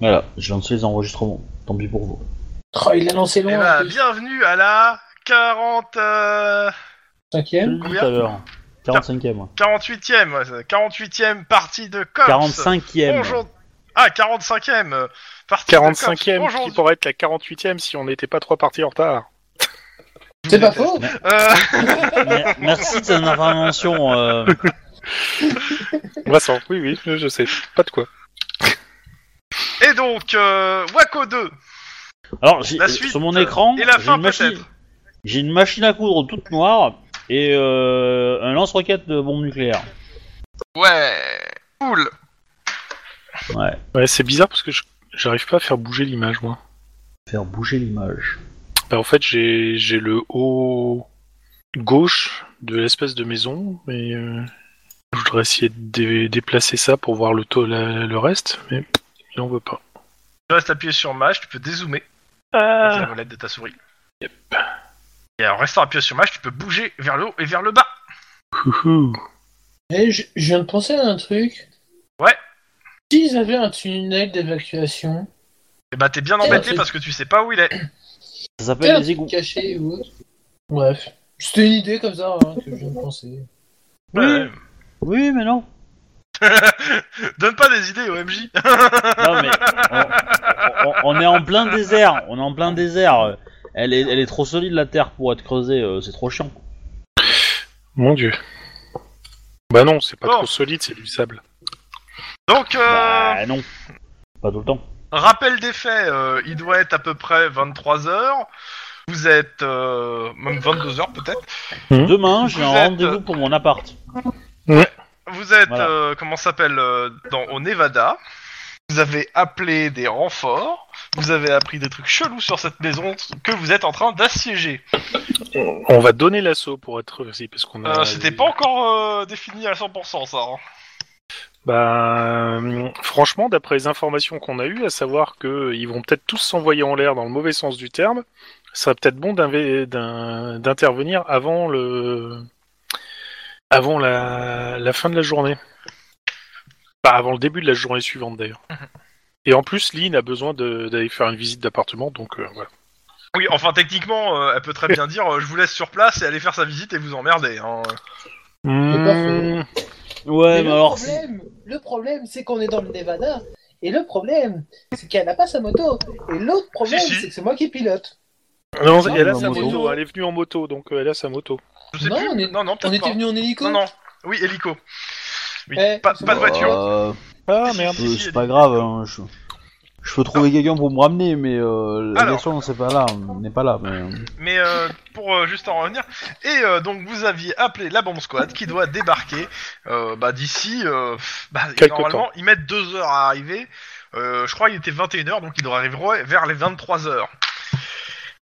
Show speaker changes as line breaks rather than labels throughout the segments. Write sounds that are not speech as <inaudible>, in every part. Voilà, je lance les enregistrements. Tant pis pour vous.
Oh, il l'a lancé
Eh
loin.
ben, bienvenue à la 40, euh,
Cinquième.
Tout à l'heure. 45ème. ouais.
48e, ouais, c'est- 48e partie de COPS.
45ème.
Bonjour- Ah, 45e euh, partie de COPS.
45e, qui
Aujourd'hui-
pourrait être la 48e si on n'était pas trois parties en retard.
C'est pas faux.
Euh,
Me- Merci de ton intervention. euh.
Vincent, oui, oui, je je sais. Pas de quoi.
Et donc, euh, Waco 2.
Alors, j'ai-
La suite,
sur mon écran,
et la
j'ai
fin,
une, machine...
peut-être.
j'ai une machine à coudre toute noire et euh, un lance-roquette de bombe nucléaire.
Ouais. Cool.
Ouais.
Ouais, c'est bizarre parce que je- j'arrive pas à faire bouger l'image, moi.
Faire bouger l'image.
Bah, en fait, j'ai j'ai le haut gauche de l'espèce de maison, mais euh, je voudrais essayer de dé- déplacer ça pour voir le, to- la- le reste, mais il en veut pas.
Tu restes appuyé sur Maj, tu peux dézoomer avec la molette de ta souris.
Yep.
Et en restant appuyé sur Maj, tu peux bouger vers le haut et vers le bas.
Houhou.
Eh, je, je viens de penser à un truc.
Ouais.
S'ils avaient un tunnel d'évacuation,
Et bah, t'es bien
Ouais,
embêté
c'est-
parce que tu sais pas où il est.
Ça
tu sais, un
s'appelle les
truc
égouts.
caché ou autre. Bref. C'était une idée comme ça hein, que je viens de penser.
Oui.
Ouais.
Oui, mais non.
Donne pas des idées, OMJ.
Non, mais on, on- on est en plein désert. On est en plein désert. Elle est, elle est trop solide la terre pour être creusée. euh, C'est trop chiant.
Mon dieu. Bah non, c'est pas
Bon.
trop solide, c'est du sable.
Donc, euh,
Bah non. Pas tout le temps.
Rappel des faits, euh, il doit être à peu près 23h. Vous êtes euh, même 22h peut-être.
Demain, j'ai
Vous
un
êtes-
rendez-vous pour mon appart.
Vous êtes
Voilà.
euh, comment ça s'appelle euh, dans au Nevada. Vous avez appelé des renforts. Vous avez appris des trucs chelous sur cette maison que vous êtes en train d'assiéger.
On va donner l'assaut pour être aussi parce qu'on a.
Euh, C'était pas encore euh, défini à 100% ça. hein.
Bah, euh, franchement, d'après les informations qu'on a eues, à savoir que euh, ils vont peut-être tous s'envoyer en l'air dans le mauvais sens du terme, ça serait peut-être bon d'inv- d'un- d'intervenir avant le avant la... la fin de la journée. Pas avant le début de la journée suivante d'ailleurs. Et en plus, Lynn a besoin de- d'aller faire une visite d'appartement, donc euh, voilà.
Oui, enfin techniquement, euh, elle peut très bien dire euh, je vous laisse sur place et allez faire sa visite et vous emmerder. hein.
Hmm.
pas
Ouais,
Mais
mais,
le,
alors.
problème, le problème, c'est qu'on est dans le Nevada. Et le problème, c'est qu'elle n'a pas sa moto. Et l'autre problème,
Si, si.
c'est que c'est moi qui pilote.
Non,
Non,
elle a
mais
sa
en
moto.
moto.
elle est venue en moto, donc euh, elle a sa moto.
Je sais
Non,
plus.
on est-
Non, non,
On
peut-être
était
pas.
venu en hélico.
Non, non. Oui, hélico. Oui,
Eh,
pas, pas de voiture.
Euh,
Ah merde.
euh, c'est pas grave. hein, je... je peux trouver quelqu'un pour me ramener, mais euh, la
Alors.
question c'est pas là, n'est pas là. mais, euh,
Mais euh, pour euh, juste en revenir, et euh, donc vous aviez appelé la bombe squad qui doit débarquer euh, bah, d'ici. euh, bah,
Quelque
normalement, ils mettent deux heures à arriver. Euh, je crois qu'il était 21h, donc ils arriveront vers les 23h.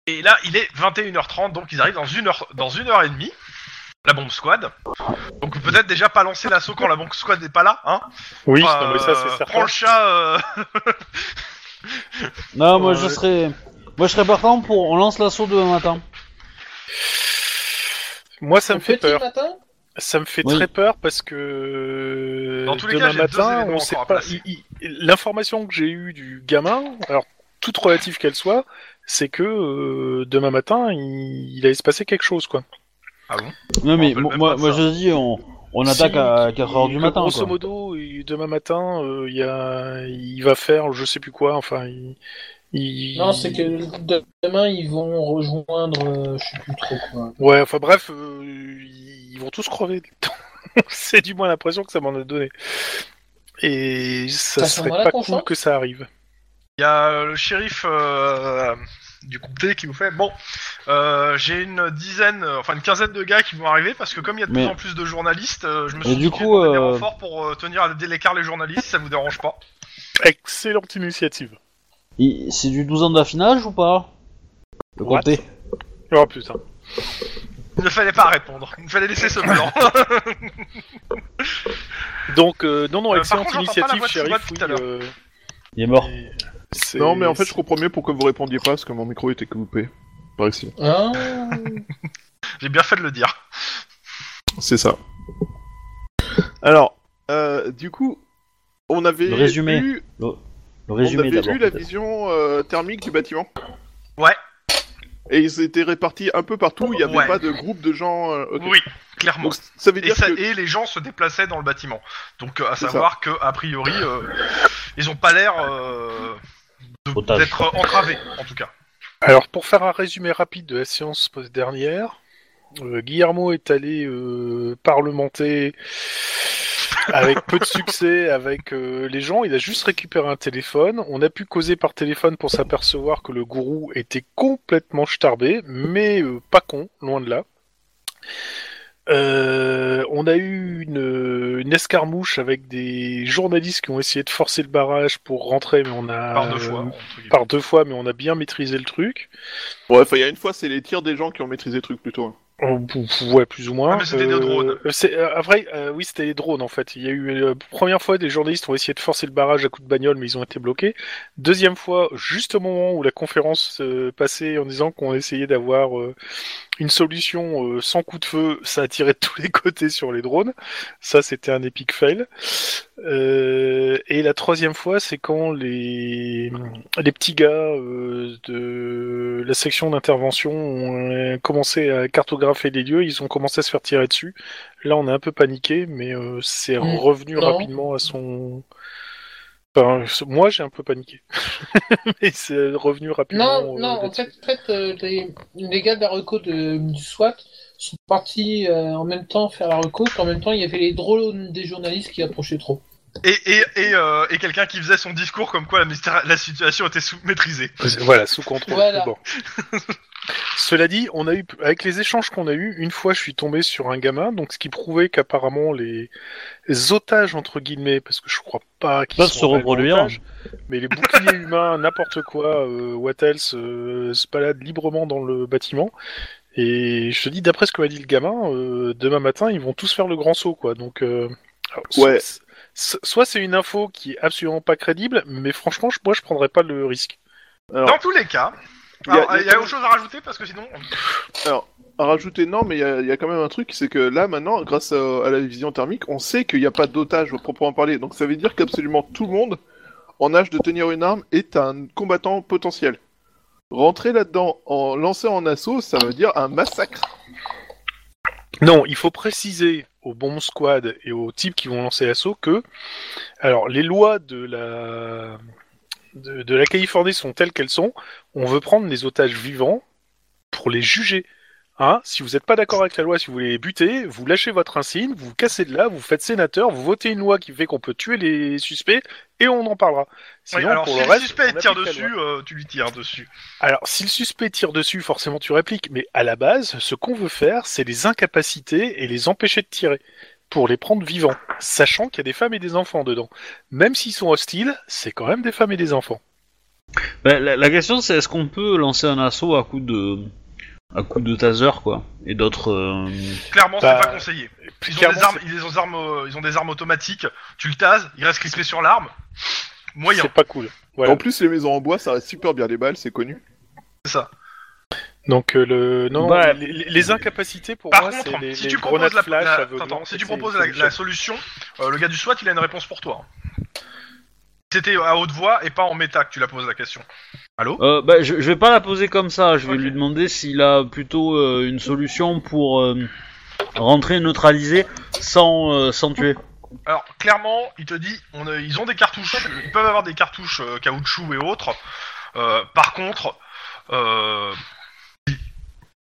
Et là, il est 21h30, donc ils arrivent dans une heure, dans une heure et demie. La bombe squad. Donc peut-être déjà pas lancer l'assaut quand la bombe squad n'est pas là, hein.
Oui,
Enfin,
non, mais ça
euh,
c'est certain.
Prends le chat. euh,
Non, moi je
Ouais.
serais. Moi je serais partant pour. On lance l'assaut demain matin.
Moi, ça me
Au
fait
petit
peur.
matin
Ça me fait
Oui.
très peur parce que
Dans tous les
demain
cas, j'ai deux
matin,
éléments
on sait
encore à
pas.
placer.
il- il- L'information que j'ai eue du gamin, alors toute relative qu'elle soit, c'est que euh, demain matin, il, il allait se passer quelque chose, quoi.
Non, mais
rappelle
moi,
même
moi,
pas
moi,
ça.
je dis, on, on attaque
Si,
à
il-
4h du
que
matin.
Grosso
quoi.
modo, il- demain matin, euh, il, y a, il va faire, je sais plus quoi. Enfin, il, il-
Non, c'est que de- demain, ils vont rejoindre. euh, je sais plus trop quoi.
Ouais, enfin bref, euh, ils vont tous crever. <laughs> c'est du moins l'impression que ça m'en a donné. Et ça
À ce
serait
moment-là
pas
qu'on
cool
chante
que ça arrive.
Il y a euh, le shérif euh, du comté qui vous fait bon. euh, J'ai une dizaine, euh, enfin une quinzaine de gars qui vont arriver parce que comme il y a de
Mais-
plus en plus de journalistes, euh, je me
Et
suis
du
dit
coup,
que j'ai demandé des
euh,
renforts pour euh, tenir à l'écart les journalistes. Ça vous dérange pas
Excellente initiative.
Et C'est du 12 ans d'affinage ou pas Le
What
comté
Oh putain.
Il ne fallait pas répondre. Il fallait laisser ce
<laughs>
plan.
Donc, euh, non, non,
Euh, par
excellente
contre, j'entends pas la
initiative,
voix de Sylvain
shérif.
depuis
Oui,
tout à l'heure.
euh,
Il est mort.
et c'est-
Non, mais en fait, je comprends mieux pourquoi vous répondiez pas, parce que mon micro était coupé. Par ici.
Hein
J'ai bien fait de le dire.
C'est ça. Alors, euh, du coup, on avait
Le résumé.
eu
Le- Le
On
résumé
avait
d'abord.
vu la
peut-être.
vision euh, thermique du bâtiment
Ouais.
Et ils étaient répartis un peu partout, il n'y avait
Ouais.
pas de groupe de gens... euh, ok.
Oui, clairement.
Donc ça veut
Et,
dire
ça-
que...
et les gens se déplaçaient dans le bâtiment. Donc euh, à
C'est
savoir que a priori, euh, ils ont pas l'air euh, de-
Otage.
d'être euh, entravés, en tout cas.
Alors, pour faire un résumé rapide de la séance dernière, euh, Guillermo est allé euh, parlementer avec peu de succès avec euh, les gens. Il a juste récupéré un téléphone. On a pu causer par téléphone pour s'apercevoir que le gourou était complètement starbé, mais euh, pas con, loin de là. Euh, on a eu une, une escarmouche avec des journalistes qui ont essayé de forcer le barrage pour rentrer, mais on a euh,
Par deux
Euh,
fois. entre guillemets.
par deux fois, mais on a bien maîtrisé le truc.
Ouais, enfin, il y a une fois, c'est les tirs des gens qui ont maîtrisé le truc plutôt. hein.
Oh, pou- pou- Ouais, plus ou moins.
Ah, mais c'était des drones.
euh, c'est- euh, à vrai, euh, oui, c'était des drones en fait. Il y a eu euh, première fois des journalistes ont essayé de forcer le barrage à coups de bagnole, mais ils ont été bloqués. Deuxième fois, juste au moment où la conférence euh, passait en disant qu'on essayait d'avoir euh, une solution euh, sans coup de feu, ça a tiré de tous les <laughs> côtés sur les drones. Ça, c'était un epic fail. Euh, et la troisième fois, c'est quand les les petits gars euh, de la section d'intervention ont euh, commencé à cartographier les lieux, ils ont commencé à se faire tirer dessus. Là, on a un peu paniqué, mais euh, c'est
Mm,
revenu
non.
rapidement à son. Enfin, c- moi, j'ai un peu paniqué, <laughs> mais c'est revenu rapidement.
Non,
euh,
non, en
là-dessus.
fait, en fait, euh, les, les gars de la reco de, du SWAT sont partis euh, en même temps faire la reco, puis en même temps il y avait les drones des journalistes qui approchaient trop.
Et, et, et, euh, et quelqu'un qui faisait son discours comme quoi la, mystéri- la situation était sous- maîtrisée.
<laughs> Voilà, sous contrôle.
Voilà.
Bon. Cela dit, on a eu, avec les échanges qu'on a eus, une fois je suis tombé sur un gamin, donc ce qui prouvait qu'apparemment les otages, entre guillemets, parce que je crois pas qu'ils
Peuvent
sont
se
réellement
reproduire.
otages, mais les
<laughs>
boucliers humains, n'importe quoi, euh, what else, euh, se baladent librement dans le bâtiment. Et je te dis, d'après ce que m'a dit le gamin, euh, demain matin, ils vont tous faire le grand saut, quoi. Donc, euh, alors,
Ouais.
soit- so- soit c'est une info qui est absolument pas crédible, mais franchement, je- moi, je prendrais pas le risque.
Alors-
Dans tous les cas,
Il y a-
alors, il y a,
il y a-
autre chose à rajouter parce que sinon, on-
À rajouter, non, mais il y, a- il y a quand même un truc, c'est que là, maintenant, grâce à, à la vision thermique, on sait qu'il n'y a pas d'otage au proprement parler. Donc ça veut dire qu'absolument tout le monde en âge de tenir une arme est un combattant potentiel. Rentrer là-dedans en lançant en assaut, ça veut dire un massacre.
Non, il faut préciser aux bombes squad et aux types qui vont lancer l'assaut que, alors, les lois de la de, de la Californie sont telles qu'elles sont. On veut prendre les otages vivants pour les juger. Hein si vous n'êtes pas d'accord avec la loi, si vous voulez les buter, vous lâchez votre insigne, vous vous cassez de là, vous faites sénateur, vous votez une loi qui fait qu'on peut tuer les suspects et on en parlera.
Oui,
Sinon,
alors
pour
si
le
le,
reste,
suspect
on
tire
applique la loi.
dessus, euh, tu lui tires dessus.
Alors, si le suspect tire dessus, forcément tu répliques, mais à la base, ce qu'on veut faire, c'est les incapacités et les empêcher de tirer, pour les prendre vivants, sachant qu'il y a des femmes et des enfants dedans. Même s'ils sont hostiles, c'est quand même des femmes et des enfants.
Bah, la, la question c'est est-ce qu'on peut lancer un assaut à coup de à coup de taser quoi et d'autres. euh,
Clairement,
Bah,
c'est pas conseillé. Ils ont,
Clairement,
des armes, ils, ont des armes, euh, ils ont des armes automatiques. Tu le tases, il reste crispé sur l'arme.
c'est-
Moyen.
c'est pas cool. Voilà.
En plus, les maisons en bois, ça reste super bien les balles, c'est connu.
Donc euh, le non,
Bah,
les, les- les incapacités pour
Par
moi, c'est
contre,
les,
si
les
tu
grenades
proposes la,
flash
la-
aveuglantes,
attends, si tu
c'est-
proposes
c'est
la,
une
la
chose.
solution, euh, le gars du SWAT, il a une réponse pour toi. C'était à haute voix et pas en méta que tu la poses la question.
Euh, bah, je, je vais pas la poser comme ça. Je vais
Ok.
lui demander s'il a plutôt euh, une solution pour euh, rentrer et neutraliser sans euh, sans tuer.
Alors clairement, il te dit, on a- ils ont des cartouches, ils peuvent avoir des cartouches euh, caoutchouc et autres. Euh, par contre, euh,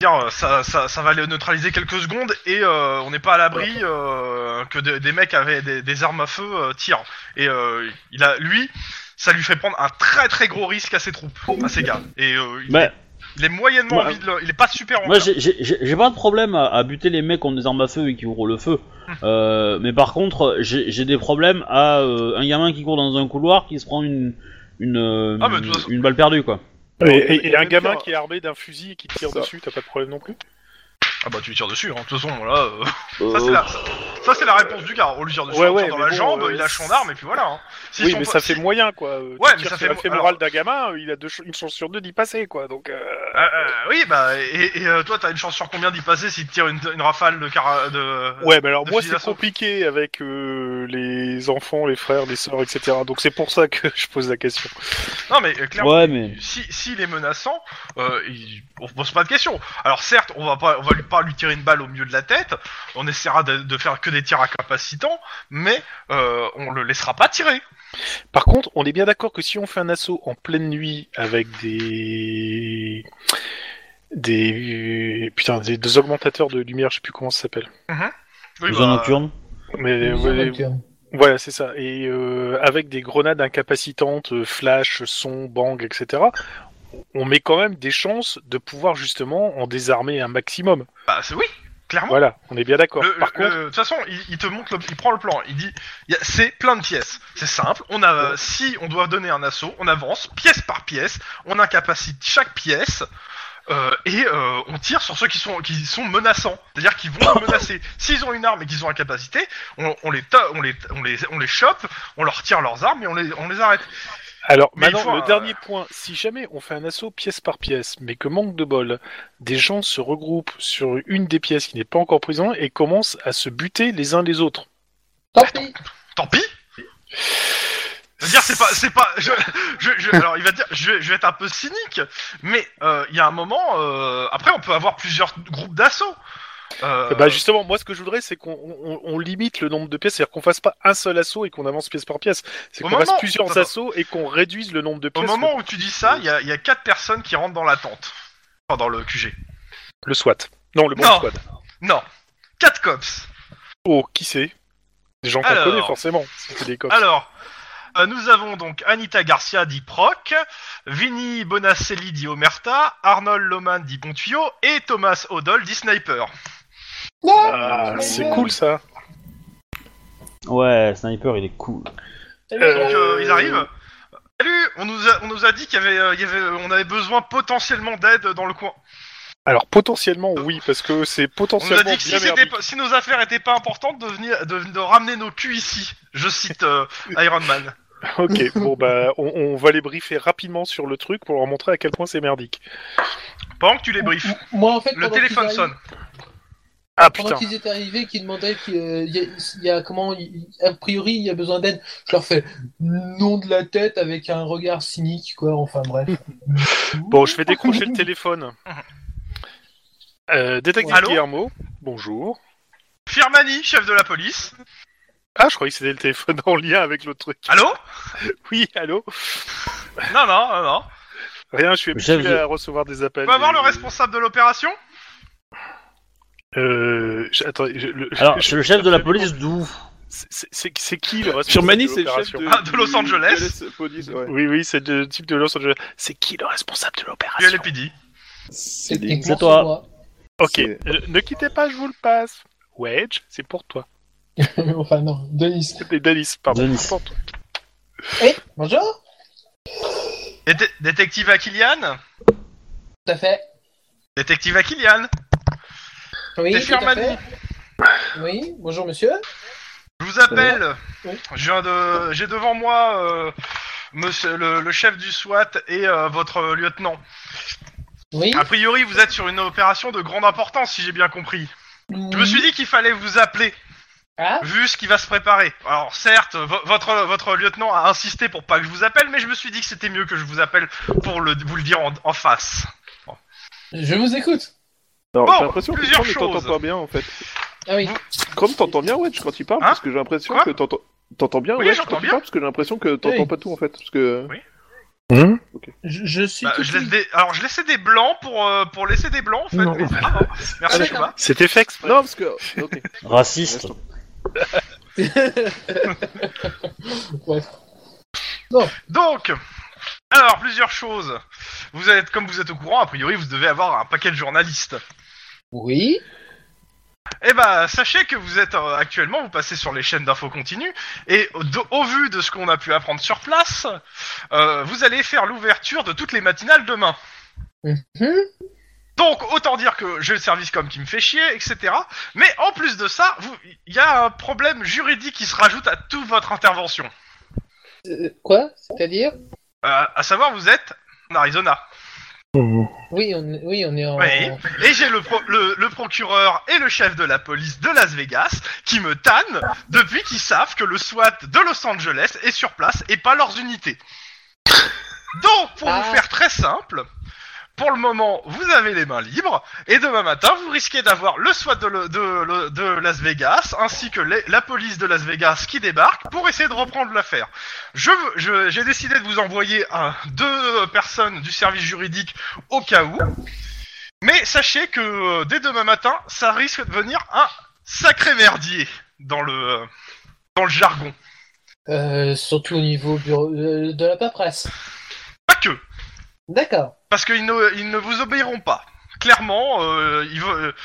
dire, ça, ça, ça va les neutraliser quelques secondes et euh, on n'est pas à l'abri euh, que de- des mecs avec des, des armes à feu euh, tirent. Et euh, il a, lui, ça lui fait prendre un très très gros risque à ses troupes, à ses gars. Et euh, il,
Bah,
est, il est moyennement
Ouais.
envie hein. de le- il est pas super en
Moi, j'ai- j'ai j'ai- j'ai pas de problème à, à buter les mecs qui ont des armes à feu et qui ouvrent le feu.
Ah.
Euh, mais par contre, j'ai j'ai des problèmes à euh, un gamin qui court dans un couloir qui se prend une une euh,
Ah, mais de toute façon-
une balle perdue quoi.
Et, et- et un
Même
gamin
pire.
qui est armé d'un fusil et qui tire
Ça.
dessus, t'as pas de problème non plus.
Ah bah tu lui tires dessus, hein. de toute façon là. euh, Ça,
Euh,
c'est la, ça, c'est la réponse du gars. On lui tire dessus,
Ouais,
on le tire
ouais,
dans
mais
la
bon,
jambe,
euh,
il lâche son arme, et puis voilà. hein. S'ils
Oui,
sont
mais
pas-
ça fait
si-
moyen, quoi. Euh,
Ouais,
tu
mais
tires
ça
sur
fait
la
mo-
fémorale
alors-
d'un gamin, euh, il a deux ch- une chance sur deux d'y passer, quoi. Donc, euh,
Euh, euh, oui, bah, et, et, euh, toi, t'as une chance sur combien d'y passer s'il te tire une, une rafale de. Cara... de...
Ouais, mais alors
de
moi
fusil
c'est
d'assaut.
compliqué avec euh, les enfants, les frères, les sœurs, etc. Donc c'est pour ça que <laughs> je pose la question.
Non, mais euh, clairement,
Ouais, mais.
si s'il est menaçant, euh, il- on se pose pas de questions. Alors certes, on va pas, on va lui pas lui tirer une balle au milieu de la tête. On essaiera de, de faire que des tirs incapacitants, mais euh, on le laissera pas tirer.
Par contre, on est bien d'accord que si on fait un assaut en pleine nuit avec des des putain des, des augmentateurs de lumière, je sais plus comment ça s'appelle.
Oui,
Besoin
bah,
nocturne.
Mais ouais,
euh,
voilà, c'est ça. Et euh, avec des grenades incapacitantes, euh, flash, son, bang, etc. On met quand même des chances de pouvoir justement en désarmer un maximum.
bah, c'est oui, clairement.
Voilà, on est bien d'accord.
Le-
Par
le-
contre,
de toute façon, il, il te montre, le- il prend le plan. Il dit, il y a- c'est plein de pièces. C'est simple. On a, si on doit donner un assaut, on avance pièce par pièce. On incapacite chaque pièce euh, et euh, on tire sur ceux qui sont qui sont menaçants. C'est-à-dire qu'ils vont nous menacer. S'ils ont une arme et qu'ils ont incapacité, on, on les, ta- on les, on les, on les chope, on leur tire leurs armes et on les, on les arrête.
Alors
Mais il
maintenant,
faut
le
un-
dernier point, si jamais on fait un assaut pièce par pièce, mais que manque de bol, des gens se regroupent sur une des pièces qui n'est pas encore prise en main et commencent à se buter les uns les autres.
Tant pis.
Tant pis. C'est-à-dire, c'est pas, c'est pas. Je, je, je- alors, il va dire, je, vais- je vais être un peu cynique, mais euh, il y a un moment. euh, après, on peut avoir plusieurs groupes d'assaut. Euh,
Euh, Bah justement, moi ce que je voudrais, c'est qu'on on- on limite le nombre de pièces, c'est-à-dire qu'on fasse pas un seul assaut et qu'on avance pièce par pièce, c'est
Au
qu'on fasse
moment-
plusieurs
Attends.
assauts et qu'on réduise le nombre de
au
pièces.
moment où tu dis ça, il y a, il y a quatre personnes qui rentrent dans la tente, enfin dans le QG.
Le SWAT. Non, le bon
Non.
squad.
Non, quatre cops.
Oh, qui c'est Des gens qu'on
Alors.
connaît forcément. C'était des cops.
Alors, euh, nous avons donc Anita Garcia dit Proc, Vinny Bonacelli dit Omerta, Arnold Loman dit Pontuyau et Thomas Odol dit Sniper.
Ah, c'est cool ça.
Ouais, Sniper, il est cool.
Donc euh,
Euh,
ils arrivent. Salut, on nous a, on nous a dit qu'il y avait, euh, il y avait, on avait besoin potentiellement d'aide dans le coin.
Alors potentiellement oui, parce que c'est
On nous a
potentiellement
dit que si,
bien
c'était
merdique.
pas- si nos affaires étaient pas importantes, de, venir, de, de ramener nos culs ici. Je cite euh, Iron Man.
Ok, bon bah on, on va les briefer rapidement sur le truc pour leur montrer à quel point c'est merdique.
Pendant que tu les briefes,
Moi, en fait,
le
pendant
téléphone
qu'ils
sonne.
Ah
Pendant
putain,
qu'ils étaient arrivés, qu'ils demandaient qu'il y, a- il y a comment, il- a priori, il y a besoin d'aide. Je leur fais non de la tête avec un regard cynique, quoi. Enfin bref.
bon je vais décrocher le téléphone. Euh, détective
Allô
Guillermo, bonjour.
Firmani, chef de la police.
Ah je croyais que c'était le téléphone en lien avec l'autre truc. Ah,
Allô
Oui, allô
Non, non, non, non.
Rien, je suis
Le chef
habitué
de-
à recevoir des appels.
On peut avoir
et-
le responsable de l'opération
Euh, je- attends, je- le-
Alors,
je-
c'est le chef de la police d'où
c'est- c'est- C'est c'est qui le responsable
Firmani,
de
c'est le chef
l'opération
de,
Ah, de Los
du-
Angeles.
LS police, ouais.
Oui, oui, c'est le type de Los Angeles. C'est qui le responsable de
Du
l'opération
LPD.
C'est
Techniquement,
C'est toi.
Ok,
C'est-
euh, ne quittez pas, je vous le passe. Wedge, c'est pour toi.
c'est moi. <laughs> enfin non, Denis.
Et Denis, pardon.
Denis.
Pour toi.
Eh, bonjour.
Dét- détective Akilian
Tout à fait.
Détective Akilian
Oui.
T'es
tout à
Firmani
fait. Oui. Bonjour monsieur.
Je vous appelle.
Oui.
Je viens de, j'ai devant moi euh, monsieur, le, le chef du SWAT et euh, votre euh, lieutenant.
Oui.
A priori, vous êtes sur une opération de grande importance, si j'ai bien compris. Je me suis dit qu'il fallait vous appeler,
Ah,
vu ce qui va se préparer. Alors, certes, vo- votre votre lieutenant a insisté pour pas que je vous appelle, mais je me suis dit que c'était mieux que je vous appelle pour le, vous le dire en, en face.
je vous écoute.
Non,
Bon,
j'ai l'impression que
plusieurs
Chrome il t'entend
choses.
pas bien en fait.
Ah oui.
Chrome t'entends bien Wedge quand il parle
Hein
parce que j'ai l'impression
Quoi
que t'entends t'entends bien
Oui,
Wedge
j'entends
quand il
bien.
parle parce que j'ai l'impression que t'entends
Oui.
pas tout en fait parce que
Oui.
Hmm
Je, je suis.
Bah,
tout
je
de
laisse
suite.
des- alors, je laissais des blancs pour euh, pour laisser des blancs en fait.
Non.
mais- Ah, merci,
Ah,
Chouba.
C'était fait exprès.
non parce que OK.
Raciste.
Bref.
Donc, alors plusieurs choses. Vous êtes, comme vous êtes au courant, a priori, vous devez avoir un paquet de journalistes.
Oui.
Eh ben, sachez que vous êtes euh, actuellement, vous passez sur les chaînes d'infos continues, et au, de- au vu de ce qu'on a pu apprendre sur place, euh, vous allez faire l'ouverture de toutes les matinales demain.
Mhm.
Donc, autant dire que j'ai le service comme qui me fait chier, etc. Mais en plus de ça, vous- il y a un problème juridique qui se rajoute à toute votre intervention.
Euh, quoi C'est-à-dire
Euh, à savoir, vous êtes en Arizona.
Oui, on, est- oui, on est en.
Oui. Et j'ai le, pro- le, le procureur et le chef de la police de Las Vegas qui me tannent depuis qu'ils savent que le SWAT de Los Angeles est sur place et pas leurs unités. Donc, pour
Ah.
vous faire très simple, pour le moment, vous avez les mains libres et demain matin, vous risquez d'avoir le SWAT de, le- de, le- de Las Vegas ainsi que les- la police de Las Vegas qui débarque pour essayer de reprendre l'affaire. Je veux- je- J'ai décidé de vous envoyer un, deux personnes du service juridique au cas où. Mais sachez que euh, dès demain matin, ça risque de devenir un sacré merdier dans le euh, dans le jargon.
Euh, surtout au niveau bureau, euh, de la paperasse.
Pas que,
D'accord.
parce qu'ils ne ils ne vous obéiront pas. Clairement, euh, ils veulent-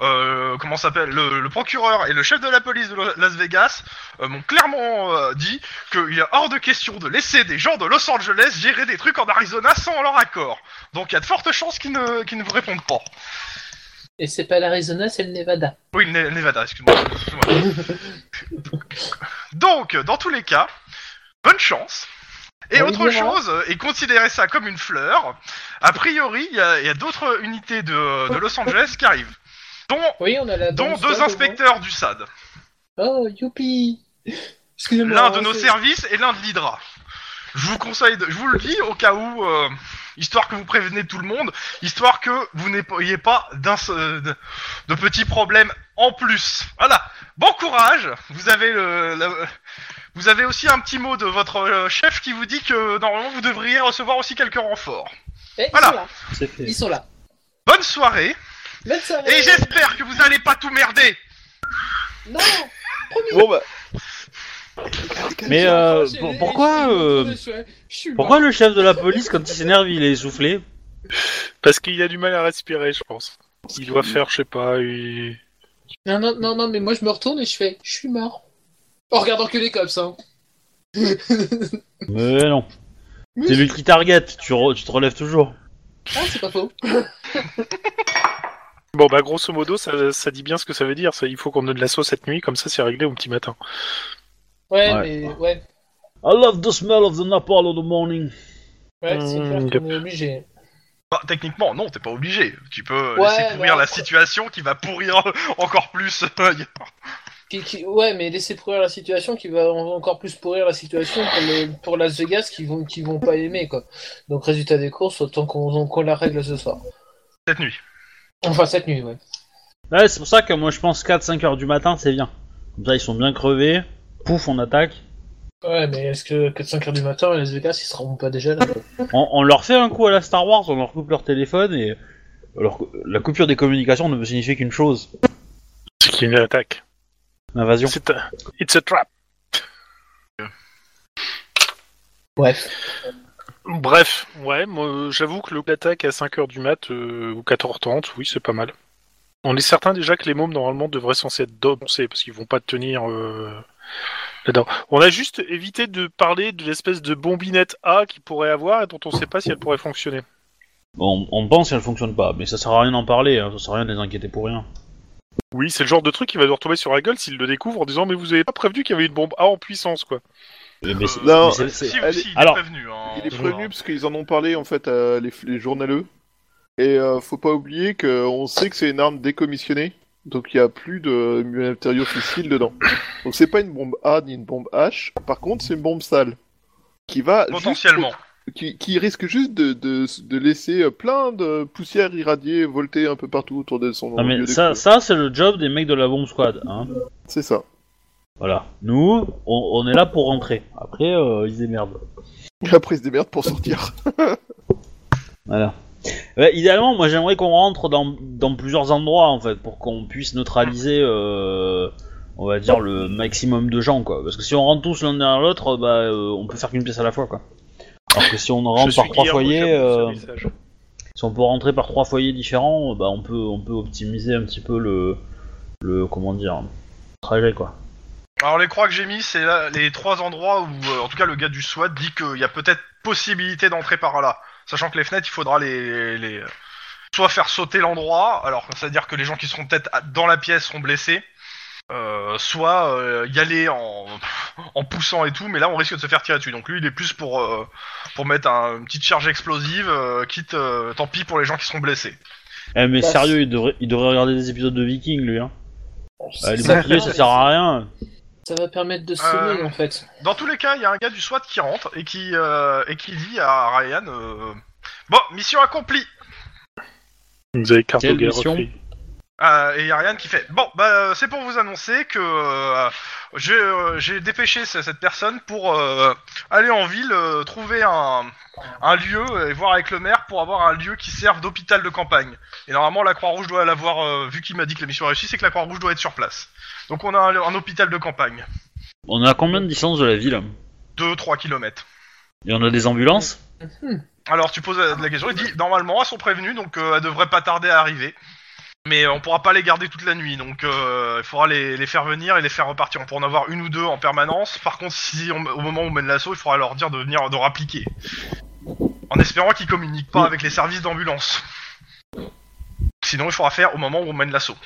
euh, euh, comment ça s'appelle le, le procureur et le chef de la police de Lo- Las Vegas euh, m'ont clairement euh, dit qu'il est hors de question de laisser des gens de Los Angeles gérer des trucs en Arizona sans leur accord. Donc il y a de fortes chances qu'ils ne qu'ils ne vous répondent pas.
Et c'est pas l'Arizona, c'est le Nevada.
Oui, le Ne- Nevada, excuse-moi. excuse-moi. Donc, dans tous les cas, bonne chance. Et
On
autre
y verra.
chose, euh, et considérez ça comme une fleur, a priori, il y a, il y a d'autres unités de, de Los Angeles qui arrivent, dont,
Oui, on a la.
dont
bonne
deux
soie,
inspecteurs du SAD,
Oh, youpi Excusez-moi.
l'un de nos
hein, c'est-
services et l'un de l'Hydra. Je vous conseille, de- je vous le dis au cas où, euh, histoire que vous prévenez tout le monde, histoire que vous n'ayez pas d'un seul- de, de petits problèmes en plus. Voilà. Bon courage. Vous avez le, la- vous avez aussi un petit mot de votre euh, chef qui vous dit que normalement vous devriez recevoir aussi quelques renforts.
Eh, ils
Voilà.
sont là.
C'est fait.
Ils sont là.
Bonne soirée
Bonne soirée.
et j'espère que vous n'allez pas tout merder.
Non Premier
Bon bah.
Mais euh, pour- pourquoi euh, pourquoi le chef de la police quand il s'énerve il est essoufflé
Parce qu'il a du mal à respirer, je pense. Il doit faire, je sais pas, il-
Non, non, non, non, mais moi je me retourne et je fais « Je suis mort ». En regardant que les cops, hein.
Mais non.
Oui.
C'est lui qui target. Tu, re- tu te relèves toujours.
Ah, c'est pas faux.
Bon, bah, grosso modo, ça, ça dit bien ce que ça veut dire. Ça, il faut qu'on donne l'assaut cette nuit, comme ça, c'est réglé au petit matin.
Ouais,
Ouais.
mais... Ouais,
I love the smell of the napalm in the morning.
ouais c'est
Hmm,
clair
yep.
qu'on est obligé.
Bah, techniquement, non, t'es pas obligé. Tu peux
Ouais,
laisser pourrir
non.
la situation qui va pourrir <laughs> encore plus. euh,
Qui- qui- Ouais, mais laisser pourrir la situation qui va en- encore plus pourrir la situation pour, le- pour Las Vegas qui vont, qui vont pas aimer, quoi. Donc, résultat des courses, autant qu'on qu'on la règle ce soir.
<laughs> Cette nuit.
Enfin, cette nuit, ouais.
Ouais, c'est pour ça que moi je pense 4-5 heures du matin c'est bien. Comme ça ils sont bien crevés. Pouf, on attaque.
Ouais, mais est-ce que 4-5 heures du matin, à Las Vegas, ils seront pas déjà là quoi
On, on leur fait un coup à la Star Wars, on leur coupe leur téléphone et. Alors, que la coupure des communications ne peut signifier qu'une chose
C'est qu'il y a une attaque.
l'invasion.
C'est un- It's a trap.
Bref.
Bref, ouais, moi, euh, j'avoue que le- l'attaque à 5h du mat euh, ou 4h30, oui, c'est pas mal. On est certain déjà que les mômes, normalement, devraient censés être domptés, parce qu'ils vont pas tenir euh, là-dedans. On a juste évité de parler de l'espèce de bombinette A qu'ils pourraient avoir et dont on sait pas si elle pourrait fonctionner.
Bon, on pense qu'elle fonctionne pas, mais ça sert à rien d'en parler, hein, ça sert à rien de les inquiéter pour rien.
Oui, c'est le genre de truc qui va nous retomber sur la gueule s'il le découvre en disant mais vous avez pas prévenu qu'il y avait une bombe A en puissance quoi.
Euh, mais c'est-
non,
mais c'est-
si,
c'est-
si,
elle
il est
alors-
prévenu. hein.
Il est prévenu parce qu'ils en ont parlé en fait à les, les journaleux. Et euh, faut pas oublier qu'on sait que c'est une arme décommissionnée. Donc il y a plus de matériaux fissiles dedans. Donc c'est pas une bombe A ni une bombe H. Par contre c'est une bombe sale. Qui va juste-
Potentiellement.
qui, qui risque juste de, de, de laisser euh, plein de poussière irradiée volter un peu partout autour de son
Non, mais
milieu
ça,
de-
ça c'est le job des mecs de la bombe squad. Hein.
C'est ça.
Voilà. Nous, on, on est là pour rentrer. Après, euh, ils démerdent.
Et après ils se démerdent pour sortir.
Voilà. Ouais, idéalement, moi j'aimerais qu'on rentre dans, dans plusieurs endroits en fait, pour qu'on puisse neutraliser, euh, on va dire, le maximum de gens quoi. Parce que si on rentre tous l'un derrière l'autre, bah, euh, on peut faire qu'une pièce à la fois quoi. Alors que si on rentre par trois foyers. euh, si on peut rentrer par trois foyers différents, euh, bah on peut on peut optimiser un petit peu le le comment dire trajet quoi.
Alors les croix que j'ai mis, c'est là- les trois endroits où, euh, en tout cas, le gars du SWAT dit qu'il y a peut-être possibilité d'entrer par là. Sachant que les fenêtres, il faudra les, les- soit faire sauter l'endroit, alors c'est-à-dire que les gens qui seront peut-être à- dans la pièce seront blessés, euh, soit euh, y aller en, en poussant et tout, mais là on risque de se faire tirer dessus. Donc lui il est plus pour, euh, pour mettre un- une petite charge explosive, euh, quitte euh, tant pis pour les gens qui seront blessés.
Eh, mais
Bah,
sérieux, il devrait, il devrait regarder des épisodes de Viking, lui. Hein. Euh, les
ça,
boucliers, ça sert à rien.
ça va permettre de semer
Euh,
en fait.
Dans tous les cas, il y a un gars du SWAT qui rentre et qui, euh, et qui dit à Ryan euh, Bon, mission accomplie
Vous avez carte
Quelle
au guerre,
mission
repris.
Euh, Et il y a Ryan qui fait Bon, bah, euh, c'est pour vous annoncer que euh, j'ai euh, j'ai dépêché ce- cette personne pour euh, aller en ville, euh, trouver un, un lieu et voir avec le maire pour avoir un lieu qui serve d'hôpital de campagne. Et normalement, la Croix-Rouge doit l'avoir, euh, vu qu'il m'a dit que la mission réussie, c'est que la Croix-Rouge doit être sur place. Donc on a un, un hôpital de campagne,
On a combien de distance de la ville hein
2-3 kilomètres.
Et on a des ambulances
Alors tu poses la la question, il dit normalement elles sont prévenues donc euh, elles devraient pas tarder à arriver. Mais euh, on pourra pas les garder toute la nuit donc euh, il faudra les, les faire venir et les faire repartir. On pourra en avoir une ou deux en permanence. Par contre, si on- au moment où on mène l'assaut, il faudra leur dire de venir de rappliquer. En espérant qu'ils communiquent pas avec les services d'ambulance. Sinon, il faudra faire au moment où on mène l'assaut.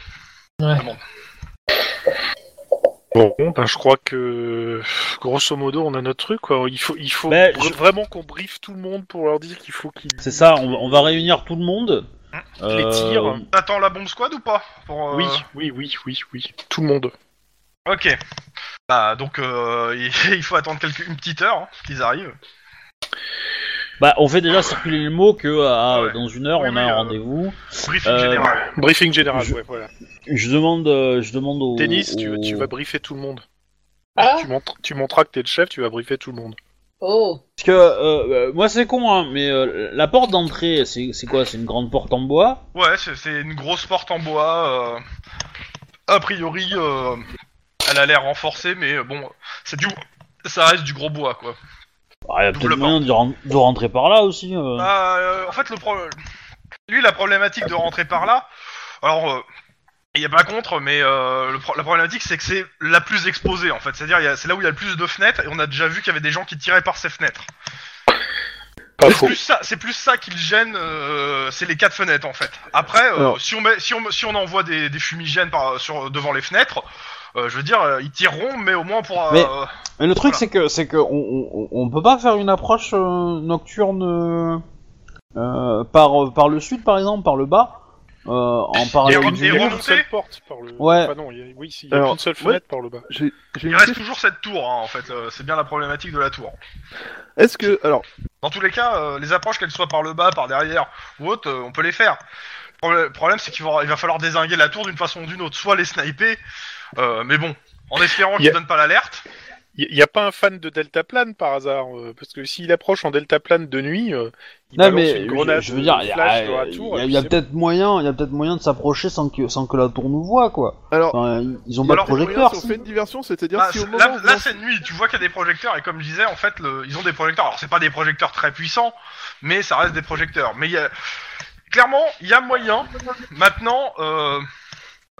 Ouais.
Bon.
Bon, ben, je crois que grosso modo, on a notre truc. Quoi. Il faut, il faut
Ben,
vra-
je-
vraiment qu'on briefe tout le monde pour leur dire qu'il faut qu'ils.
C'est ça, on, va- on va réunir tout le monde. Euh,
Les tirs.
T'attends la bombe squad ou pas pour, euh,
Oui,
Ah.
oui, oui, oui, oui. Tout le monde.
Ok. Bah donc euh, <laughs> il faut attendre quelques, une petite heure hein, qu'ils arrivent.
Bah, on fait déjà circuler le mot que ah,
Ouais.
dans une heure,
Oui,
on a un
oui, euh,
rendez-vous.
Briefing
Euh,
général.
Briefing général.
Je-
Ouais, voilà.
Je demande, euh, je demande au.
Denis, tu,
au-
vas- tu vas briefer tout le monde.
Ah
Tu, montres, tu montreras que t'es le chef, tu vas briefer tout le monde.
Oh
Parce que euh, euh, moi c'est con, hein, mais euh, la porte d'entrée, c'est c'est quoi C'est une grande porte en bois.
Ouais, c'est c'est une grosse porte en bois. euh, A priori, euh, elle a l'air renforcée, mais euh, bon, c'est du, ça reste du gros bois, quoi.
Ah, Il y a peut-être
Double
moyen de, ren- de rentrer par là aussi. euh.
Bah, euh, en fait, le pro... lui, la problématique de rentrer par là, alors, euh, il n'y a pas contre, mais euh, le pro- la problématique, c'est que c'est la plus exposée, en fait. C'est-à-dire, il y a- c'est là où il y a le plus de fenêtres, et on a déjà vu qu'il y avait des gens qui tiraient par ces fenêtres.
<laughs>
Pas
C'est
faux.
plus ça, c'est plus ça qui le gêne, euh, c'est les quatre fenêtres en fait. Après, euh,
Alors.
si on met, si on, si on envoie des, des fumigènes par, sur devant les fenêtres, euh, je veux dire, euh, ils tireront, mais au moins pour.
Mais-
euh,
Mais le truc
Voilà.
c'est que c'est que on, on, on peut pas faire une approche euh, nocturne euh, euh, par par le sud par exemple, par le bas, euh, en
Et
Il y a
parallèle.
une-
du-
il y a
remonter
qu'une seule porte par le.
Ouais.
Enfin, non, il y a- oui, si, il y a
Alors,
qu'une seule
ouais.
fenêtre par le bas.
J'ai j'ai
il
une
reste
question.
toujours cette tour hein, en fait. euh, c'est bien la problématique de la tour.
Est-ce que alors
Dans tous les cas, euh, les approches, qu'elles soient par le bas, par derrière ou autre, euh, on peut les faire. Le problème, c'est qu'il va, il va falloir désinguer la tour d'une façon ou d'une autre, soit les sniper, euh, mais bon, en espérant qu'ils
Y a-
donnent pas l'alerte.
Il n'y a pas un fan de deltaplane par hasard, euh, parce que s'il approche en deltaplane de nuit, euh, il
Non
balance
mais
une
je,
grenade
je veux dire, il y
euh, flash dans
a,
la
il
tour.
y a-
et
il y a
puis
peut-être moyen, il y a peut-être moyen de s'approcher sans que sans que la tour nous voit quoi.
alors
Enfin, ils ont pas
Alors,
de
il y a moyen,
projecteur.
si on fait une diversion, c'est-à-dire
Bah,
si au
c'est-
moment
là,
où on
là,
lance-
c'est de nuit, tu vois qu'il y a des projecteurs, et comme je disais, en fait, le- ils ont des projecteurs. Alors, c'est pas des projecteurs très puissants, mais ça reste des projecteurs. Mais il y a- clairement, il y a moyen, maintenant, euh,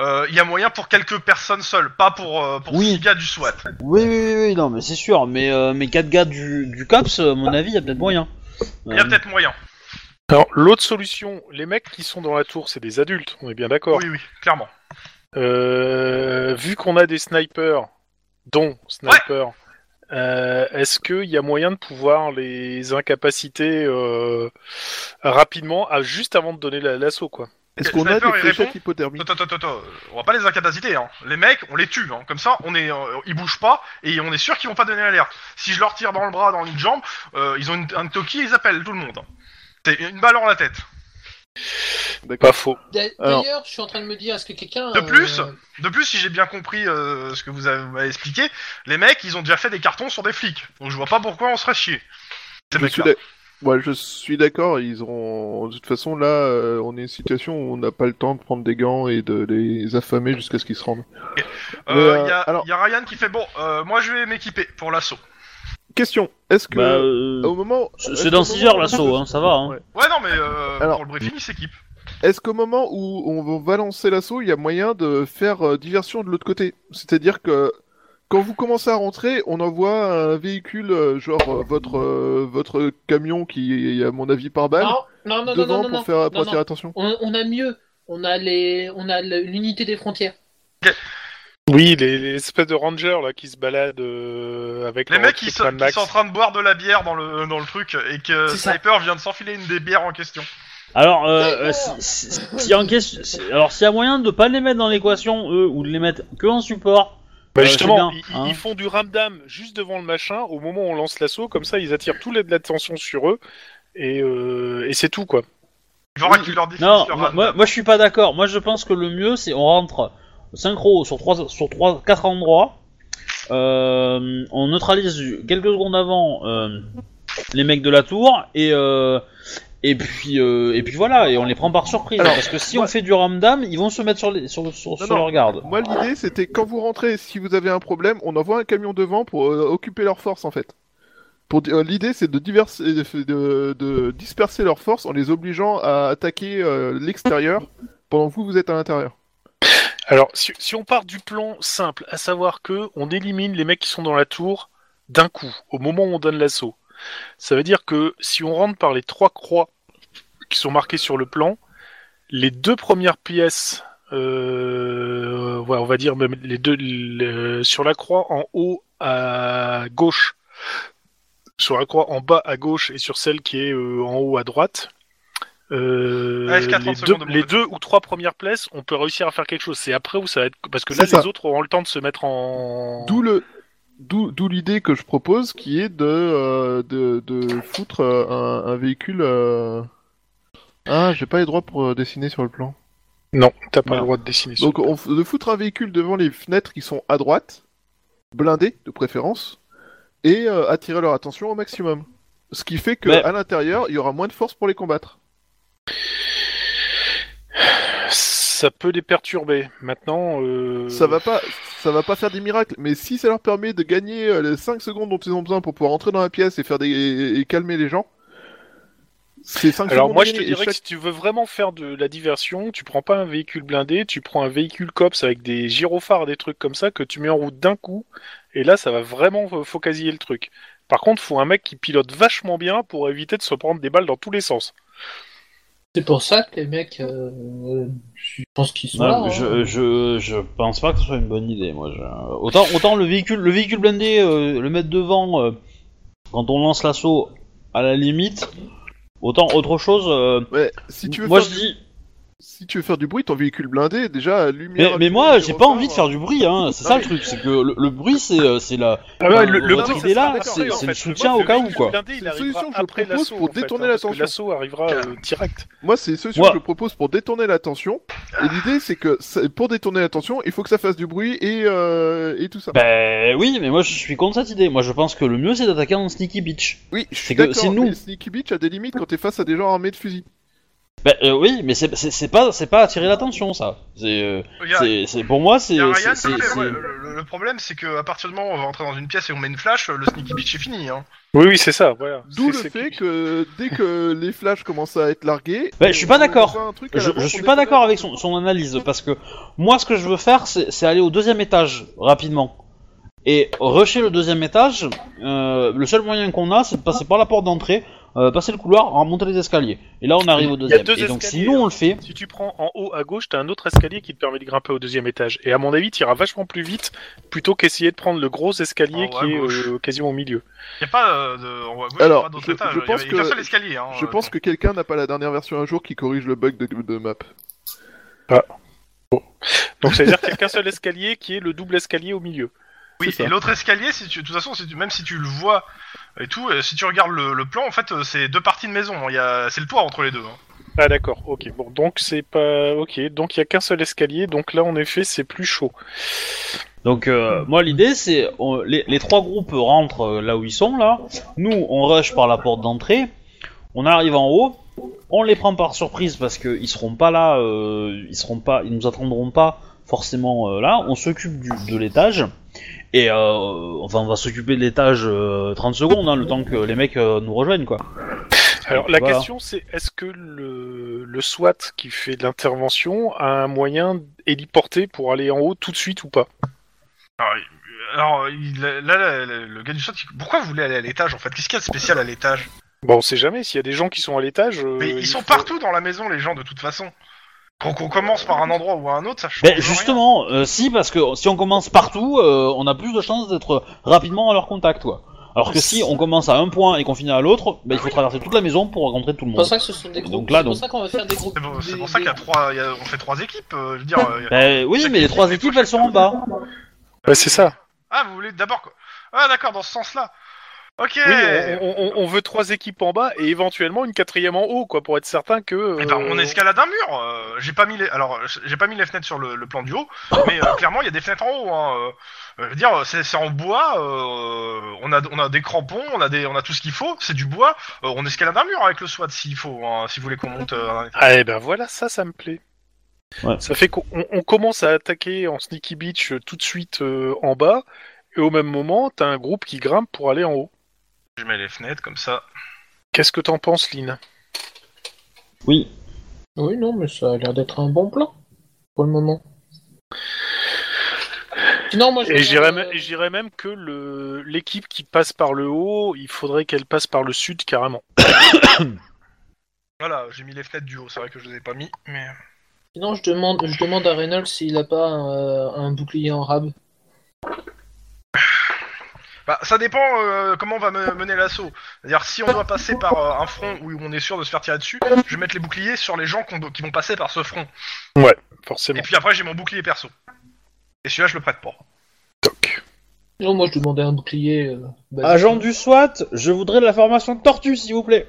euh, il y a moyen pour quelques personnes seules, pas pour, euh, pour
Oui.
six gars du SWAT.
Oui, oui, oui, oui, non, mais c'est sûr. Mais euh, mes quatre gars du, du cops, euh, à
Ah.
mon avis, il y a peut-être moyen.
Il y a
Euh,
peut-être moyen.
c'est- Alors, l'autre solution, les mecs qui sont dans la tour, c'est des adultes, on est bien d'accord.
Oui, oui, clairement.
Euh, vu qu'on a des snipers, dont snipers, euh, est-ce qu'il y a moyen de pouvoir les incapaciter euh, rapidement, à, juste avant de donner la- l'assaut, quoi
Est-ce
le
qu'on a
sniper,
des
il
fléchettes
répond
hypothermiques
Attends, attends, attends, on va pas les incapacités, hein. Les mecs, on les tue, hein. Comme ça, on est, euh, ils bougent pas, et on est sûr qu'ils vont pas donner l'alerte. Si je leur tire dans le bras, dans une jambe, euh, ils ont une- un toki, ils appellent tout le monde. C'est une balle en la tête.
D'accord.
Pas faux.
D'a-
Alors.
D'ailleurs, je suis en train de me dire, est-ce que quelqu'un.
De plus
euh,
De plus, si j'ai bien compris euh, ce que vous avez vous m'avez expliqué, les mecs, ils ont déjà fait des cartons sur des flics. Donc je vois pas pourquoi on serait chier. Ces
Je suis
mecs-là.
d'ac- Ouais, je suis d'accord. Ils ont. De toute façon, là, euh, on est une situation où on n'a pas le temps de prendre des gants et de les affamer jusqu'à ce qu'ils se rendent.
Euh,
Euh,
y, a-
alors-
y a Ryan qui fait bon, euh, moi je vais m'équiper pour l'assaut.
Question Est-ce que
bah, euh,
Oh.
au moment,
c'est-
est-ce
c'est
qu'au
dans
moment
6 heures
où-
l'assaut, hein, ça va. Hein.
Ouais.
Ouais, non, mais euh,
Alors-
pour le briefing, ils s'équipent.
Est-ce qu'au moment où on va lancer l'assaut, il y a moyen de faire euh, diversion de l'autre côté C'est-à-dire que quand vous commencez à rentrer, on envoie un véhicule, euh, genre euh, votre euh, votre camion qui est à mon avis par balle,
Non, non, non, non,
devant
non, non,
pour
non.
faire pour
non.
attirer attention.
On, on a mieux. On a les, on a le- l'unité des frontières.
Oui, les, les espèces de rangers là qui se baladent euh, avec
Les
leur
mecs qui,
truc
sont-
Mad
qui
Max.
sont en train de boire de la bière dans le, dans le truc et que
C'est ça.
Sniper vient de s'enfiler une des bières en question.
Alors, euh, euh, si, si- si en question- si- alors s'il y a moyen de pas les mettre dans l'équation, eux, ou de les mettre que en support,
Bah,
euh,
justement,
c'est bien,
ils,
hein.
ils font du ramdam juste devant le machin au moment où on lance l'assaut, comme ça ils attirent tout l'aide de l'attention sur eux et, euh, et c'est tout quoi.
Genre, tu leur dis
non,
sur
moi,
Rand.
moi, moi, je suis pas d'accord. Moi je pense que le mieux c'est on rentre synchro sur trois, sur trois, quatre endroits. Euh, on neutralise quelques secondes avant euh, les mecs de la tour et euh, et puis euh, et puis voilà et on les prend par surprise
Alors,
parce que si
moi-
on fait du ramdam ils vont se mettre sur les sur, sur, sur
non.
leur garde.
Moi, l'idée, c'était quand vous rentrez, si vous avez un problème, on envoie un camion devant pour euh, occuper leurs forces, en fait. Pour di- euh, l'idée, c'est de, divers- euh, de, de disperser leurs forces en les obligeant à attaquer euh, l'extérieur <laughs> pendant que vous, vous êtes à l'intérieur.
Alors si, si on part du plan simple, à savoir que on élimine les mecs qui sont dans la tour d'un coup au moment où on donne l'assaut, ça veut dire que si on rentre par les trois croix qui sont marquées sur le plan, les deux premières pièces, euh, ouais, on va dire même les deux le- sur la croix en haut à gauche, sur la croix en bas à gauche et sur celle qui est euh, en haut à droite. euh,
Allez, je t'attends
les,
une
deux,
seconde, mon
les
pote.
deux ou trois premières places, on peut réussir à faire quelque chose. C'est après où ça va être parce que là
C'est ça.
les autres auront le temps de se mettre en.
D'où le. D'où d'où l'idée que je propose qui est de, euh, de, de foutre euh, un, un véhicule. euh, Ah, j'ai pas les droits pour euh, dessiner sur le plan.
Non, t'as pas
Voilà.
le droit de dessiner. ça.
Donc on f- de foutre un véhicule devant les fenêtres qui sont à droite, blindées de préférence, et euh, attirer leur attention au maximum. Ce qui fait que
Mais-
à l'intérieur, il y aura moins de force pour les combattre.
Ça peut les perturber. Maintenant, euh,
Ça va pas, ça va pas faire des miracles, mais si ça leur permet de gagner euh, les 5 secondes dont ils ont besoin pour pouvoir entrer dans la pièce et faire des et, et calmer les gens, c'est 5
Alors
secondes
moi je te
gagnées, et
dirais que
chaque-
si tu veux vraiment faire de la diversion, tu prends pas un véhicule blindé, tu prends un véhicule cops avec des gyrophares, des trucs comme ça que tu mets en route d'un coup, et là ça va vraiment euh, focaliser le truc. Par contre, faut un mec qui pilote vachement bien pour éviter de se prendre des balles dans tous les sens.
C'est pour ça que les mecs, euh, euh, je pense qu'ils sont
Ouais,
là.
mais
hein.
je, euh, je, je pense pas que ce soit une bonne idée, moi. je- Autant, autant le véhicule, le véhicule blindé, euh, le mettre devant euh, quand on lance l'assaut, à la limite. Autant autre chose. euh,
Ouais, si tu veux
moi
faire
je
du-
dis,
si tu veux faire du bruit, ton véhicule blindé déjà lumière.
mais, mais moi j'ai pas envie de
faire
faire du bruit. Hein. C'est
Non,
ça
mais-
le truc, c'est que le, le bruit c'est euh, c'est la.
Ah
ouais,
le- le
votre
truc,
idée là,
d'accord,
c'est
d'accord,
c'est
en
le
fait,
soutien au cas où quoi.
C'est une solution que je propose pour détourner
Parce que
l'attention.
l'assaut arrivera euh, direct.
Moi, c'est ce que
Moi-
je propose pour détourner l'attention. Et l'idée, c'est que c'est- pour détourner l'attention, il faut que ça fasse du bruit et, euh, et tout ça.
Ben oui, mais moi je suis contre cette idée. Moi je pense que le mieux c'est d'attaquer en sneaky bitch.
oui, je
c'est que c'est nous.
mais Sneaky Beach a des limites quand t'es face à des gens armés de fusils.
Ben euh, oui, mais c'est- c'est c'est pas c'est pas attirer l'attention ça. C'est euh,
Regarde,
c'est- c'est- pour moi c'est
il y a Ryan,
c'est-
le
c'est-
problème, ouais,
c'est-
le, le problème c'est que à partir du moment où on va entrer dans une pièce et on met une flash, le sneaky bitch est fini. Hein.
Oui, oui, c'est ça. Voilà.
D'où
C'est- c'est-
le fait que dès que les flashs commencent à être largués...
<laughs> Ouais, je suis pas
on- on
d'accord.
voit un truc à
Je,
l'avant
je
pour
suis pas d'accord
détourner.
avec son, son analyse parce que moi ce que je veux faire c'est c'est aller au deuxième étage rapidement et rusher le deuxième étage. euh, le seul moyen qu'on a c'est de passer par la porte d'entrée, euh, passer le couloir, remonter les escaliers et là on arrive au
Il y a
deuxième.
deux
et donc si
escaliers,
nous on le
hein.
fait,
Si tu prends en haut à gauche, t'as un autre escalier qui te permet de grimper au deuxième étage. Et à mon avis, t'iras vachement plus vite plutôt qu'essayer de prendre le gros escalier
En haut à
qui est
gauche.
euh, quasiment au milieu.
Y a pas euh, de. On va à gauche,
Alors,
y a pas d'autre
je-
étage.
je
Y a-
pense
y a
que-
qu'un seul escalier. Hein,
Je pense que quelqu'un n'a pas la dernière version un jour qui corrige le bug de, de map.
Donc ça veut dire qu'il y a qu'un seul escalier qui est le double escalier au milieu.
Oui,
C'est ça.
et l'autre escalier, si tu, de toute façon, si tu- même si tu le vois et tout, euh, si tu regardes le, le plan, en fait, euh, c'est deux parties de maison. hein. Il y a- c'est le toit entre les deux. hein.
Ah d'accord, ok. Bon, donc c'est pas... Ok, donc il y a qu'un seul escalier, donc là en effet c'est plus chaud.
donc euh, moi l'idée c'est on- les, les trois groupes rentrent euh, là où ils sont là, nous on rush par la porte d'entrée, on arrive en haut, on les prend par surprise parce qu'ils seront pas là, euh, ils seront pas, ils nous attendront pas forcément euh, là. On s'occupe du- de l'étage et euh, enfin on va s'occuper de l'étage euh, 30 secondes, hein, le temps que les mecs euh, nous rejoignent quoi.
Alors la
Voilà.
question c'est est-ce que le, le SWAT qui fait de l'intervention a un moyen héliporté pour aller en haut tout de suite ou pas
Alors, il- alors, euh, il- là, là, là, le gars du chat, il- pourquoi vous voulez aller à l'étage en fait Qu'est-ce qu'il y a de spécial à l'étage
Bon, on sait jamais, s'il y a des gens qui sont à l'étage... euh,
Mais ils
il
sont
faut-
partout dans la maison, les gens, de toute façon. Donc on commence par un endroit ou à un autre, ça change.
Ben
rien.
justement, euh, si, parce que si on commence partout, euh, on a plus de chances d'être rapidement à leur contact, quoi. Alors que si on commence à un point et qu'on finit à l'autre, ben, il faut traverser toute la maison pour rencontrer tout le
C'est pour
monde.
ça que ce sont des groupes.
Donc là,
C'est pour
donc-
ça qu'on va faire des groupes.
C'est pour, c'est
des-
pour ça qu'il y a
des-
trois, il y a- on fait trois équipes. euh, je veux dire, euh, il y a-
Ben, oui, mais les trois équipes, elles sont en bas.
Ouais, c'est ça.
ah vous voulez d'abord quoi Ah d'accord, dans ce sens-là. Ok.
Oui, on, on- on- on veut trois équipes en bas et éventuellement une quatrième en haut, quoi, pour être certain que.
Eh ben,
euh,
on escalade un mur. euh, j'ai pas mis les, alors j'ai pas mis les fenêtres sur le, le plan du haut, mais euh, clairement il y a des fenêtres en haut. hein, euh. Euh, je veux dire, c'est, c'est en bois. euh, on a on a des crampons, on a des on a tout ce qu'il faut. C'est du bois. euh, on escalade un mur avec le SWAT s'il faut. hein, si vous voulez qu'on monte. euh,
Ah, et ben voilà, ça, ça me plaît.
Ouais.
Ça fait qu'on on commence à attaquer en Sneaky Beach euh, tout de suite euh, en bas, et au même moment, t'as un groupe qui grimpe pour aller en haut.
je mets les fenêtres comme ça.
Qu'est-ce que t'en penses, Lynn
Oui.
Oui, non, mais ça a l'air d'être un bon plan pour le moment. Sinon, moi, je
Et j'irais
euh,
me- et j'irais même que le- l'équipe qui passe par le haut, il faudrait qu'elle passe par le sud carrément.
Voilà, j'ai mis les fenêtres du haut. C'est vrai que je les ai pas mis, mais
euh, Sinon, je demande, je demande à Reynolds s'il a pas un, un bouclier en rab.
Bah, ça dépend euh, comment on va me- mener l'assaut. C'est-à-dire, si on doit passer par euh, un front où on est sûr de se faire tirer dessus, je vais mettre les boucliers sur les gens qu'on do- qui vont passer par ce front.
Forcément.
Et puis après, j'ai mon bouclier perso. Et celui-là, je le prête pas.
Non, moi, je demandais un bouclier. euh, basique.
Agent du SWAT, je voudrais de la formation de tortue, s'il vous plaît.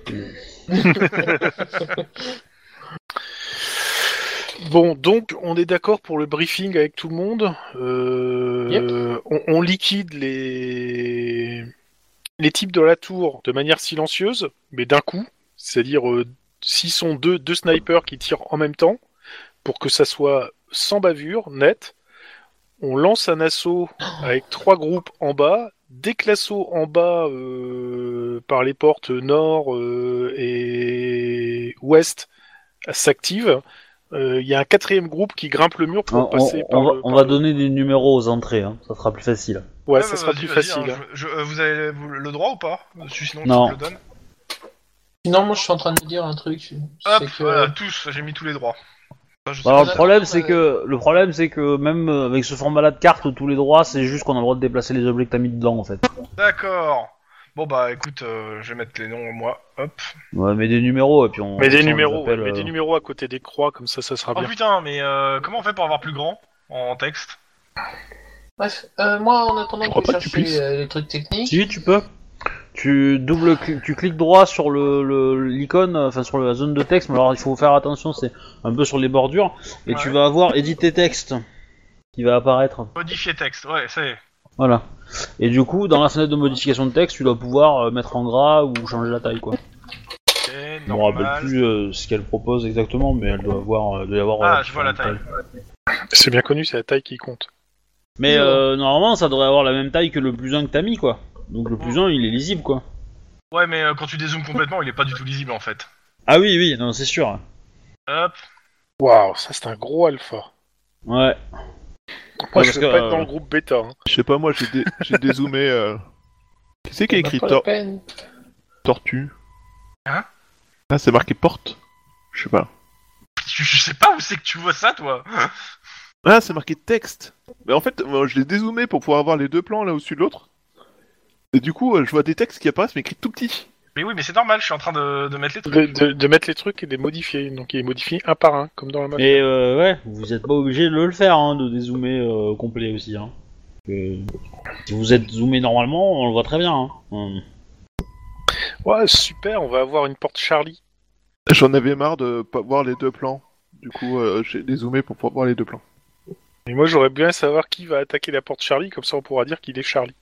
Bon, donc on est d'accord pour le briefing avec tout le monde. Euh, on, on liquide les les types de la tour de manière silencieuse, mais d'un coup. C'est-à-dire euh, s'ils sont deux, deux snipers qui tirent en même temps, pour que ça soit sans bavure, net. On lance un assaut avec trois groupes en bas. Dès que l'assaut en bas euh, par les portes nord euh, et ouest s'active, euh, il y a un quatrième groupe qui grimpe le mur pour
On,
passer
on- on
par
va,
le-
on
par
va
le-
donner des numéros aux entrées, hein. ça sera plus facile.
Ouais,
Ah,
ça
bah,
sera
vas-y,
plus
vas-y,
facile.
hein, je- je- euh, vous avez vous- le droit ou pas Sinon,
Non.
je le donne.
Sinon, moi, je suis en train de me dire un truc. c'est
Hop,
que-
voilà, tous, j'ai mis tous les droits. Ça, je sais
Alors,
pas
Bah, le
si-
problème, c'est que, le problème, c'est que même euh, avec ce format-là de carte, tous les droits, c'est juste qu'on a le droit de déplacer les objets que t'as mis dedans, en fait.
D'accord. Bon, bah écoute, euh, je vais mettre les noms moi. Hop.
Ouais, mais des numéros, et puis on.
Mais
on
des
les
numéros, ouais,
appelle,
mais des
euh,
numéros à côté des croix, comme ça, ça sera
Oh
bien.
putain, mais euh, comment on fait pour avoir plus grand en texte
Bref, euh, moi, en attendant
Je
que
crois
vous
pas que tu
cherchiez
puisses.
euh, les trucs techniques,
Si, tu peux. Tu double, cl- tu cliques droit sur le le- l'icône, euh, enfin sur la zone de texte, mais alors il faut faire attention, c'est un peu sur les bordures, et tu
Ouais.
vas avoir éditer texte qui va apparaître.
Modifier texte, ouais, ça y est.
Voilà. Et du coup, dans la fenêtre de modification de texte, tu dois pouvoir euh, mettre en gras ou changer la taille, quoi.
Ok,
Je me rappelle
normal.
plus euh, ce qu'elle propose exactement, mais elle doit avoir, euh, doit y avoir.
Ah,
euh,
je vois la
différentes
taille.
tailles.
C'est bien connu, c'est la taille qui compte.
Mais euh, normalement, ça devrait avoir la même taille que le plus 1 que t'as mis, quoi. Donc le plus 1, il est lisible, quoi.
Ouais, mais euh, quand tu dézoomes complètement, il est pas du tout lisible en fait.
Ah oui, oui, non, c'est sûr.
Hop. <laughs>
Waouh, ça c'est un gros alpha.
Ouais.
Moi,
Ouais,
je
parce
veux
que,
pas
euh,
être dans le groupe bêta. hein.
Je sais pas, moi j'ai dé- <laughs> j'ai dézoomé. euh, Qui c'est qui a
bah,
écrit
pas
tor-
la peine.
tortue
Hein
Ah, c'est marqué porte Je sais pas.
Je, je sais pas où c'est que tu vois ça, toi.
Ah, c'est marqué texte Mais en fait, moi, je l'ai dézoomé pour pouvoir avoir les deux plans là au-dessus de l'autre. Et du coup, euh, je vois des textes qui apparaissent mais écrits tout petits.
Mais oui, mais c'est normal, je suis en train de, de mettre les trucs.
De, de- de mettre les trucs et de les modifier. Donc il est modifié un par un, comme dans la map.
Mais euh, ouais, vous êtes pas obligé de le faire, hein, de dézoomer euh, au complet aussi. Hein. Euh, si vous êtes zoomé normalement, on le voit très bien. Hein. Hum.
Ouais, super, on va avoir une porte Charlie.
J'en avais marre de pas voir les deux plans. Du coup, euh, j'ai dézoomé pour pouvoir voir les deux plans.
Et moi j'aurais bien à savoir qui va attaquer la porte Charlie, comme ça on pourra dire qu'il est Charlie.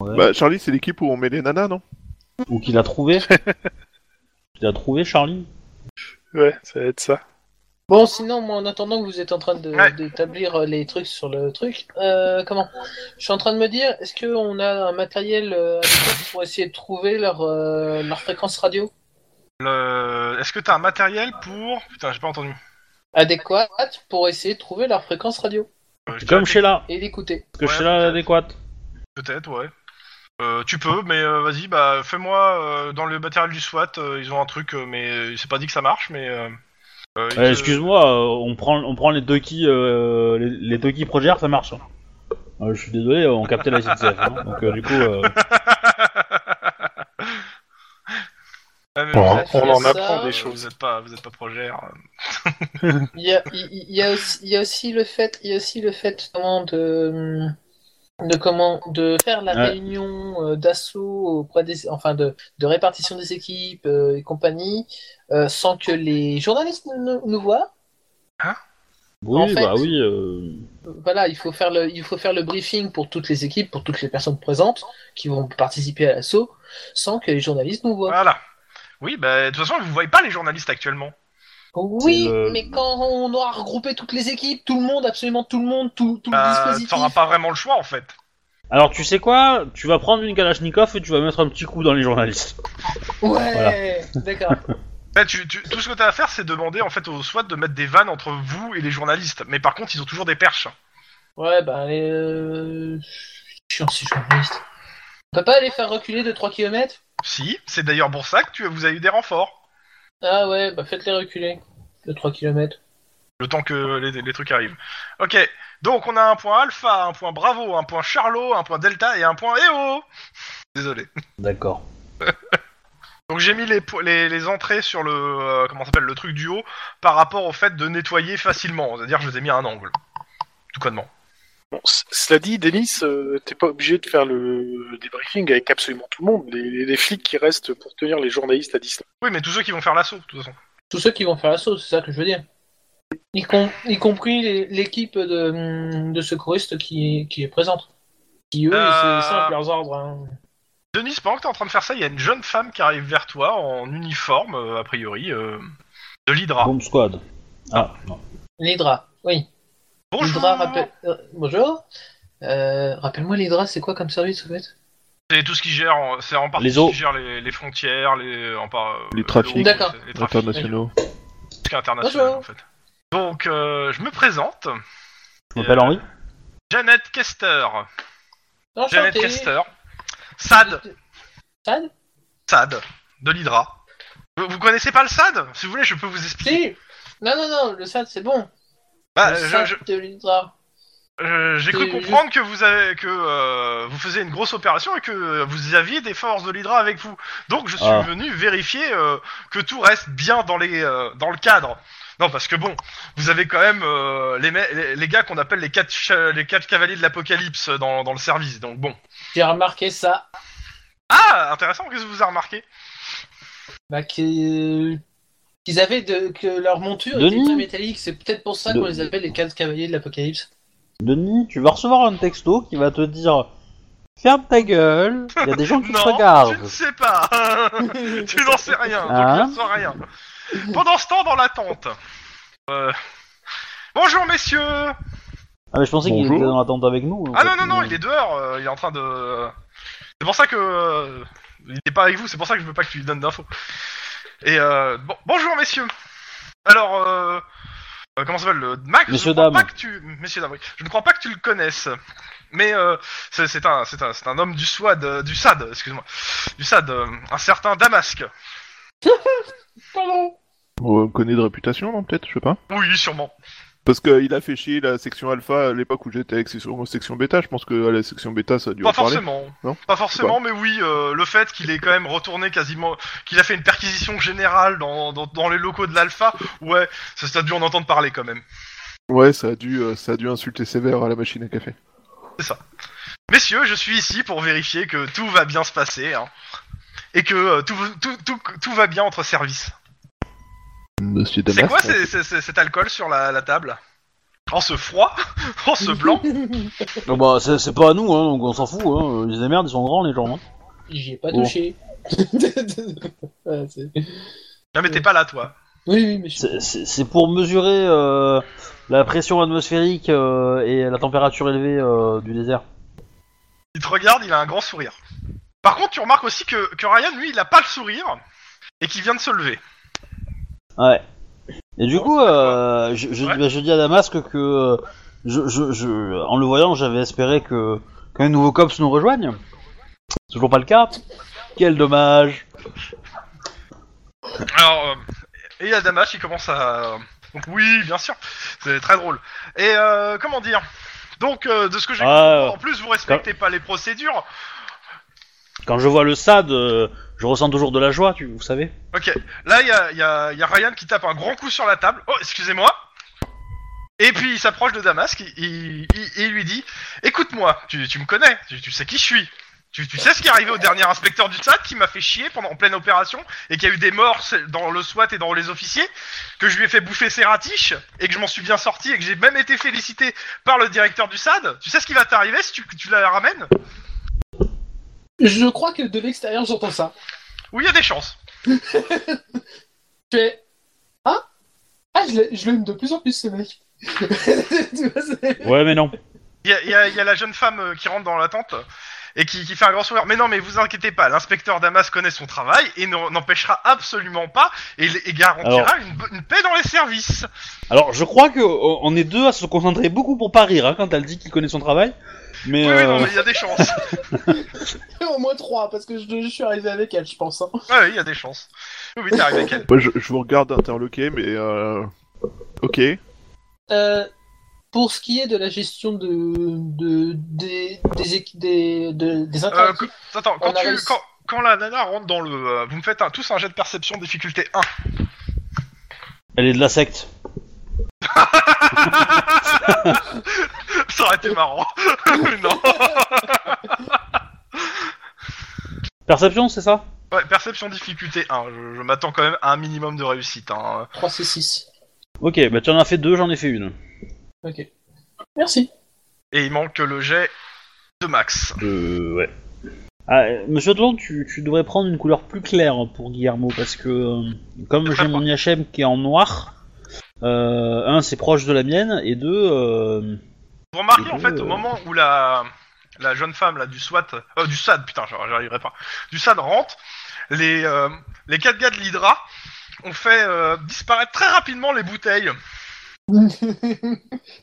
Ouais.
Bah, Charlie, c'est l'équipe où on met les nanas, non
Ou qu'il a
<laughs>
trouvé. qu'il a trouvé, Charlie
Ouais, ça va être ça.
Bon, sinon, moi, en attendant que vous êtes en train de-
Ouais.
d'établir euh, les trucs sur le truc, euh, comment Je suis en train de me dire, est-ce qu'on a un matériel euh, adéquat pour essayer de trouver leur, euh, leur fréquence radio
Le- Est-ce que t'as un matériel pour. Putain, j'ai pas entendu.
adéquate pour essayer de trouver leur fréquence radio
Euh, je
Comme
dirais
chez là.
et l'écouter
Parce que
Ouais,
chez là, elle est adéquate.
que- Peut-être, ouais. Euh, tu peux, mais euh, vas-y, bah fais-moi euh, dans le matériel du SWAT. euh, ils ont un truc, euh, mais euh, c'est pas dit que ça marche, mais. euh, Euh, il
Eh,
te-
Excuse-moi, euh, on prend, on prend les deux qui, euh, les, les deux qui progèrent, ça marche. hein. Euh, je suis désolé, euh, on captait la SNCF. hein. Donc euh, du coup, euh,
Ah, mais
Bon,
vous êtes-
on
vous
en
êtes-
apprend
vous
des
êtes-
choses.
Vous êtes pas, vous êtes pas hein. progère.
Il y a, il- il y a aussi, il y a aussi le fait, il y a aussi le fait comment de, de comment de faire la
Ouais.
réunion euh, d'assaut auprès des, enfin de, de répartition des équipes euh, et compagnie, euh, sans que les journalistes nous, nous- nous voient.
oui,
<laughs> En fait-
bah oui. euh,
Euh, Voilà, il faut faire le, il faut faire le briefing pour toutes les équipes, pour toutes les personnes présentes qui vont participer à l'assaut, sans que les journalistes nous voient.
Voilà. Oui, bah, de toute façon, vous voyez pas les journalistes actuellement.
Oui,
C'est le-
mais quand on aura regroupé toutes les équipes, tout le monde, absolument tout le monde, tout, tout le
Bah,
Euh,
dispositif.
T'auras pas vraiment le choix en fait.
Alors tu sais quoi Tu vas prendre une Kalachnikov et tu vas mettre un petit coup dans les journalistes.
Ouais, d'accord.
Bah, tu, tu- tout ce que t'as à faire, c'est demander en fait aux SWAT de mettre des vannes entre vous et les journalistes. Mais par contre, ils ont toujours des perches.
Ouais, bah, euh... Chiant, ces journalistes. On peut pas les faire reculer de 3 km
Si, c'est d'ailleurs pour ça que tu, vous avez eu des renforts.
Ah ouais, bah faites-les reculer de 3 km.
Le temps que les, les trucs arrivent. Ok, donc on a un point Alpha, un point Bravo, un point Charlot, un point Delta et un point EO. Désolé.
D'accord.
Donc j'ai mis les, po- les, les entrées sur le euh, comment ça s'appelle le truc du haut par rapport au fait de nettoyer facilement. C'est-à-dire je les ai mis à un angle. Tout connement.
Bon, c- cela dit, Denis, euh, t'es pas obligé de faire le débriefing avec absolument tout le monde. Les, les- les flics qui restent pour tenir les journalistes à distance.
Oui, mais tous ceux qui vont faire l'assaut, de toute façon.
Tous ceux qui vont faire l'assaut, c'est ça que je veux dire. Y, com- y compris les- l'équipe de, hum, de secouristes qui, est- qui est présente. Qui eux,
Euh.
c'est simple, leurs ordres. hein.
Denis, pendant que t'es en train de faire ça, il y a une jeune femme qui arrive vers toi en uniforme, euh, a priori, euh, de l'Hydra.
Bomb squad. Ah, non.
L'Hydra, oui.
Bonjour
L'Hydra, rappelle- euh, Bonjour. Euh, Rappelle-moi, l'Hydra, c'est quoi comme service, au fait
C'est tout ce qui gère, en- c'est en partie
Les
ce qui
eaux.
gère les, les frontières, les, en par-
Les
euh,
trafics.
l'eau,
D'accord.
c'est- Les trafics
Internationaux.
internationaux,
Bonjour.
en fait. Donc, euh, je me présente.
Je
Euh,
m'appelle Henri.
Jeannette Kester. Jeannette
Enchanté.
Kester. SAD.
Sad
SAD. De l'Hydra. Vous, vous connaissez pas le SAD Si vous voulez, je peux vous expliquer.
Si Non, non, non, le Sad, c'est bon.
Bah,
Le
je-
Sad
je-
de l'Hydra.
Euh, J'ai cru
C'est
comprendre que vous avez, que euh, vous faisiez une grosse opération et que vous aviez des forces de l'Hydra avec vous. Donc je suis
Ah.
venu vérifier euh, que tout reste bien dans les euh, dans le cadre. Non parce que bon, vous avez quand même euh, les, me- les les gars qu'on appelle les quatre cha- les quatre cavaliers de l'apocalypse dans, dans le service. Donc bon.
J'ai remarqué ça.
Ah intéressant. Qu'est-ce que vous avez remarqué
Bah, que- qu'ils avaient de... que leur monture
Denis
était très métallique. C'est peut-être pour ça
De-
qu'on les appelle les quatre cavaliers de l'apocalypse.
Denis, tu vas recevoir un texto qui va te dire ferme ta gueule. Il y a des gens qui te
<laughs> Non, tu ne
regardent.
sais
<laughs>
pas. tu n'en sais rien. Donc
Hein
je ne sais rien. Pendant ce temps dans l'attente. Euh... Bonjour messieurs.
Ah mais je pensais qu'il
Bonjour.
était dans l'attente avec nous. en
Ah
fait.
non, non, non, il est dehors, euh, il est en train de. C'est pour ça que. euh, il n'est pas avec vous, c'est pour ça que je veux pas que tu lui donnes d'infos. Et euh, bon, bonjour messieurs Alors, euh. euh, comment ça s'appelle le Max
Messieurs,
je ne crois
dames.
Pas que tu... Messieurs, dames, oui. Je ne crois pas que tu le connaisses. Mais euh, c'est c'est un, c'est un, c'est un homme du SWAD, euh, du SAD, excuse-moi. Du SAD, euh, un certain Damasque.
Pardon
On connaît de réputation, non, peut-être, je sais pas.
Oui, sûrement.
Parce qu'il a fait chier la section alpha à l'époque où j'étais avec section, section bêta, je pense que à la section bêta, ça a dû
Pas
en parler.
forcément.
non
pas forcément, mais oui, euh, le fait qu'il ait quand même retourné quasiment, qu'il a fait une perquisition générale dans, dans, dans les locaux de l'Alpha, ouais, ça, ça a dû en entendre parler quand même.
Ouais, ça a dû, euh, ça a dû insulter sévère à la machine à café.
Messieurs, je suis ici pour vérifier que tout va bien se passer, hein, et que euh, tout, tout, tout, tout va bien entre services.
Monsieur
C'est quoi ces- ces- ces- cet alcool sur la, la table En ce froid <laughs> En ce blanc
Ah bah, c'est c'est pas à nous, hein, donc on s'en fout. Hein. Ils démerdent, ils sont grands les gens. hein.
J'y ai pas
Bon.
touché. <laughs> Voilà, c'est- oui,
Non mais t'es pas là, toi.
oui, mais je...
C'est- C'est c'est pour mesurer euh, la pression atmosphérique euh, et la température élevée euh, du désert.
Il te regarde, il a un grand sourire. Par contre, tu remarques aussi que, que Ryan, lui, il a pas le sourire, et qu'il vient de se lever.
Ouais. Et du coup, euh, je, je,
Ouais.
bah, je dis à Damasque que euh, je, je, je- en le voyant, j'avais espéré que qu'un nouveau cops nous rejoigne. C'est Toujours pas le cas. Quel dommage.
Alors, euh, Et il y a Damash qui commence à. Donc, oui, bien sûr, c'est très drôle. Et euh, comment dire Donc, euh, de ce que j'ai
Ah,
compris, en plus, vous respectez pas les procédures.
Quand je vois le SAD, euh, je ressens toujours de la joie, tu, vous savez.
Ok, là, il y a, il y a- il y a Ryan qui tape un grand coup sur la table. Oh, excusez-moi et puis il s'approche de Damask, il, il- il- il lui dit Écoute-moi, tu, tu me connais, tu, tu sais qui je suis. Tu, tu sais ce qui est arrivé au dernier inspecteur du SAT qui m'a fait chier pendant, en pleine opération et qui a eu des morts c'est- dans le SWAT et dans les officiers, que je lui ai fait bouffer ses ratiches et que je m'en suis bien sorti et que j'ai même été félicité par le directeur du SAD. Tu sais ce qui va t'arriver si tu, tu la ramènes
Je crois que de l'extérieur, j'entends ça.
Oui, il y a des chances.
Je fais. Hein Ah, je l'ai- je l'aime de plus en plus, ce mec. <laughs> Tu vois, c'est-
Ouais, mais non.
Il y a, il y a- il y a la jeune femme euh, qui rentre dans la tente et qui, qui fait un grand sourire. Mais non, mais vous inquiétez pas, l'inspecteur Damas connaît son travail et n'en- n'empêchera absolument pas et, et garantira une, bo- une paix dans les services.
Alors, je crois que euh, on est deux à se concentrer beaucoup pour pas rire hein, quand elle dit qu'il connaît son travail. Mais
Oui, oui,
euh,
non, mais il y a des chances.
Au moins trois, parce que je, je suis arrivé avec elle, je pense. hein.
Ouais, oui, il y a des chances. Oui, oui, t'arrives avec elle.
Moi, je, je vous regarde interloqué, mais euh...
<laughs>
Ok.
Euh, pour ce qui est de la gestion de, de- des, des, équi- des, de- des
Euh,
interactifs,
qu- Attends, quand,
On a
tu,
réussi.
quand, quand la nana rentre dans le... euh, vous me faites un- tous un jet de perception difficulté 1.
elle est de la secte.
<laughs> Ça aurait été marrant. <laughs> non.
Perception, c'est ça
Ouais, perception difficulté 1. Je, je m'attends quand même à un minimum de réussite. Hein.
3 C6.
Ok, bah tu en as fait deux, j'en ai fait une.
Ok. <laughs> Merci.
Et il manque le jet de max.
Euh, ouais. Ah, euh, Monsieur Delon, tu, tu devrais prendre une couleur plus claire pour Guillermo, parce que euh, comme j'ai mon IHM qui est en noir, euh, un, c'est proche de la mienne, et deux... euh,
Vous remarquez
Et
en
bon,
fait au
euh,
moment où la la jeune femme là du SWAT euh, du SAD putain j'ar- j'arriverai pas du SAD rentre les euh, les quatre gars de l'Hydra ont fait euh, disparaître très rapidement les bouteilles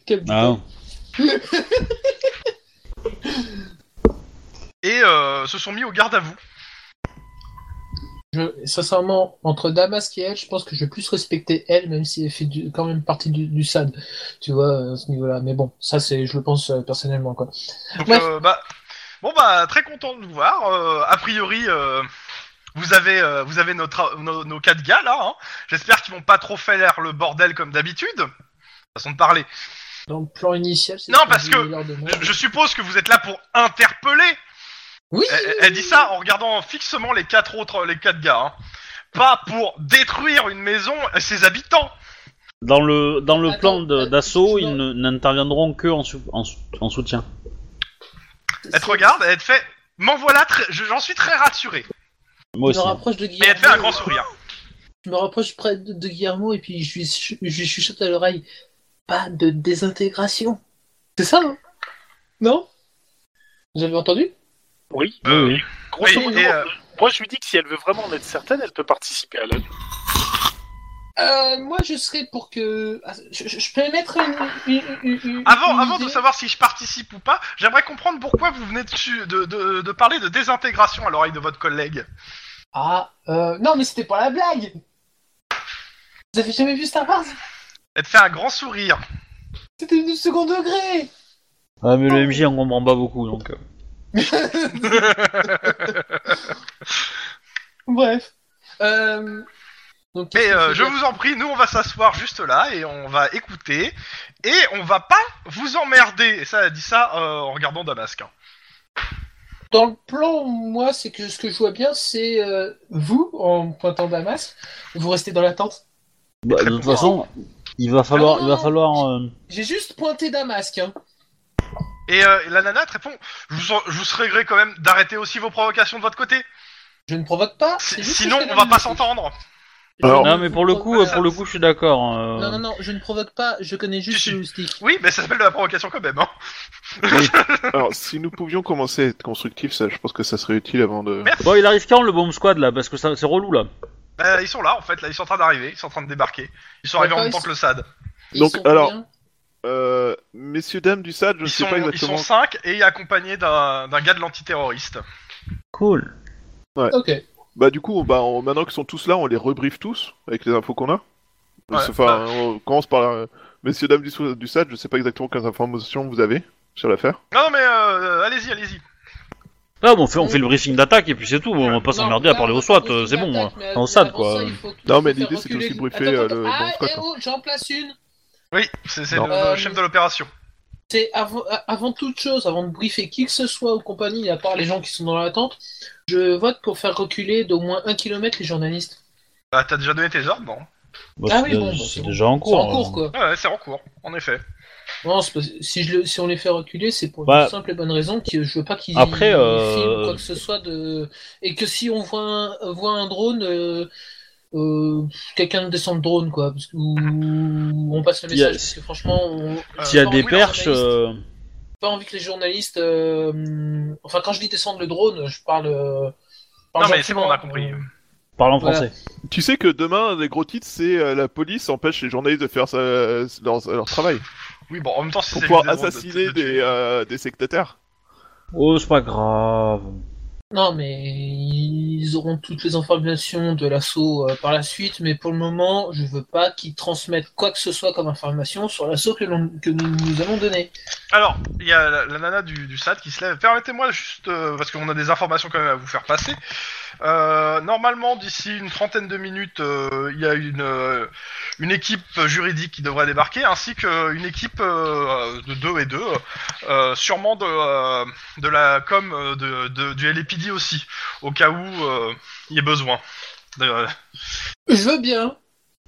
Quel
Ah,
bouton.
et euh, se sont mis au garde à vous.
Je- sincèrement, entre Damask et elle, je pense que je vais plus respecter elle, même si elle fait du- quand même partie du, du SAD, tu vois, euh, à ce niveau-là. Mais bon, ça, c'est, je le pense euh, personnellement, quoi.
Donc
Ouais.
euh, bah bon bah très content de vous voir. Euh, a priori euh, vous avez euh, vous avez notre nos, nos quatre gars là. hein. J'espère qu'ils vont pas trop faire le bordel comme d'habitude. Façon de parler.
Dans le plan initial, c'est
Non,
ce qu'on
parce
dit
que
lors de moi.
Je- je suppose que vous êtes là pour interpeller
Oui,
Elle, elle- elle dit ça en regardant fixement les quatre autres, les quatre gars. hein. Pas pour détruire une maison et ses habitants.
Dans le, dans le
Attends,
plan de-
euh,
d'assaut,
je
ils
dois-
ne- n'interviendront que en, sou- en sou- en soutien.
Elle te regarde, elle te fait. M'en voilà, très- je- j'en suis très rassuré.
Moi
je
aussi.
me rapproche de
Et elle te fait un
Guillermo.
grand sourire.
Je me rapproche près de, de Guillermo et puis je lui, chu- je lui chuchote à l'oreille. Pas de désintégration. C'est ça, hein Non Vous avez entendu
Oui.
Euh,
Oui, oui.
Grosso
oui,
modo,
et, euh,
moi je lui dis que si elle veut vraiment en être certaine, elle peut participer à la
euh, Moi, je serais pour que. Ah, Je, je- je peux mettre une. une- une- une-
Avant,
une
avant de
idée
savoir si je participe ou pas, j'aimerais comprendre pourquoi vous venez de, de, de- de parler de désintégration à l'oreille de votre collègue.
Ah, euh, non, mais c'était pas la blague Vous avez jamais vu Star Wars
Elle te fait un grand sourire.
C'était du second degré
Ah, mais le MJ, on comprend pas beaucoup, donc... euh.
Bref. Euh... Donc,
Mais
qu'est-ce que
euh,
c'est
je
que-
vous en prie, nous on va s'asseoir juste là et on va écouter. Et on va pas vous emmerder. Et ça, elle dit ça euh, en regardant Damasque. hein.
Dans le plan, moi, c'est que ce que je vois bien, c'est euh, vous, en pointant Damas, vous restez dans la tente.
Bah, de toute façon, il va falloir... Il va falloir euh,
J'ai juste pointé Damasque. Hein.
Et euh, la nana te répond je vous, je vous serais quand même d'arrêter aussi vos provocations de votre côté.
Je ne provoque pas. c'est
Si-
juste
Sinon,
que je
on va
donne
pas
le-
s'entendre.
Alors-
Non, mais pour le coup, euh, pour le coup, je suis d'accord. euh.
Non, non, non, je ne provoque pas, je connais juste
Si, si.
le stick.
Oui, mais ça s'appelle de la provocation quand même. Hein.
Alors, si nous pouvions commencer à être constructifs, ça, je pense que ça serait utile avant de.
Merci.
Bon, il arrive quand le bomb squad là Parce que ça- c'est relou là.
Bah, ils sont là en fait, là ils sont en train d'arriver, ils sont en train de débarquer. Ils sont arrivés en
D'accord,
même temps
ils
que le SAD.
Ils
Donc,
sont
alors-
combien
Euh, messieurs dames du SAD, je ne
Ils
sais
sont,
pas
ils sont
exactement.
5 et accompagnés d'un d'un gars de l'antiterroriste.
Cool.
Ok.
Bah du coup, bah, on- maintenant qu'ils sont tous là, on les rebriefe tous avec les infos qu'on a.
Ouais,
Enfin, on commence par euh, messieurs dames du, sou- du SAD. Je sais pas exactement quelles informations vous avez sur l'affaire.
Non, non, mais euh, allez-y, allez-y.
Là, Ah, bon, on fait, on fait le briefing d'attaque et puis c'est tout. On va pas s'emmerder à parler au SWAT, euh, c'est bon. hein. Au SAD, quoi.
Non, mais l'idée, c'est aussi briefer, euh, le- dans le
Ah,
squat,
eh
quoi.
oh, j'en place une.
Oui, c'est c'est
Non.
le, le
Euh,
chef de l'opération.
C'est avant, a- avant toute chose, avant de briefer qui que ce soit aux compagnies, à part les gens qui sont dans l'attente, je vote pour faire reculer d'au moins un kilomètre les journalistes.
Bah, t'as déjà donné tes ordres, non
Bah,
Ah
c'est
oui, bon, bah,
c'est
c'est bon.
déjà en
C'est en
cours.
cours,
euh.
quoi.
Ouais, ouais, c'est en cours, en effet.
Non, c'est parce- si, je le- si on les fait reculer, c'est pour
Bah.
une simple et bonne raison que je veux pas qu'ils
Après,
ils
euh,
filment quoi que ce soit de et que si on voit un, voit un drone, euh, euh, quelqu'un descend le drone quoi, parce que, ou on passe le
Il y a-
message parce que franchement, on
Euh,
S'il y a
bon,
des
oui,
perches,
non, c'est
euh,
j'ai pas envie que les journalistes, euh, enfin quand je dis descendre le drone, je parle. euh, par
Non, mais
gentiment,
c'est bon, on a
euh,
compris.
parle en
Voilà.
français.
Tu sais que demain, les gros titres, c'est euh, la police empêche les journalistes de faire sa- leur, leur travail
Oui, bon, en même temps, si
pour
c'est
pouvoir
évidemment de-
assassiner
de- de-
des, euh, des sectataires.
Oh, c'est pas grave.
Non, mais ils auront toutes les informations de l'assaut euh, par la suite, mais pour le moment, je veux pas qu'ils transmettent quoi que ce soit comme information sur l'assaut que, l'on- que nous, nous allons donner.
Alors, il y a la, la nana du, du SAD qui se lève. Permettez-moi juste, euh, parce qu'on a des informations quand même à vous faire passer. Euh, normalement, d'ici une trentaine de minutes, euh, il y a une, euh, une équipe juridique qui devrait débarquer, ainsi qu'une équipe euh, de deux et deux, euh, sûrement de, euh, de la com euh, de, de- du LAPD aussi, au cas où euh, il y ait besoin. De-
Je veux bien.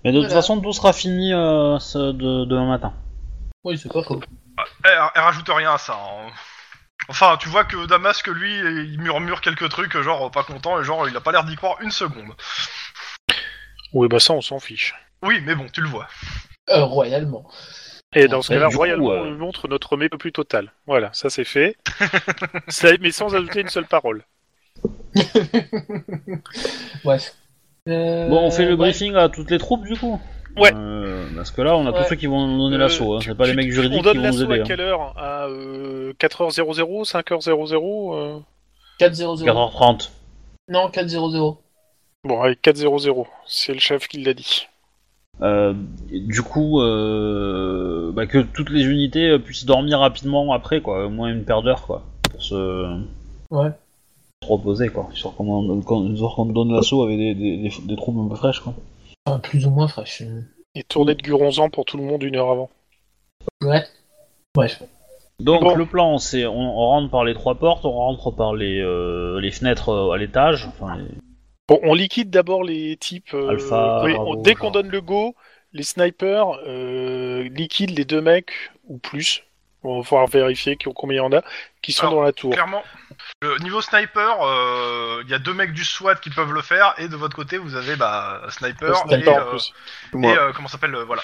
Mais de toute
Voilà.
façon, tout sera fini euh, ce- de- demain matin.
Oui, c'est pas faux.
Eh, Elle, elle rajoute rien à ça. hein. Enfin, tu vois que Damasque, lui, il murmure quelques trucs, genre pas content, et genre il a pas l'air d'y croire une seconde.
Oui, bah ça, on s'en fiche.
Oui, mais bon, tu le vois.
Euh, royalement.
Et dans ce
Ouais,
cas-là,
du
royalement,
coup, euh,
on lui montre notre mépris plus total. Voilà, ça c'est fait. Ça- mais sans ajouter une seule parole.
Bref. Euh,
Bon, on fait le
ouais.
briefing à toutes les troupes du coup
Ouais.
Euh, parce que là, on a
Ouais.
tous ceux qui vont nous donner
Euh,
l'assaut. hein.
tu-
C'est pas les
tu-
mecs juridiques
On donne
qui vont nous
l'assaut
aider.
à
hein.
quelle heure À euh, 4h00, 5h00 euh
4-0-0.
4h30.
Non, 4-0-0.
Bon, avec 4-0-0, c'est le chef qui l'a dit.
Euh, du coup, euh, bah, que toutes les unités euh, puissent dormir rapidement après, quoi. Au moins une paire d'heures, quoi. Pour se.
Ouais.
se reposer, quoi. Sur comment on, quand- sur qu'on donne l'assaut avec des, des, des- des troupes un peu fraîches, quoi.
Enfin, plus ou moins fraîche.
Et tournée de Guronzan pour tout le monde une heure avant.
Ouais. Bref.
Donc,
Bon.
le plan, c'est on, on rentre par les trois portes, on rentre par les, euh, les fenêtres euh, à l'étage. Enfin, les-
Bon, on liquide d'abord les types. euh,
Alpha,
oui,
Bravo,
on- dès qu'on
genre.
donne le go, les snipers euh, liquident les deux mecs ou plus. On va pouvoir vérifier qui- combien il y en a qui sont
Alors,
dans la tour.
Clairement, le niveau sniper, euh, il y a deux mecs du SWAT qui peuvent le faire, et de votre côté, vous avez bah, sniper,
Le
Sniper
et,
en
euh,
plus.
Moi.
et, euh, comment ça s'appelle, euh, voilà.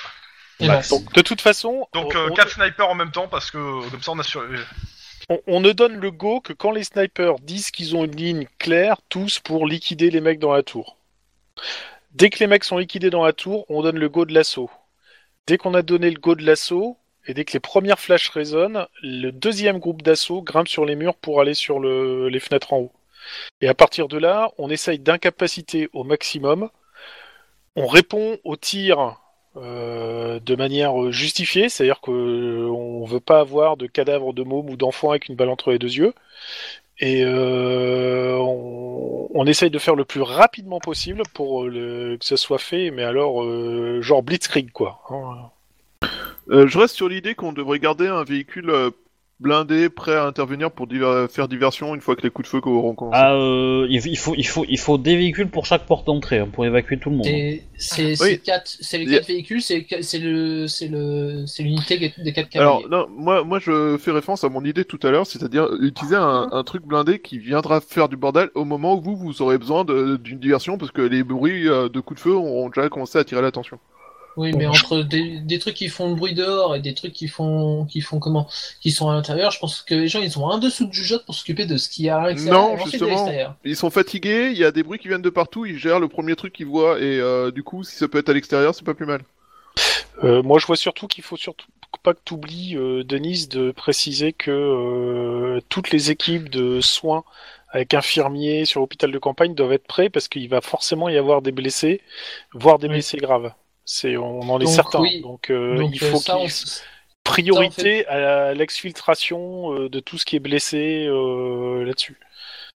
Et
Bah,
bah,
Donc, de toute façon,
Donc
Oh,
on-
euh,
on-
quatre snipers en même temps, parce que euh, comme ça on assure. euh,
On, on ne donne le go que quand les snipers disent qu'ils ont une ligne claire, tous pour liquider les mecs dans la tour. Dès que les mecs sont liquidés dans la tour, on donne le go de l'assaut. Dès qu'on a donné le go de l'assaut, et dès que les premières flashs résonnent, le deuxième groupe d'assaut grimpe sur les murs pour aller sur le- les fenêtres en haut. Et à partir de là, on essaye d'incapaciter au maximum. On répond aux tirs euh, de manière euh, justifiée, c'est-à-dire qu'on ne veut pas avoir de cadavre de môme ou d'enfant avec une balle entre les deux yeux. Et euh, on, on essaye de faire le plus rapidement possible pour euh, le- que ça soit fait, mais alors euh, genre blitzkrieg quoi. hein.
Euh, je reste sur l'idée qu'on devrait garder un véhicule euh, blindé prêt à intervenir pour diver- faire diversion une fois que les coups de feu auront commencé.
Ah, euh, il, il faut, il, faut, il faut des véhicules pour chaque porte d'entrée, hein, pour évacuer tout le monde.
c'est c'est- c'est
Oui.
quatre- c'est les
Il y a-
4 véhicules, c'est c'est le- c'est le- c'est l'unité des 4
Alors
cavaliers.
non, moi, moi je fais référence à mon idée tout à l'heure, c'est-à-dire utiliser un, un truc blindé qui viendra faire du bordel au moment où vous, vous aurez besoin de- d'une diversion parce que les bruits euh, de coups de feu auront déjà commencé à attirer l'attention.
Oui, mais entre des, des trucs qui font le bruit dehors et des trucs qui font qui font comment qui sont à l'intérieur, je pense que les gens ils ont un dessous de jugeote pour s'occuper de ce qu'il y a à l'extérieur.
Non,
et ensuite de
justement.
l'extérieur.
Ils sont fatigués, il y a des bruits qui viennent de partout, ils gèrent le premier truc qu'ils voient et euh, du coup si ça peut être à l'extérieur c'est pas plus mal.
Euh, moi je vois surtout qu'il faut surtout pas que tu euh, oublies, Denise, de préciser que euh, toutes les équipes de soins avec infirmiers sur l'hôpital de campagne doivent être prêts parce qu'il va forcément y avoir des blessés, voire des
Oui.
blessés graves. C'est on en est
Donc,
certain.
oui.
Donc, euh,
Donc,
il
euh,
faut
ça,
qu'il-
on-
priorité à l'exfiltration euh, de tout ce qui est blessé euh, là-dessus.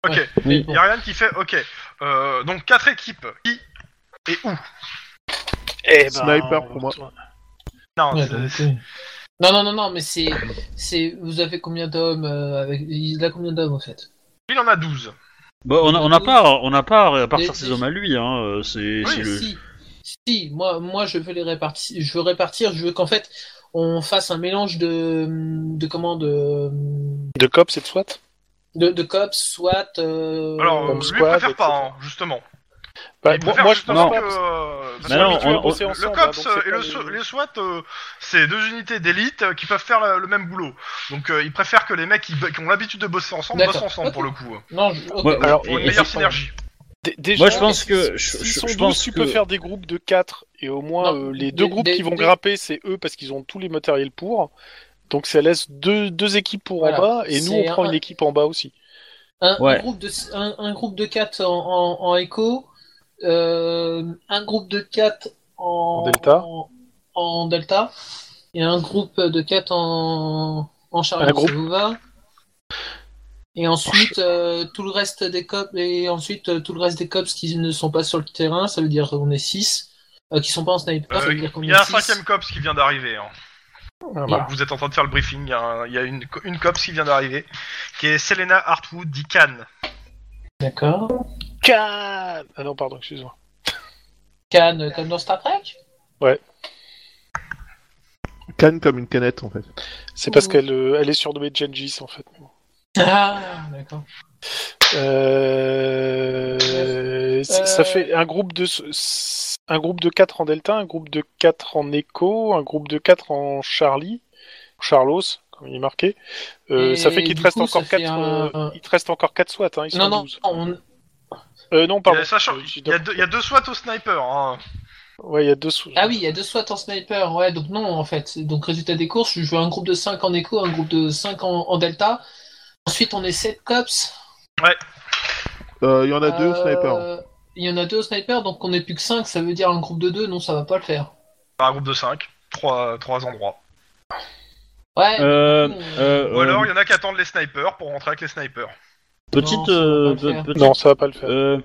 Oh,
Oui.
Il y a rien qui fait, ok. Euh, donc quatre équipes. Qui et où
Eh
ben,
Sniper pour moi.
Non,
Ouais,
c'est-
donc,
c'est-
euh, Non, non, non, non, mais c'est, c'est, vous avez combien d'hommes euh, avec, il a combien d'hommes en fait
il en a 12.
Bah, on a- on n'a pas, on n'a pas à répartir
Des-
ses hommes à lui. Hein. euh, C'est, c'est le...
Si, si, moi, moi, je veux les répartir, je veux répartir, je veux qu'en fait, on fasse un mélange de, de comment, de,
De cops et de SWAT
de, de cops, SWAT. euh,
Alors,
Comme
lui
squad,
préfère pas,
etc.
hein, justement.
Bah,
il
moi,
préfère
moi, je pense
justement
pas.
que.
parce-
euh, parce
Mais
que
non,
lui,
on-
tu-
on-
bosser
Le
ensemble, hein,
COPS
donc c'est
et
pas
le,
les-
so- les SWAT, euh, c'est deux unités d'élite euh, qui peuvent faire la- le même boulot. Donc euh, ils préfèrent que les mecs qui, qui ont l'habitude de bosser ensemble bossent
D'accord.
ensemble
Ok.
pour le coup. euh,
Non, je- ok.
Ouais,
alors,
Pour
Et-
une
et
meilleure
c'est-
synergie.
Dé- déjà,
Moi, je pense que, je,
s'ils
je-
sont
je
12,
pense
tu
que...
peux faire des groupes de 4 et au moins
Non,
euh, les
des-
deux groupes
des-
qui vont
des-
grimper, c'est eux parce qu'ils ont tous les matériels pour. Donc ça laisse deux, deux équipes pour
Voilà.
en bas et nous
C'est
on prend
un-
une équipe en bas aussi.
Un, un
Ouais.
groupe de un, un groupe de 4 en, en, en écho, euh, un groupe de 4 en,
En delta.
en, en delta, et un groupe de 4 en, en chariot,
Un groupe.
ça vous va Et ensuite euh, tout le reste des cops et ensuite euh, tout le reste des cops qui ne sont pas sur le terrain, ça veut dire qu'on est 6 euh, qui sont pas en sniper, ça
Euh,
veut dire qu'on
il
est
y a un
6.
cinquième COPS qui vient d'arriver. hein.
Voilà.
Vous êtes en train de faire le briefing. Il y a, un- il y a une, co- une COPS qui vient d'arriver, qui est Selena Hartwood d'Ican.
D'accord.
Quatre Ah non, pardon, excuse-moi.
Cannes comme dans Star Trek <laughs>
Canne comme une canette en fait.
C'est parce
Ouh.
qu'elle euh, elle est surnommée Gengis en fait.
Ah, d'accord.
Euh, ça ça fait un groupe de s- un groupe de 4 en Delta, un groupe de 4 en Echo, un groupe de 4 en Charlie, Charlos comme il est marqué. Euh,
Et
ça fait qu'il te
du
reste
coup, ça
encore
fait
4
un-
il te reste encore 4 SWAT hein, ils sont
Non non,
12.
on,
Euh, non
Il y
pardon.
a- sachant-
euh, j'ai-
il y a deux- il y a deux SWAT au sniper. hein.
Ouais, il y a deux sous-
Ah oui, il y a deux SWAT en sniper, ouais, donc non, en fait. Donc, résultat des courses, je veux un groupe de 5 en écho, un groupe de 5 en, en delta. Ensuite, on est 7 cops.
Euh, Il y en a deux au
Euh,
sniper.
Il y en a deux au sniper, donc on n'est plus que 5, ça veut dire un groupe de 2, non, ça va pas le faire.
Un groupe de 5, trois, trois endroits.
Ouais,
Euh,
mais du coup, on-
euh,
Ou alors
euh,
il y en a qui attendent les snipers pour rentrer avec les snipers.
petite,
Non, ça va
euh,
pas le faire.
pe- petite
Non, ça va pas le faire.
Euh,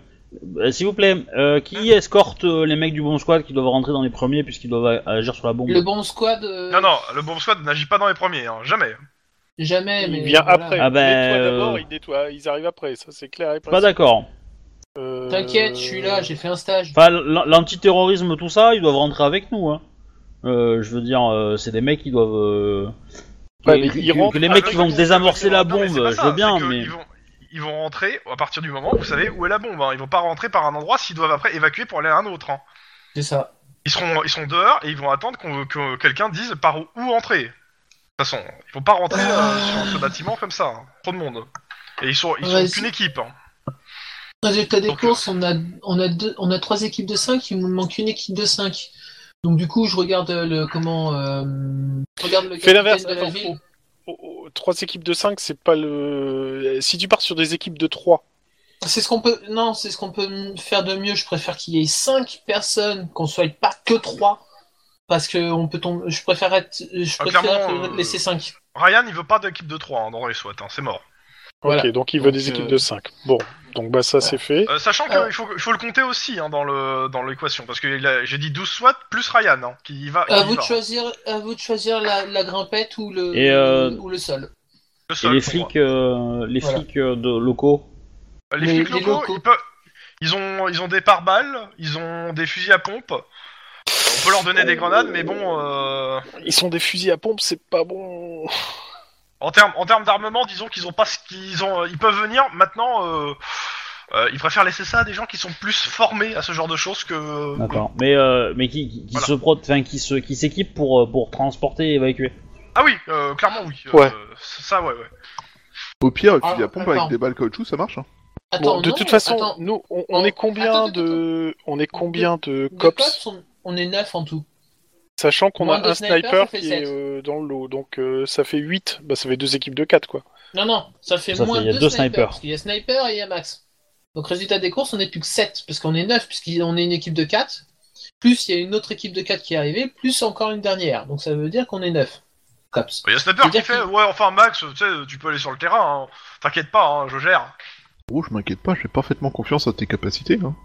euh, S'il vous plaît, euh, qui
Hein
escorte euh, les mecs du bon squad qui doivent rentrer dans les premiers puisqu'ils doivent a- agir sur la bombe
Le bon squad, euh,
Non, non, le bomb squad n'agit pas dans les premiers, hein, jamais.
jamais, mais.
il vient
voilà.
après.
Ah ben,
Nettoie d'abord,
euh,
il nettoie, ils arrivent après, ça c'est clair et
Je suis Pas d'accord.
Euh,
T'inquiète, je suis là, j'ai fait un stage.
Enfin, l- l'antiterrorisme, tout ça, ils doivent rentrer avec nous. Hein. Euh, je veux dire, euh, c'est des mecs qui doivent. euh,
Ouais, mais
que,
ils
que-
rentrent
que les
Ah,
mecs
non,
qui vont
ils
désamorcer la
Non, mais c'est
bombe,
pas
je
ça,
veux bien,
c'est que
mais.
Ils vont, ils vont rentrer à partir du moment où vous savez où est la bombe. Hein. Ils vont pas rentrer par un endroit s'ils doivent après évacuer pour aller à un autre. hein.
C'est ça.
Ils, seront, ils sont dehors et ils vont attendre qu'on- que quelqu'un dise par où, où entrer. De toute façon, ils vont pas rentrer euh, sur ce bâtiment comme ça. hein. Trop de monde. Et ils sont, ils sont
Vas-y.
qu'une équipe. hein.
Résultat des
Donc,
courses, on a, on, a deux, on a trois équipes de 5, il me manque une équipe de 5. Donc du coup, je regarde le comment... euh, je regarde le
Fais
capitaine
l'inverse.
de la
attends,
ville.
oh, oh, oh, Trois équipes de 5, c'est pas le. Si tu pars sur des équipes de 3,
C'est ce qu'on peut... Non, c'est ce qu'on peut m- faire de mieux. Je préfère qu'il y ait 5 personnes, qu'on soit pas que 3. Parce que on peut tomber... je préfère, être... je
Ah,
préfère
clairement,
euh,
euh,
laisser 5.
Ryan, il veut pas d'équipe de 3 dans les SWAT, hein, c'est mort.
Voilà.
Ok, donc il veut
Donc,
des équipes
euh,
de 5. Bon, donc bah ça c'est fait.
Euh, sachant qu'il
Ah.
faut, il faut le compter aussi hein, dans le dans l'équation, parce que il a- j'ai dit 12 SWAT plus Ryan hein, qui y va. qui
À
y
Ah, vous, de
va.
choisir, à vous de choisir la, la grimpette ou le,
Et, euh,
ou le sol.
Et
Le seul
les
pour moi.
flics, euh, les
Voilà.
flics euh, de locaux.
Les
Les-
flics
les
locaux,
locaux.
ils peuvent- ils ont, ils ont des pare-balles, ils ont des fusils à pompe. On peut leur donner des grenades, mais bon, euh,
Ils sont des fusils à pompe, c'est pas bon.
en termes, en termes d'armement, disons qu'ils ont pas, ce qu'ils ont, ils peuvent venir. Maintenant, euh, euh, ils préfèrent laisser ça à des gens qui sont plus formés à ce genre de choses que.
D'accord. Mais euh, mais qui, qui, qui
Voilà.
se prot- enfin qui se qui s'équipe pour euh, pour transporter et évacuer.
Ah oui, euh, clairement oui. Euh,
Ouais.
ça, ouais, ouais.
Au pire, le fusil à
Alors,
pompe
attends.
avec des balles caoutchouc, ça marche. Hein.
Attends,
Bon, de
non,
toute façon,
attends.
nous, on, on
Attends,
est combien
attends, attends,
de, on est combien de
De
cops
cops, on, on est 9 en tout.
Sachant qu'on
Moins
a
de
un
snipers, ça
sniper
fait
qui est
sept.
euh, dans le lot, donc euh, ça fait 8. Bah, ça fait deux équipes de 4, quoi.
Non, non, ça fait
Ça
moins
fait- il y a
deux,
deux
snipers.
snipers.
Parce qu'il y a sniper et il y a max. Donc, résultat des courses, on n'est plus que 7, parce qu'on est 9, puisqu'on est une équipe de 4. Plus il y a une autre équipe de 4 qui est arrivée, plus encore une dernière. Donc, ça veut dire qu'on est 9. Cops.
Il y a Sniper qui
C'est-à-dire
fait
qu'il-
Ouais, enfin, Max, tu sais, tu peux aller sur le terrain, hein. t'inquiète pas, hein, je gère.
Oh, je m'inquiète pas, j'ai parfaitement confiance à tes capacités. hein.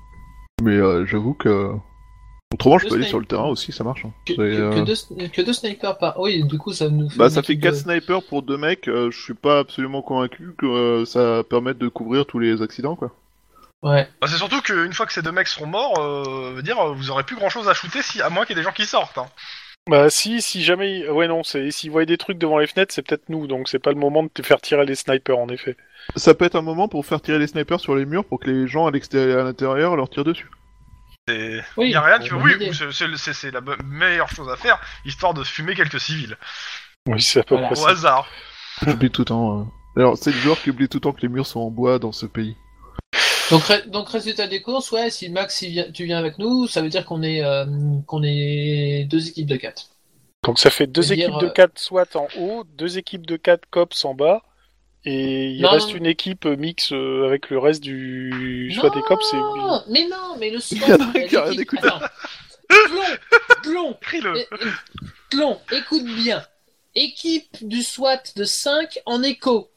Mais euh, j'avoue que. Autrement, je
Deux
peux aller
snipers.
sur le terrain aussi, ça marche. hein.
Que,
C'est,
que- que
euh,
deux, sn- que deux snipers par. Oui, du coup, ça nous fait.
Bah,
une
ça fait
équipe
4
de-
snipers pour 2 mecs, euh, je suis pas absolument convaincu que euh, ça permette de couvrir tous les accidents, quoi.
Ouais.
Bah, c'est surtout qu'une fois que ces deux mecs seront morts, euh, veut dire, euh, vous aurez plus grand chose à shooter, si, à moins qu'il y ait des gens qui sortent. Hein.
Bah, si, si jamais. ils- Ouais, non, c'est- s'ils voient des trucs devant les fenêtres, c'est peut-être nous, donc c'est pas le moment de te faire tirer les snipers, en effet.
Ça peut être un moment pour faire tirer les snipers sur les murs pour que les gens à l'extérieur, à l'intérieur leur tirent dessus.
C'est-
Oui,
y a rien, tu
bonne
oui,
idée.
ou c'est- c'est c'est- c'est la bo- meilleure chose à faire, histoire de fumer quelques civils.
Oui, c'est à peu
Voilà.
près
Au
ça.
hasard.
<laughs> J'oublie tout le temps. euh. Alors, c'est le joueur qui oublie tout le temps que les murs sont en bois dans ce pays.
Donc, ré- donc résultat des courses, ouais, si Max il vient- tu viens avec nous, ça veut dire qu'on est, euh, qu'on est deux équipes de 4.
Donc ça fait deux
C'est-à-dire,
équipes de
euh,
4 SWAT en haut, deux équipes de 4 COPS en bas, et il
Non,
reste
non.
une équipe euh, mix euh, avec le reste du SWAT et COPS. et-
Non, mais non, mais le SWAT.
Il y en a un qui a
l'équipe-
rien écouté.
Attends. Tlon, Tlon,
Crie-le.
eh, eh, Tlon, écoute bien. Équipe du SWAT de 5 en écho.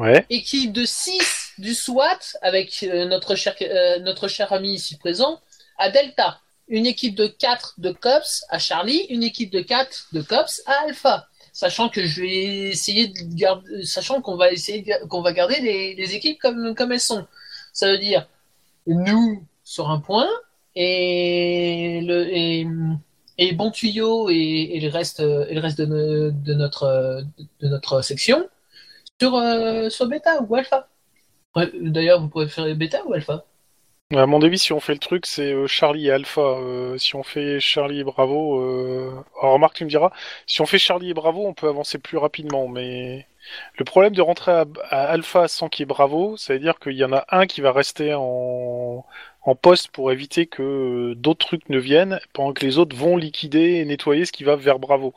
Ouais.
Équipe de 6 du SWAT avec euh, notre, cher, euh, notre cher ami ici présent à Delta. Une équipe de 4 de COPS à Charlie, une équipe de 4 de COPS à Alpha. Sachant que je vais essayer de garder, sachant qu'on va essayer de ga- qu'on va garder les, les équipes comme, comme elles sont. Ça veut dire nous sur un point et le et, et bon tuyau et, et le reste euh, et le reste de, no- de notre euh, de notre section sur euh, sur bêta ou alpha. Ouais, D'ailleurs, vous pouvez faire bêta ou alpha.
À mon avis, si on fait le truc, c'est euh, Charlie et Alpha. Euh, si on fait Charlie et Bravo, euh... alors remarque, tu me diras, si on fait Charlie et Bravo, on peut avancer plus rapidement, mais le problème de rentrer à, à Alpha sans qu'il y ait Bravo, ça veut dire qu'il y en a un qui va rester en, en poste pour éviter que euh, d'autres trucs ne viennent, pendant que les autres vont liquider et nettoyer ce qui va vers Bravo.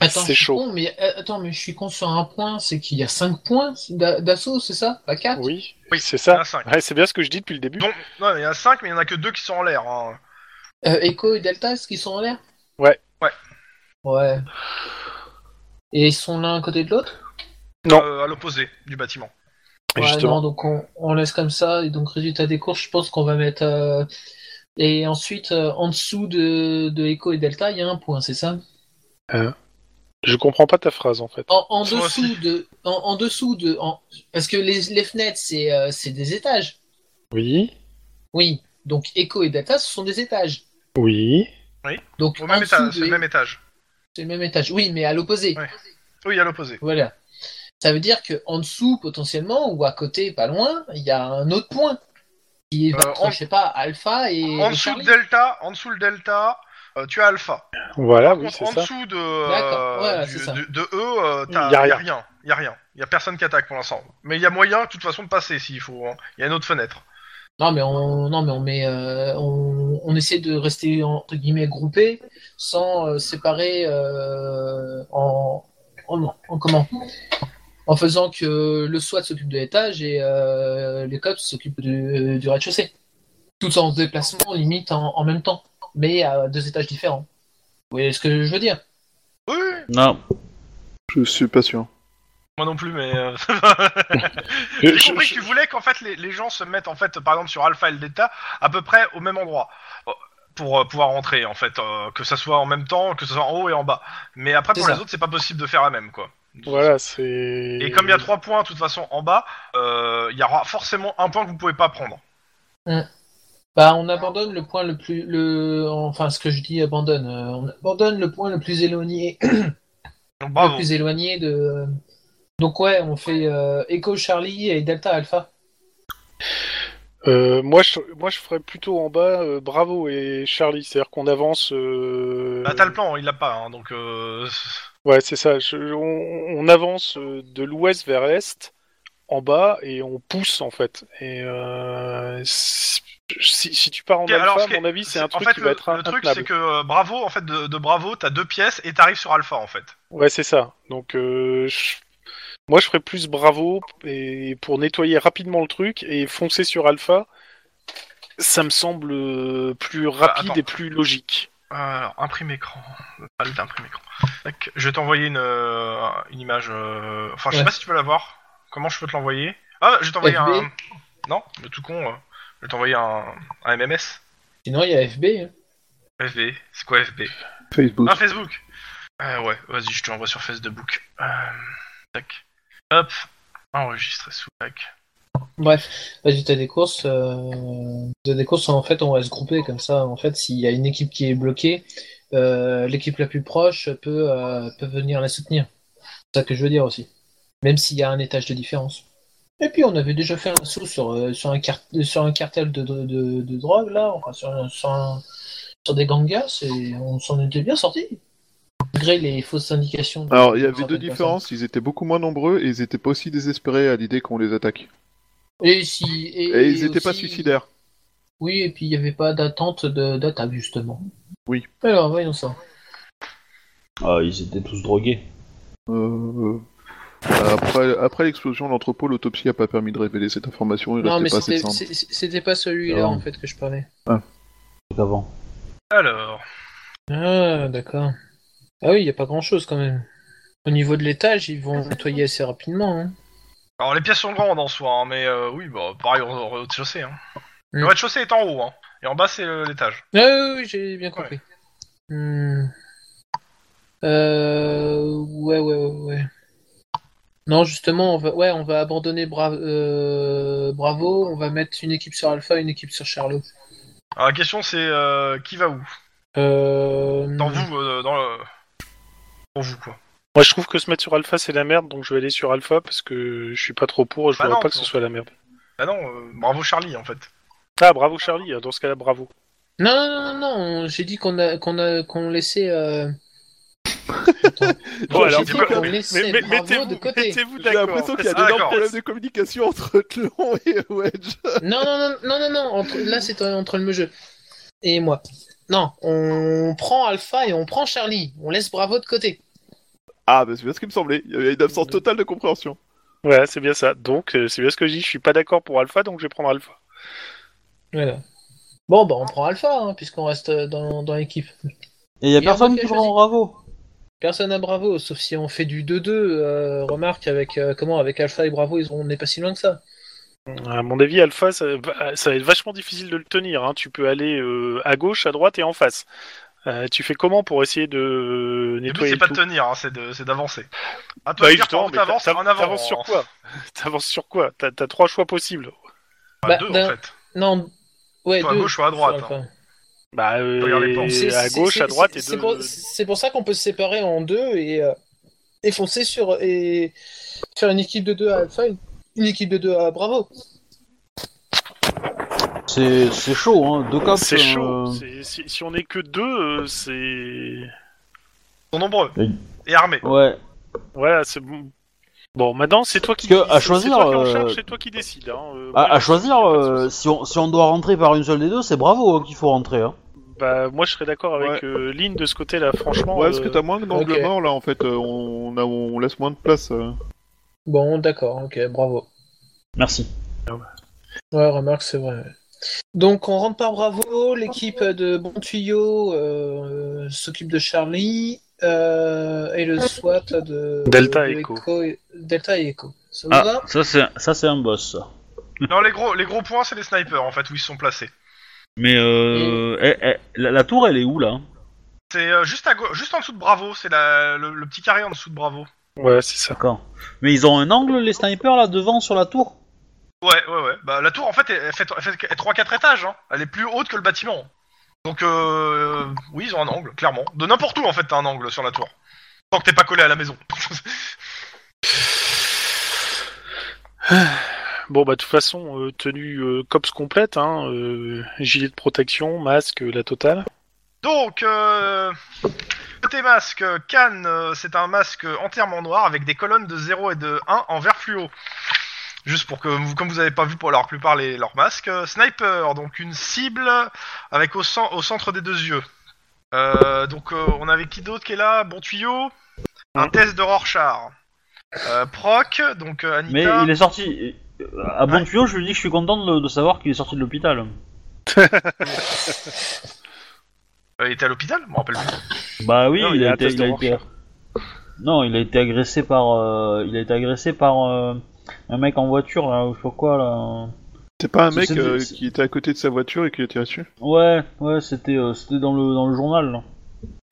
Attends,
C'est
je suis
chaud.
con, mais euh, attends, mais je suis con sur un point, c'est qu'il y a 5 points d'a- d'assaut, c'est ça Pas 4
Oui,
Oui, Ah,
c'est
Il y en
ça.
a 5.
Ouais, c'est bien ce que je dis depuis le début.
Bon, non, il y en a 5, mais il y en a que 2 qui sont en l'air. hein.
Euh, Echo et Delta, est-ce qu'ils sont en l'air
Ouais.
Ouais.
Ouais. Et ils sont l'un à côté de l'autre
Non.
Euh, à l'opposé du bâtiment.
Et
Ouais,
justement.
non, donc on, on laisse comme ça, et donc résultat des courses, je pense qu'on va mettre... euh, Et ensuite, euh, en dessous de, de Echo et Delta, il y a un point, c'est ça
Je comprends pas ta phrase en fait.
En, en
Moi
dessous
aussi.
de... En, en dessous de... en- Parce que les, les fenêtres, c'est euh, c'est des étages.
Oui,
Oui. Donc Echo et Delta, ce sont des étages.
oui.
Donc
Au
en
même
dessous
étage,
de-
c'est le même étage.
c'est le même étage. Oui, mais à l'opposé.
Ouais. Oui, à l'opposé.
Voilà. Ça veut dire que en dessous, potentiellement, ou à côté, pas loin, il y a un autre point qui est
Euh,
entre,
en-
je sais pas, Alpha et.
en
et
dessous de
Charlie.
Delta, en dessous le Delta, euh, tu as Alpha.
Voilà,
Par
Ah oui,
contre,
c'est
en
ça.
dessous de,
D'accord,
euh,
voilà,
du-
c'est ça. Mm.
de, de eux, euh,
Y
t'as-
a
y a,
rien.
rien. Y a rien. Y a personne qui attaque pour l'instant. Mais il y a moyen, de toute façon, de passer s'il faut. hein. Y a une autre fenêtre.
Non, mais on, non, mais on met, euh, on, on essaie de rester entre guillemets groupés sans euh, séparer euh, en, en, en comment En faisant que le SWAT s'occupe de l'étage et euh, les cops s'occupent du, du rez-de-chaussée. Tout en se déplacement, limite en, en même temps, mais à deux étages différents. Vous voyez ce que je veux dire
Oui, oui,
Non.
Je suis pas sûr.
moi non plus, mais. euh,
Je-
J'ai
je-
compris
je-
que tu voulais qu'en fait les, les gens se mettent en fait, par exemple, sur Alpha et le Delta à peu près au même endroit euh, pour euh, pouvoir rentrer en fait, euh, que ça soit en même temps, que ça soit en haut et en bas. Mais après
C'est
pour
ça.
les autres, c'est pas possible de faire la même quoi.
Voilà, c'est.
Et comme il y a trois points de toute façon en bas, euh, il y aura forcément un point que vous pouvez pas prendre.
Bah, on abandonne le point le plus, le, enfin, ce que je dis abandonne, euh, on abandonne le point le plus éloigné
Donc
le
bravo.
plus éloigné de. euh, Donc ouais, on fait euh, Echo Charlie et Delta Alpha.
Euh, moi, je, moi, je ferais plutôt en bas euh, Bravo et Charlie. C'est-à-dire qu'on avance. euh,
Bah t'as le plan, il l'a pas, hein, donc. euh,
Ouais, c'est ça. Je- on, on avance euh, de l'ouest vers l'est en bas et on pousse en fait. Et euh, si- Si, si tu pars en
Ok,
alpha,
alors, ce
à
qui est-
mon avis, c'est un
en
truc
fait,
qui
le,
va être
le truc,
intenable.
c'est que euh, Bravo, en fait, de, de Bravo, t'as deux pièces et t'arrives sur Alpha, en fait.
Ouais, c'est ça. Donc, euh, je- moi, je ferais plus Bravo et pour nettoyer rapidement le truc et foncer sur Alpha. Ça me semble euh, plus rapide
attends.
et plus logique.
Euh, Alors, imprime écran. Ah, imprime écran. Tac, Je vais t'envoyer une, euh, une image. euh, Enfin, je sais
Ouais.
pas si tu veux la voir. Comment je peux te l'envoyer Ah, je vais t'envoyer
FB.
un. Non, le tout con. euh, Je vais t'envoyer un, un MMS.
Sinon, il y a FB. hein.
FB. C'est quoi FB
Facebook.
Ah, Facebook Euh, Ouais, vas-y, je te l'envoie sur Facebook. Euh, tac. Hop. Enregistrer sous tac.
Bref, résultat des courses. Euh... résultat des courses, en fait, on va se grouper comme ça. En fait, s'il y a une équipe qui est bloquée, euh, l'équipe la plus proche peut, euh, peut venir la soutenir. C'est ça que je veux dire aussi. Même s'il y a un étage de différence. Et puis, on avait déjà fait un saut sur, euh, sur, un, car- sur un cartel de, de, de- de drogue, là, enfin, sur, un- sur, un- sur des gangas, et on s'en était bien sorti. Malgré les fausses indications. de-
Alors, il y
de
avait deux
certaines personnes.
différences. Ils étaient beaucoup moins nombreux et ils étaient pas aussi désespérés à l'idée qu'on les attaque.
Et, si, et,
Et, ils
et
étaient pas
aussi-
suicidaires.
Oui, et puis il n'y avait pas d'attente de d'attaque, justement.
Oui.
Alors, voyons ça.
Ah, ils étaient tous drogués.
Euh, Après, après l'explosion de l'entrepôt, l'autopsie a pas permis de révéler cette information. Il
non, mais
restait pas assez
c'était
de sang.
c'est- c'était pas celui-là,
Non.
en fait, que je parlais.
Donc avant.
Alors.
Ah, d'accord. Ah oui, il n'y a pas grand-chose, quand même. Au niveau de l'étage, ils vont nettoyer assez rapidement. hein.
Alors, les pièces sont grandes en soi, hein, mais euh, oui, bah, pareil au, au rez-de-chaussée. Hein.
Mm.
Le rez-de-chaussée est en haut, hein. Et en bas, c'est euh, l'étage.
Ah oui, oui, j'ai bien compris. Hmm. Euh... Ouais, ouais, ouais, ouais. Non, justement, on va, ouais, on va abandonner Bra- euh, Bravo, on va mettre une équipe sur Alpha, une équipe sur Charlot.
Alors, la question, c'est euh, qui va où
Euh...
Dans vous, euh, dans le. Pour vous, quoi.
Moi, je trouve que se mettre sur Alpha, c'est la merde, donc je vais aller sur Alpha parce que je suis pas trop pour. Je
Bah
voudrais
non,
pas que ce
non.
soit la merde.
Bah non, euh, bravo Charlie, en fait.
Ah, bravo Charlie. Dans ce cas-là, bravo.
Non, non, non, non, non, j'ai dit qu'on a, qu'on a, qu'on laissait.
<laughs>
Euh... Attends.
Bon,
J'ai
alors,
dit
tu peux-
qu'on laissait
mais-
Bravo
mettez-vous-
de côté.
mettez-vous
J'ai
d'accord.
l'impression qu'il y a
Ah,
d'énormes
d'accord.
problèmes de communication entre Tlon et Wedge.
Non, non, non, non, non, non, entre- là c'est entre le jeu et moi. Non, on prend Alpha et on prend Charlie. On laisse Bravo de côté.
Ah, bah c'est bien ce qui me semblait. Il y avait une absence totale de compréhension.
Voilà, c'est bien ça. Donc, euh, c'est bien ce que je dis. Je suis pas d'accord pour Alpha, donc je vais prendre Alpha.
Voilà. Bon, bah on prend Alpha, hein, puisqu'on reste euh, dans, dans l'équipe.
Et y a
Et
personne
Arnaud
qui
qui a
prend
choisi.
Bravo.
Personne à Bravo, sauf si on fait du 2-2. euh, remarque, avec euh, comment avec Alpha et Bravo, ils, on n'est pas si loin que ça.
À mon avis, Alpha, ça, va- ça va être vachement difficile de le tenir. hein. Tu peux aller euh, à gauche, à droite et en face. Euh, tu fais comment pour essayer de euh,
Le but,
nettoyer
c'est pas
tout
de tenir, hein, c'est de- c'est d'avancer. À toi
Bah,
de dire
justement,
quand
mais t'av-
t'avances, en
t'av-
avant.
t'avances sur quoi <laughs> T'avances sur quoi T'as t'as trois choix possibles.
Bah,
Bah,
deux,
d'un-
en fait.
Non, ouais,
Soit à
deux
gauche, soit à droite, hein.
sur Alpha.
Bah, euh,
Regarde les portes.
C'est-
à
c'est-
gauche,
c'est-
à droite et
c'est
deux. euh,
pour- C'est pour ça qu'on peut se séparer en deux et, euh, et foncer sur. et faire une équipe de deux à Alpha, une- une équipe de deux à Bravo.
C'est c'est chaud, hein. Deux cops.
C'est chaud.
euh,
C'est- Si, si on est que deux, euh, c'est
Ils sont nombreux.
Oui.
Et armés.
Ouais.
voilà, c'est bon. Bon, maintenant c'est toi qui
Parce que, à
c'est-
choisir,
c'est toi qui en
euh,
charge, c'est toi qui décide. hein. Euh,
À,
moi,
à
je-
choisir,
y a pas de
euh,
souci.
si, on, si on doit rentrer par une seule des deux, c'est Bravo hein, qu'il faut rentrer. Hein.
Bah, moi, je serais d'accord avec
Ouais.
euh, Lynn de ce côté-là, franchement.
Ouais, parce que
euh,
t'as moins d'angles
ok.
morts là en fait. Euh, On, a, on laisse moins de place. euh.
Bon, d'accord, ok, bravo.
Merci.
Ouais, remarque, c'est vrai. Donc, on rentre par Bravo, l'équipe de Bon Tuyau euh, s'occupe de Charlie euh, et le SWAT de
Delta
de
Echo.
et- Delta et Echo. Ça vous va
Ah, ça c'est ça c'est un boss. ça.
Non, les gros, les gros points, c'est les snipers, en fait, où ils se sont placés.
Mais euh, eh, eh, la, la tour elle est où là
C'est euh, juste, à gau- juste en dessous de Bravo, c'est la- le, le petit carré en dessous de Bravo.
Ouais, c'est ça.
D'accord. Mais ils ont un angle les snipers là devant sur la tour.
Ouais, ouais, ouais. Bah, la tour, en fait, elle elle fait, elle fait 3-4 étages. Hein. Elle est plus haute que le bâtiment. Donc, euh, oui, ils ont un angle, clairement. De n'importe où, en fait, t'as un angle sur la tour. Tant que t'es pas collé à la maison. <laughs>
Bon, bah, de toute façon, euh, tenue euh, COPS complète, hein, euh, gilet de protection, masque, euh, la totale.
Donc, euh, côté masque, euh, Cannes, euh, c'est un masque euh, entièrement noir avec des colonnes de 0 et de 1 en vert fluo. Juste pour que, vous- comme vous avez pas vu pour la plupart les, leurs masques, euh, sniper, donc une cible avec au, cen- au centre des deux yeux. Euh, donc euh, on avait qui d'autre qui est là Bon tuyau, un test de Rorschach. Euh, proc, donc euh,
Mais
Anita.
il est sorti. euh, À bon tuyau, je lui dis que je suis content de, de savoir qu'il est sorti de l'hôpital.
Euh, il était à l'hôpital Je me rappelle plus.
Bah oui,
Non,
il,
il est
a
à
été,
test
il a
de
été-
Rorschach.
Non, il a été agressé par. euh, il a été agressé par euh, un mec en voiture là, ou je sais pas quoi là.
C'est pas un
C'est-
mec
c'est-
euh,
c'est-
qui était à côté de sa voiture et qui l'a tiré dessus
Ouais, ouais, c'était euh, c'était dans le dans le journal. Là.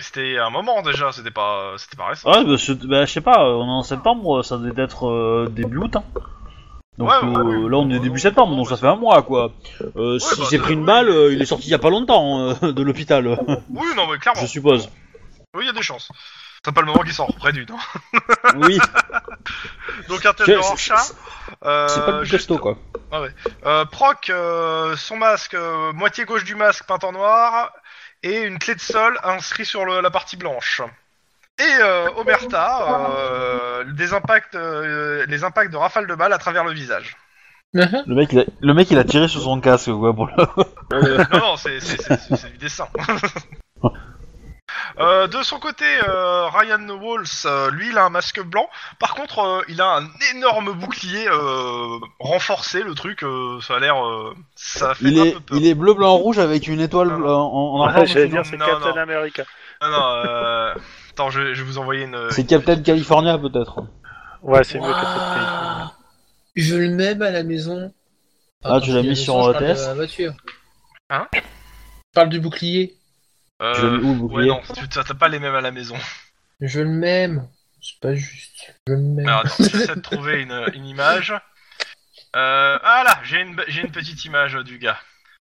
C'était un moment déjà, c'était pas, c'était pas récent.
Ouais, bah, c'est- bah, je sais pas, euh, on est en septembre, ça devait être euh, début août. hein. Donc
Ouais,
euh,
ouais, ouais.
là, on est début septembre, donc ça fait un mois quoi. Euh, S'il
bah,
s'est
c'est-
pris une balle, euh, il est sorti il y a pas longtemps euh, de l'hôpital, <laughs> euh,
Oui, non, mais clairement.
je
<laughs>
suppose.
Oui, il y a des chances. C'est pas le moment qu'ils s'en reprennent une. hein.
Oui,
Donc un test
C'est-
de
c'est-
Rorschach. euh,
c'est pas du
juste-
costaud quoi.
Euh, proc, euh, son masque, euh, moitié gauche du masque peint en noir, et une clé de sol inscrite sur le- la partie blanche. Et euh, Omerta, euh, des impacts, euh, les impacts de rafales de balles à travers le visage.
Mhm.
Le mec, il a, le mec, il a tiré sur son casque quoi pour le.
non, euh, non, c'est c'est- c'est- c'est- c'est du dessin. <laughs> Euh, de son côté, euh, Ryan Walls, euh, lui, il a un masque blanc. Par contre, euh, il a un énorme bouclier euh, renforcé. Le truc, euh, ça a l'air, euh, ça fait
Il
un
est,
peu peur.
il est bleu, blanc, rouge avec une étoile
Ah.
euh, en, en argent.
Ouais, J'allais dire, c'est
Non,
Captain
non.
America.
Non, non, euh... Attends, je, vais- je vais vous envoyer une...
C'est Captain California peut-être.
Ouais, c'est mieux que Captain America.
Waouh. Je le mets bah, à la maison.
Ah, tu l'as
quand je dis à
mis
la
sur
maison, je
un
parle de
test
la voiture.
Hein
Je parle du bouclier.
Euh,
Je l'ai mis où, le
Ouais,
bouclier
non, tu t'as t'as pas les mêmes à la maison.
Je le m'aime. C'est pas juste. Je le m'aime. <laughs>
Alors, attends, j'essaie de trouver une, une image. Euh, ah là, j'ai une, j'ai une petite image euh, du gars.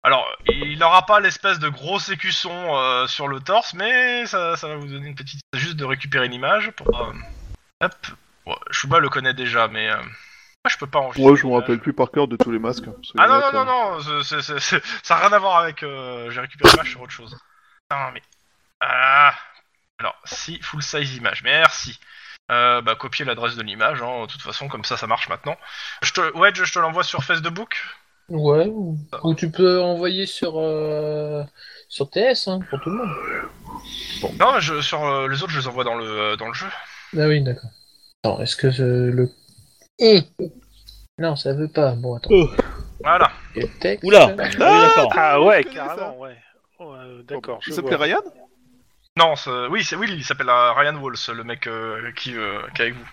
Alors, il aura pas l'espèce de gros écusson euh, sur le torse, mais ça, ça va vous donner une petite... Juste de récupérer l'image pour... euh, Hop. Ouais, Shuba le connaît déjà, mais... euh, moi, je peux pas enregistrer.
Moi, je me rappelle plus par cœur de tous les masques. hein, parce que
Ah
il y en
non,
a
non,
quand
non,
même.
non, c'est- c'est- c'est- ça n'a rien à voir avec. euh, J'ai récupéré l'image sur autre chose. Putain, mais. Ah Alors, si, full size image, merci. Euh, bah, copier l'adresse de l'image, hein, de toute façon, comme ça, ça marche maintenant. Je te... Ouais, je je te l'envoie sur Facebook.
Ouais, ou, ou tu peux envoyer sur, euh, sur TS hein, pour tout le monde.
Non, je, sur euh, les autres, je les envoie dans le, euh, dans le jeu.
Ah oui, d'accord. Attends, est-ce que euh, le. Hum. Non, ça veut pas. Bon, attends.
Voilà.
Il y a le texte.
Oula. Ah, oui, d'accord.
Ah ouais,
connais
carrément, ouais. Oh, euh, D'accord, je
Il s'appelait
vois.
Ryan
Non, c'est- oui, c'est oui, il s'appelle euh, Ryan Walls, le mec euh, qui, euh, qui est avec vous.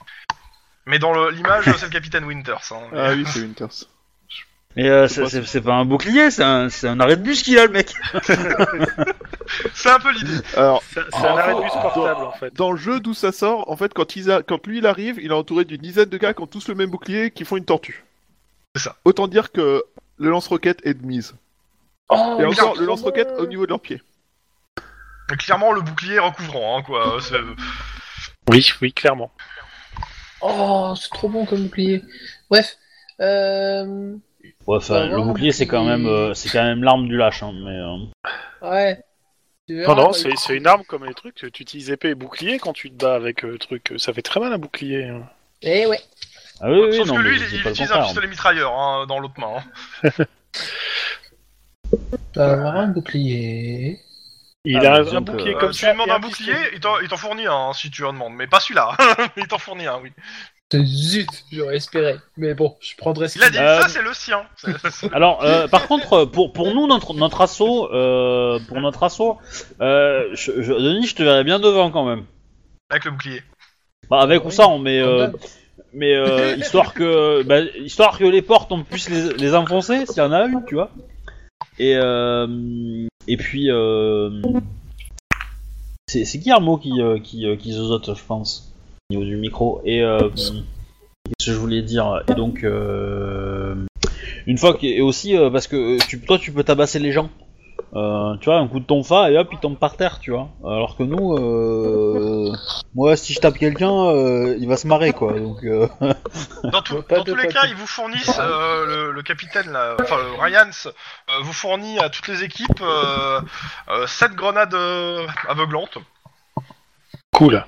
Mais dans le- l'image, c'est le capitaine Winters. hein.
Ah oui, c'est Winters.
Mais euh,
C'est
c'est-
pas-
c'est c'est pas un bouclier, c'est un, c'est un arrêt de bus qu'il a le mec.
C'est un peu l'idée.
Alors,
C'est c'est un
Oh.
arrêt de bus portable en fait.
dans le jeu d'où ça sort, en fait, quand, il a- quand lui il arrive, il est entouré d'une dizaine de gars qui ont tous le même bouclier qui font une tortue.
C'est ça.
Autant dire que le lance-roquette est de mise.
Oh,
Et encore, le
trop
lance-roquette
oh,
bon.
au niveau de leurs pieds.
Clairement, le bouclier recouvrant, hein, quoi. C'est-
Oui, oui, clairement.
Oh, c'est trop bon comme bouclier. Bref. Euh...
Ouais, enfin,
Bah,
le
ouais.
bouclier c'est quand même, euh, c'est quand même l'arme du lâche. Hein, mais euh,
Ouais. Tu verras,
Non, non,
bah,
c'est
il-
c'est une arme comme les trucs. Tu utilises épée et bouclier quand tu te bats avec euh, truc. Ça fait très mal un bouclier. hein.
Eh ouais.
ah oui, oui,
Sauf
non,
que lui,
mais
il,
c'est
il
pas le
utilise un
contraire.
pistolet mitrailleur hein, dans l'autre main. hein.
Tu vas avoir un bouclier.
Il
Ah,
a
mais
un, un
donc,
bouclier
euh,
Euh,
comme
tu
ça.
lui demandes
et
un bouclier,
pistolet.
il t'en il t'en fournit un hein, si tu en demandes, mais pas celui-là. hein. <laughs> il t'en fournit un, oui.
Zut, j'aurais espéré. Mais bon, je prendrais ce
Il a dit,
qu'il
Euh,
ça c'est le sien. C'est- c'est-
Alors, euh, par contre, pour, pour nous, notre, notre assaut, euh, pour notre assaut, euh, je, je- Denis, je te verrais bien devant quand même.
Avec le bouclier.
Bah, avec ou sans, mais,
a.
euh, mais euh, histoire que, bah, histoire que les portes, on puisse les, les enfoncer s'il y en a une, tu vois. Et euh, et puis, euh, c'est c'est qui un mot qui euh, qui euh, qui zozote, je pense, au niveau du micro. Et euh, qu'est-ce que je voulais dire Et donc, euh, une fois que et aussi euh, parce que euh, tu, toi, tu peux tabasser les gens. Euh, tu vois, un coup de ton fa et hop, il tombe par terre, tu vois. Alors que nous, euh, moi, si je tape quelqu'un, euh, il va se marrer, quoi. Donc, euh,
Dans, tout-
Pas
dans
de
tous les
papier.
cas, ils vous fournissent, euh, le, le capitaine, là, enfin le Ryans, euh, vous fournit à toutes les équipes euh, 7 grenades euh, aveuglantes.
Cool.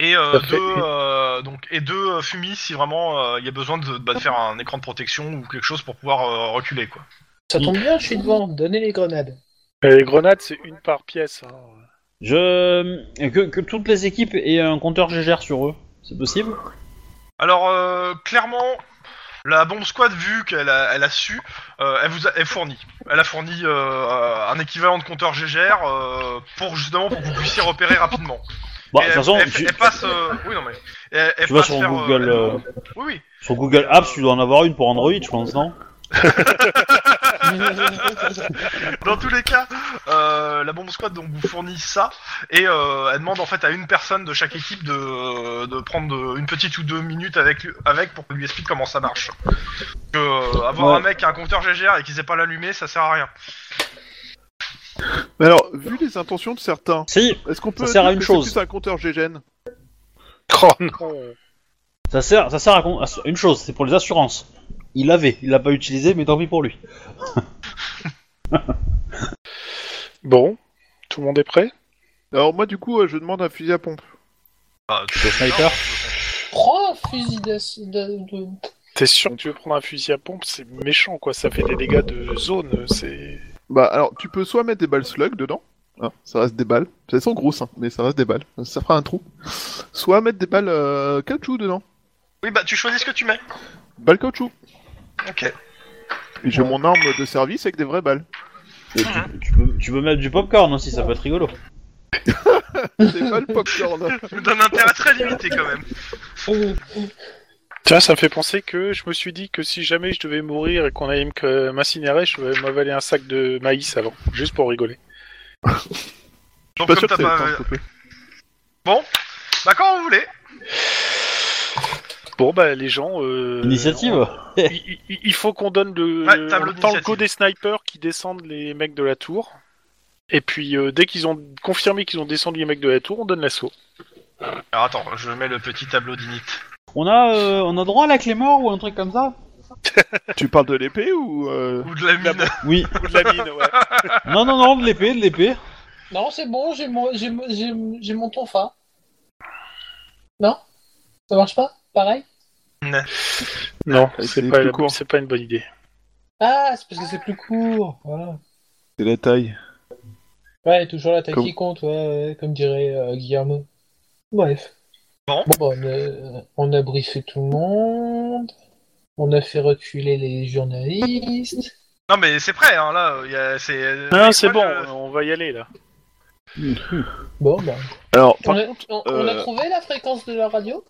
Et euh,
Ça fait-
deux, euh, donc, et deux euh, fumis si vraiment euh, il y a besoin de, bah, de faire un écran de protection ou quelque chose pour pouvoir euh, reculer quoi.
Ça tombe bien, je suis devant. Donnez les grenades.
Et les grenades, c'est une par pièce. hein.
Je... Que, que toutes les équipes aient un compteur GGR sur eux, c'est possible
Alors euh, clairement, la bombe squad vu qu'elle a, elle a su, euh, elle vous a, elle fournit, elle a fourni euh, un équivalent de compteur GGR euh, pour justement pour que vous puissiez repérer rapidement.
Bah, de toute
Et elle,
façon,
elle-
tu,
elle passe. euh, oui non mais. Elle, elle
tu vas
passe
sur
faire, euh,
Google,
elle-
euh,
Oui oui.
sur Google Apps, tu dois en avoir une pour Android, je pense, non
Dans tous les cas, euh, la bombe squad donc vous fournit ça et euh, elle demande en fait à une personne de chaque équipe de, de prendre une petite ou deux minutes avec lui- avec pour qu'on lui explique comment ça marche. Que, euh, avoir
Ouais.
un mec qui a un compteur GGR et qui sait pas l'allumer, ça sert à rien.
Mais alors, vu les intentions de certains,
Si,
est-ce qu'on peut
sert à
dire
une
que
chose.
C'est plus un compteur GGN.
Oh non
ça sert, ça sert à, con- à une chose, c'est pour les assurances. Il l'avait, il l'a pas utilisé, mais tant pis pour lui.
Bon, tout le monde est prêt
Alors moi, du coup, euh, je demande un fusil à pompe.
Bah, tu-
Le sniper
Prends un fusil d'ass- de- de-
T'es sûr que tu veux prendre un fusil à pompe C'est méchant, quoi. Ça fait des dégâts de zone. C'est.
Bah alors, tu peux soit mettre des balles slug dedans, hein, ça reste des balles, elles sont grosses, hein, mais ça reste des balles, ça fera un trou. Soit mettre des balles euh, caoutchouc dedans,
Oui, bah tu choisis ce que tu mets.
balles caoutchouc.
Ok.
Et j'ai mon arme de service avec des vraies balles.
Et tu, tu peux, tu peux mettre du popcorn aussi, ça peut être rigolo.
Des balles
<laughs>
popcorn.
Ça nous donne un intérêt très limité quand même.
Tiens, ça me fait penser que je me suis dit que si jamais je devais mourir et qu'on allait me- m'incinérer, je vais m'avaler un sac de maïs avant, juste pour rigoler.
Donc
Pas
comme
sûr que
t'as
ça ait le
pas...
temps de couper.
Bah quand vous voulez.
Bon, bah les gens. euh,
Initiative
il, il- il faut qu'on donne le,
Ouais,
on
tableau
tend le
d'initiative.
go des snipers qui descendent les mecs de la tour. Et puis euh, dès qu'ils ont confirmé qu'ils ont descendu les mecs de la tour, on donne l'assaut.
Alors attends, je mets le petit tableau d'init.
On a, euh, on a droit à la clé mort ou un truc comme ça
Tu parles de l'épée ou... euh,
Ou de la
La
mine.
bombe.
Oui.
Ou de la mine, ouais.
Non, non, non, de l'épée, de l'épée.
Non, c'est bon, j'ai mon, j'ai mon, j'ai mon- j'ai mon tonfa. Non Ça marche pas Pareil
Non,
Ah,
c'est
c'est
pas,
plus
la-
court.
c'est pas une bonne idée.
Ah, c'est parce que c'est plus court. Voilà.
C'est la taille.
Ouais, toujours la taille
Comme-
qui compte, ouais, ouais, comme dirait euh, Guillermo. Bref.
Bon.
bah, on, a, on a briefé tout le monde. On a fait reculer les journalistes.
Non mais c'est prêt, hein, là, il y a- c'est...
Non, c'est
Moi,
bon,
je-
on va y aller là.
Bon, bah.
Alors,
On
par
a,
contre...
on- on a
euh,
trouvé la fréquence de la radio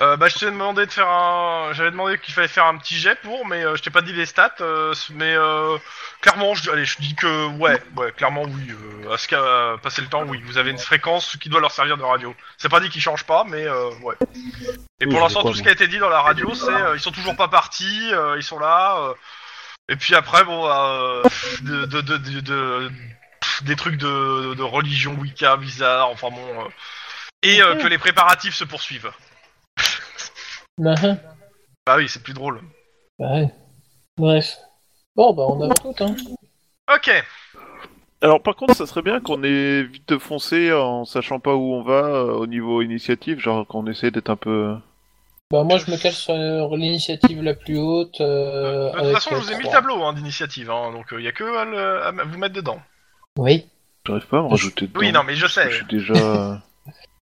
Euh, bah, je t'ai demandé de faire un. J'avais demandé qu'il fallait faire un petit jet pour, mais euh, je t'ai pas dit les stats. euh, mais euh, clairement, je... Allez, je dis que ouais, ouais, clairement oui. euh, à ce cas, euh, passer le temps, oui. Vous avez une fréquence qui doit leur servir de radio. C'est pas dit qu'ils changent pas, mais euh, ouais.
Oui,
Et pour
je
l'instant,
crois,
tout ce
moi.
qui a été dit dans la radio, c'est euh, ils sont toujours pas partis, euh, ils sont là. euh, et puis après, bon, euh, de, de, de, de- de- pff, des trucs de, de religion Wicca bizarre, enfin bon. euh, et euh, que les préparatifs se poursuivent.
Bah, hein.
Bah oui, c'est plus drôle.
Bah, ouais. Bref. Bon, bah, on a tout, hein.
Ok.
Alors par contre, ça serait bien qu'on ait vite foncé en sachant pas où on va euh, au niveau initiative, genre qu'on essaie d'être un peu...
Bah moi je me cache sur l'initiative la plus haute. euh,
De toute
avec,
façon, je
euh,
vous ai mis le
trois.
tableau hein, d'initiative, hein, donc il n'y a que à, le- à vous mettre dedans.
Oui.
J'arrive pas à me rajouter dedans.
Oui, non, mais je sais.
Je suis déjà. euh,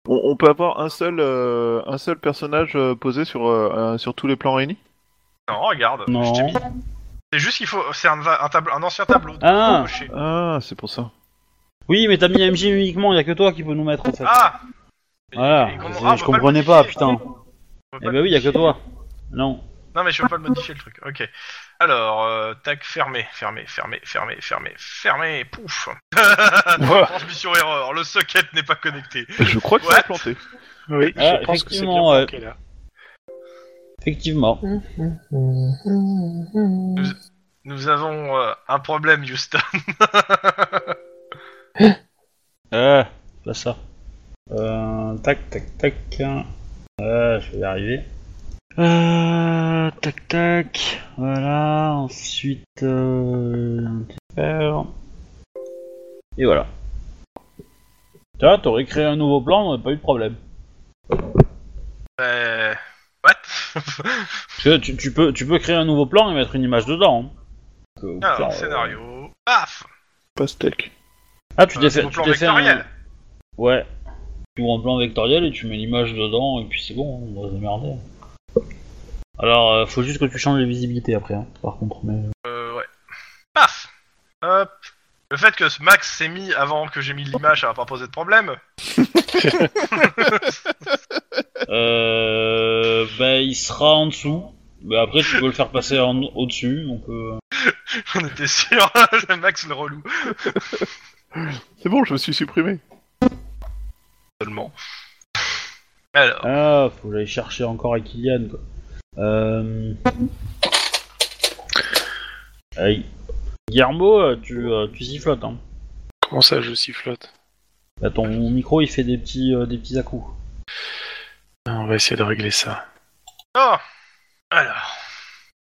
on, on peut avoir un seul, euh, un seul personnage euh, posé sur, euh, un- sur tous les plans réunis
Non, regarde.
Non.
je t'ai mis. C'est juste qu'il faut. C'est un, va- un, tableau- un ancien tableau. Oh, donc
Ah.
faut cocher.
Ah, c'est
<laughs>
pour ça.
Oui, mais t'as mis MJ uniquement, il y a que toi qui peux nous mettre en fait.
Ah Et-
voilà,
et comment-
je-
ah, on
je
peut le
comprenais pas,
modifier.
putain.
On peut
Eh
pas
ben
le
oui, il y a que
modifier.
toi. Non.
Non, mais je peux pas le modifier le truc. Ok. Alors, euh, tac, fermé, fermé, fermé, fermé, fermé,
<laughs>
fermé, pouf. Transmission erreur, le socket n'est pas connecté.
Je crois que
What
ça a planté.
Oui,
Ah,
je pense que c'est bien
effectivement, ouais.
planqué, là.
Effectivement.
Hum,
Nous avons euh, un problème, Houston.
Euh, pas ça. Euh, tac, tac, tac. Euh, je vais y arriver. Euh, tac, tac. Voilà, ensuite... Euh, faire. Et voilà. Tu vois, t'aurais créé un nouveau plan, on aurait pas eu de problème.
Euh... What <laughs>
Parce que tu, tu peux, tu peux créer un nouveau plan et mettre une image dedans. hein. Donc, euh, au
Alors,
pire, euh,
Ah, scénario. Paf
Pastèque.
Ah, tu
Euh,
t'es
c'est
fait,
mon
tu
plan
t'es fait un...
vectoriel.
Ouais. Tu ouvres un plan vectoriel et tu mets l'image dedans et puis c'est bon, hein, on va se démerder. Alors, euh, faut juste que tu changes les visibilités après, hein, par contre. Mais...
Euh, ouais. Paf Hop Le fait que ce Max s'est mis avant que j'ai mis l'image, ça va pas poser de problème. <laughs>
Euh, bah, il sera en dessous. Bah, après, tu peux le faire passer en- au-dessus. Donc, euh...
J'en étais sûr, <laughs> le Max le relou.
C'est bon, je me suis supprimé.
Seulement. Alors,
Ah, faut que j'aille chercher encore avec Kylian, quoi. Euh... Aïe. Guillermo, euh, tu, euh, tu sifflotes, hein.
Comment ça, je sifflote
Bah, ton micro, il fait des petits, euh, des petits à-coups.
Ah, On va essayer de régler ça.
oh Alors.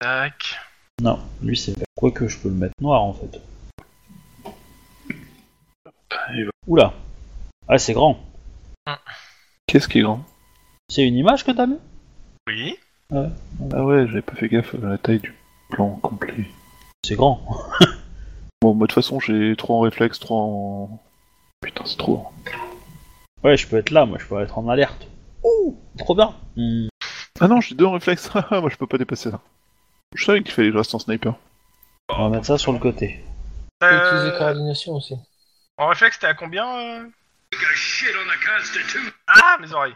Tac.
Non, lui, c'est pas. Quoique, je peux le mettre noir, en fait.
il va-
Oula. Ah, c'est grand.
Qu'est-ce qui est grand
C'est une image que t'as mis
Oui.
Ah ouais, j'avais pas fait gaffe à la taille du plan complet.
C'est grand.
Bon, moi de toute façon, j'ai 3 en réflexe, 3 en. Putain, c'est trop. hein.
Ouais, je peux être là, moi, je peux être en alerte. Ouh, trop bien. Hmm.
Ah non, j'ai 2 en réflexe. <laughs> Ah, ah, moi je peux pas dépasser ça. Je savais qu'il fallait que je reste en sniper.
On va mettre ça sur le côté.
Faut
Euh,
utiliser coordination aussi.
en réflexe, t'es à combien euh Ah, mes oreilles.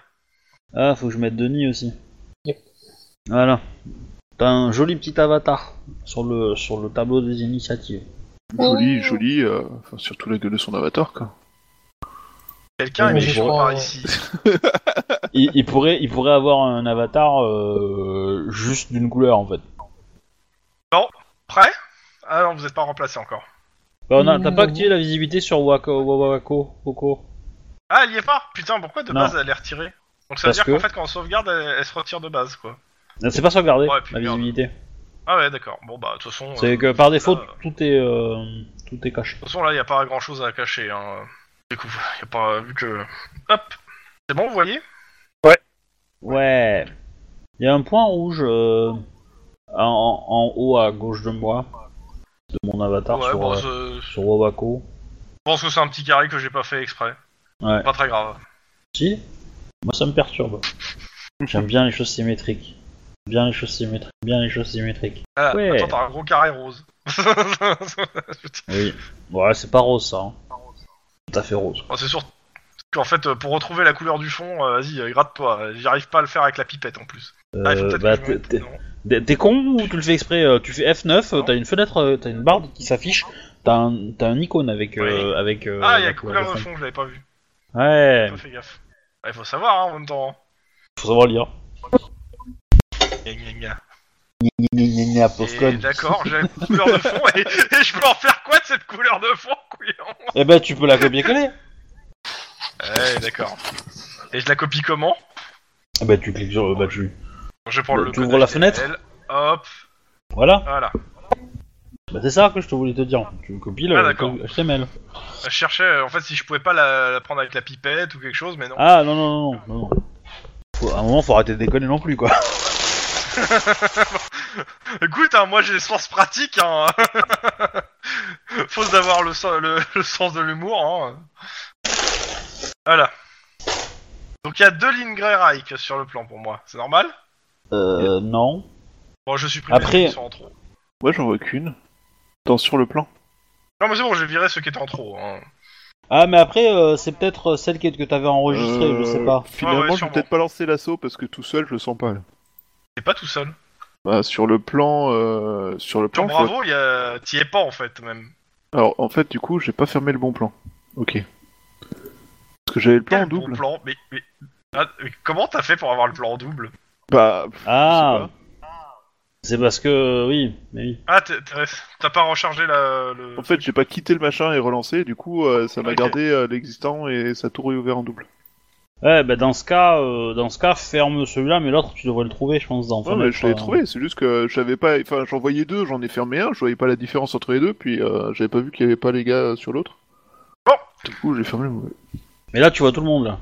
Ah, faut que je mette Denis aussi.
Yep.
Voilà. T'as un joli petit avatar sur le, sur le tableau des initiatives.
Joli,
Oh.
joli, euh, enfin, surtout la gueule de son avatar quoi.
Quelqu'un est
Mais
méchant
bon.
par ici.
il, il pourrait, il pourrait avoir un avatar euh, juste d'une couleur en fait.
Prêt Ah non, vous êtes pas remplacé encore.
Bah, on a- T'as pas
Mm.
activé la visibilité sur Wako, Wawako, Woko.
Ah, elle y est pas Putain, pourquoi de
Non.
base elle est retirée Donc ça veut
Parce
dire qu'en
que-
fait, quand on sauvegarde, elle, elle se retire de base, quoi.
Non, C'est pas sauvegardé,
Ouais, puis
la
merde.
visibilité.
Ah ouais, d'accord. Bon, bah, de toute façon. euh,
C'est que par défaut,
euh,
tout est, euh, tout est caché.
De toute façon, là, il n'y a pas grand chose à cacher. Hein. Du coup, y a pas. Vu que. Hop C'est bon, vous voyez
Ouais. Il y a un point rouge euh, en, en haut à gauche de moi, de mon avatar
Ouais,
sur,
bon,
euh,
je je
sur Wawako.
pense que c'est un petit carré que j'ai pas fait exprès.
Ouais.
Pas très grave.
Si Moi ça me perturbe. J'aime bien les choses symétriques. Bien les choses symétriques. Bien les choses symétriques.
Ah,
Ouais.
Attends, t'as un gros carré rose. <laughs>
Oui. Ouais, c'est pas rose ça. hein. Tout à fait rose.
Bon, c'est sûr qu'en fait, euh, pour retrouver la couleur du fond, euh, vas-y, euh, gratte-toi. J'arrive pas à le faire avec la pipette en plus. Ah, il faut
Euh,
peut-être
bah,
que je me
t'es-
mette-
t'es-
non.
T'es t'es con ou tu le fais exprès euh, Tu fais F9, euh, t'as une fenêtre, euh, t'as une barre qui s'affiche, t'as un, t'as un icône avec. euh, avec euh,
Ah, il y a
la couleur
couleur de
de fond.
fond, je l'avais pas vu.
Ouais,
J'ai pas fait gaffe. Il faut savoir hein, en même temps.
faut savoir lire.
Gna, gna, gna.
Gna
Et D'accord, j'ai une couleur de fond et, et je peux en faire quoi de cette couleur de fond, couillon
Eh ben tu peux la copier-coller.
Ouais, d'accord. Et je la copie comment
Eh ben tu cliques sur le tu...
Je prends
Bah,
le.
tu
code
ouvres la
HTML,
fenêtre
Hop,
Voilà.
voilà.
Bah c'est ça que je te voulais te dire. Tu copies le
Ah, d'accord.
le HTML.
Je cherchais euh, en fait si je pouvais pas la, la prendre avec la pipette ou quelque chose, mais non.
Ah non non non non. non. Faut- à un moment faut arrêter de déconner non plus quoi. Ah.
Écoute, hein, moi j'ai le sens pratique. Hein. <laughs> Faut d'avoir le, sen- le, le sens de l'humour. Hein. Voilà. Donc il y a deux lignes grey Reich sur le plan pour moi. C'est normal
Euh non.
Bon, je supprime les
Après-
lignes qui sont en trop.
Moi j'en vois qu'une. Attends, sur le plan.
Non, mais c'est bon, j'ai viré ceux qui étaient en trop. Hein.
Ah mais après euh, c'est peut-être celle que que t'avais enregistrée,
Euh,
je sais pas.
Finalement,
Ah Ouais, ouais,
je vais
sûrement.
peut-être pas lancer l'assaut parce que tout seul, je le sens pas. là.
T'es pas tout seul.
Bah, sur le plan. euh, sur le
Sur
plan. faut-
Bravo, il y a... t'y es pas en fait même.
Alors, en fait, du coup, j'ai pas fermé le bon plan. Ok. Parce que j'avais le plan en
Quel bon
double.
plan. Mais, mais- Ah, mais comment t'as fait pour avoir le plan en double
Bah, pff, je
Ah.
sais
C'est parce que oui, mais oui.
Ah, t'es- t'es- t'as pas rechargé la, le.
pas. en fait, j'ai pas quitté le machin et relancé, du coup, euh, ça m'a
Ok.
gardé euh, l'existant et ça a tout réouvert en double.
Ouais bah dans ce cas euh, dans ce cas ferme celui-là mais l'autre tu devrais le trouver je pense dans.
Non, mais
fenêtre,
je l'avais
euh.
trouvé, c'est juste que j'avais pas. Enfin, j'en voyais deux, j'en ai fermé un, je voyais pas la différence entre les deux, puis euh, j'avais pas vu qu'il y avait pas les gars euh, sur l'autre.
Bon.
Du coup, j'ai fermé le mauvais.
hein. Mais là tu vois tout le monde là.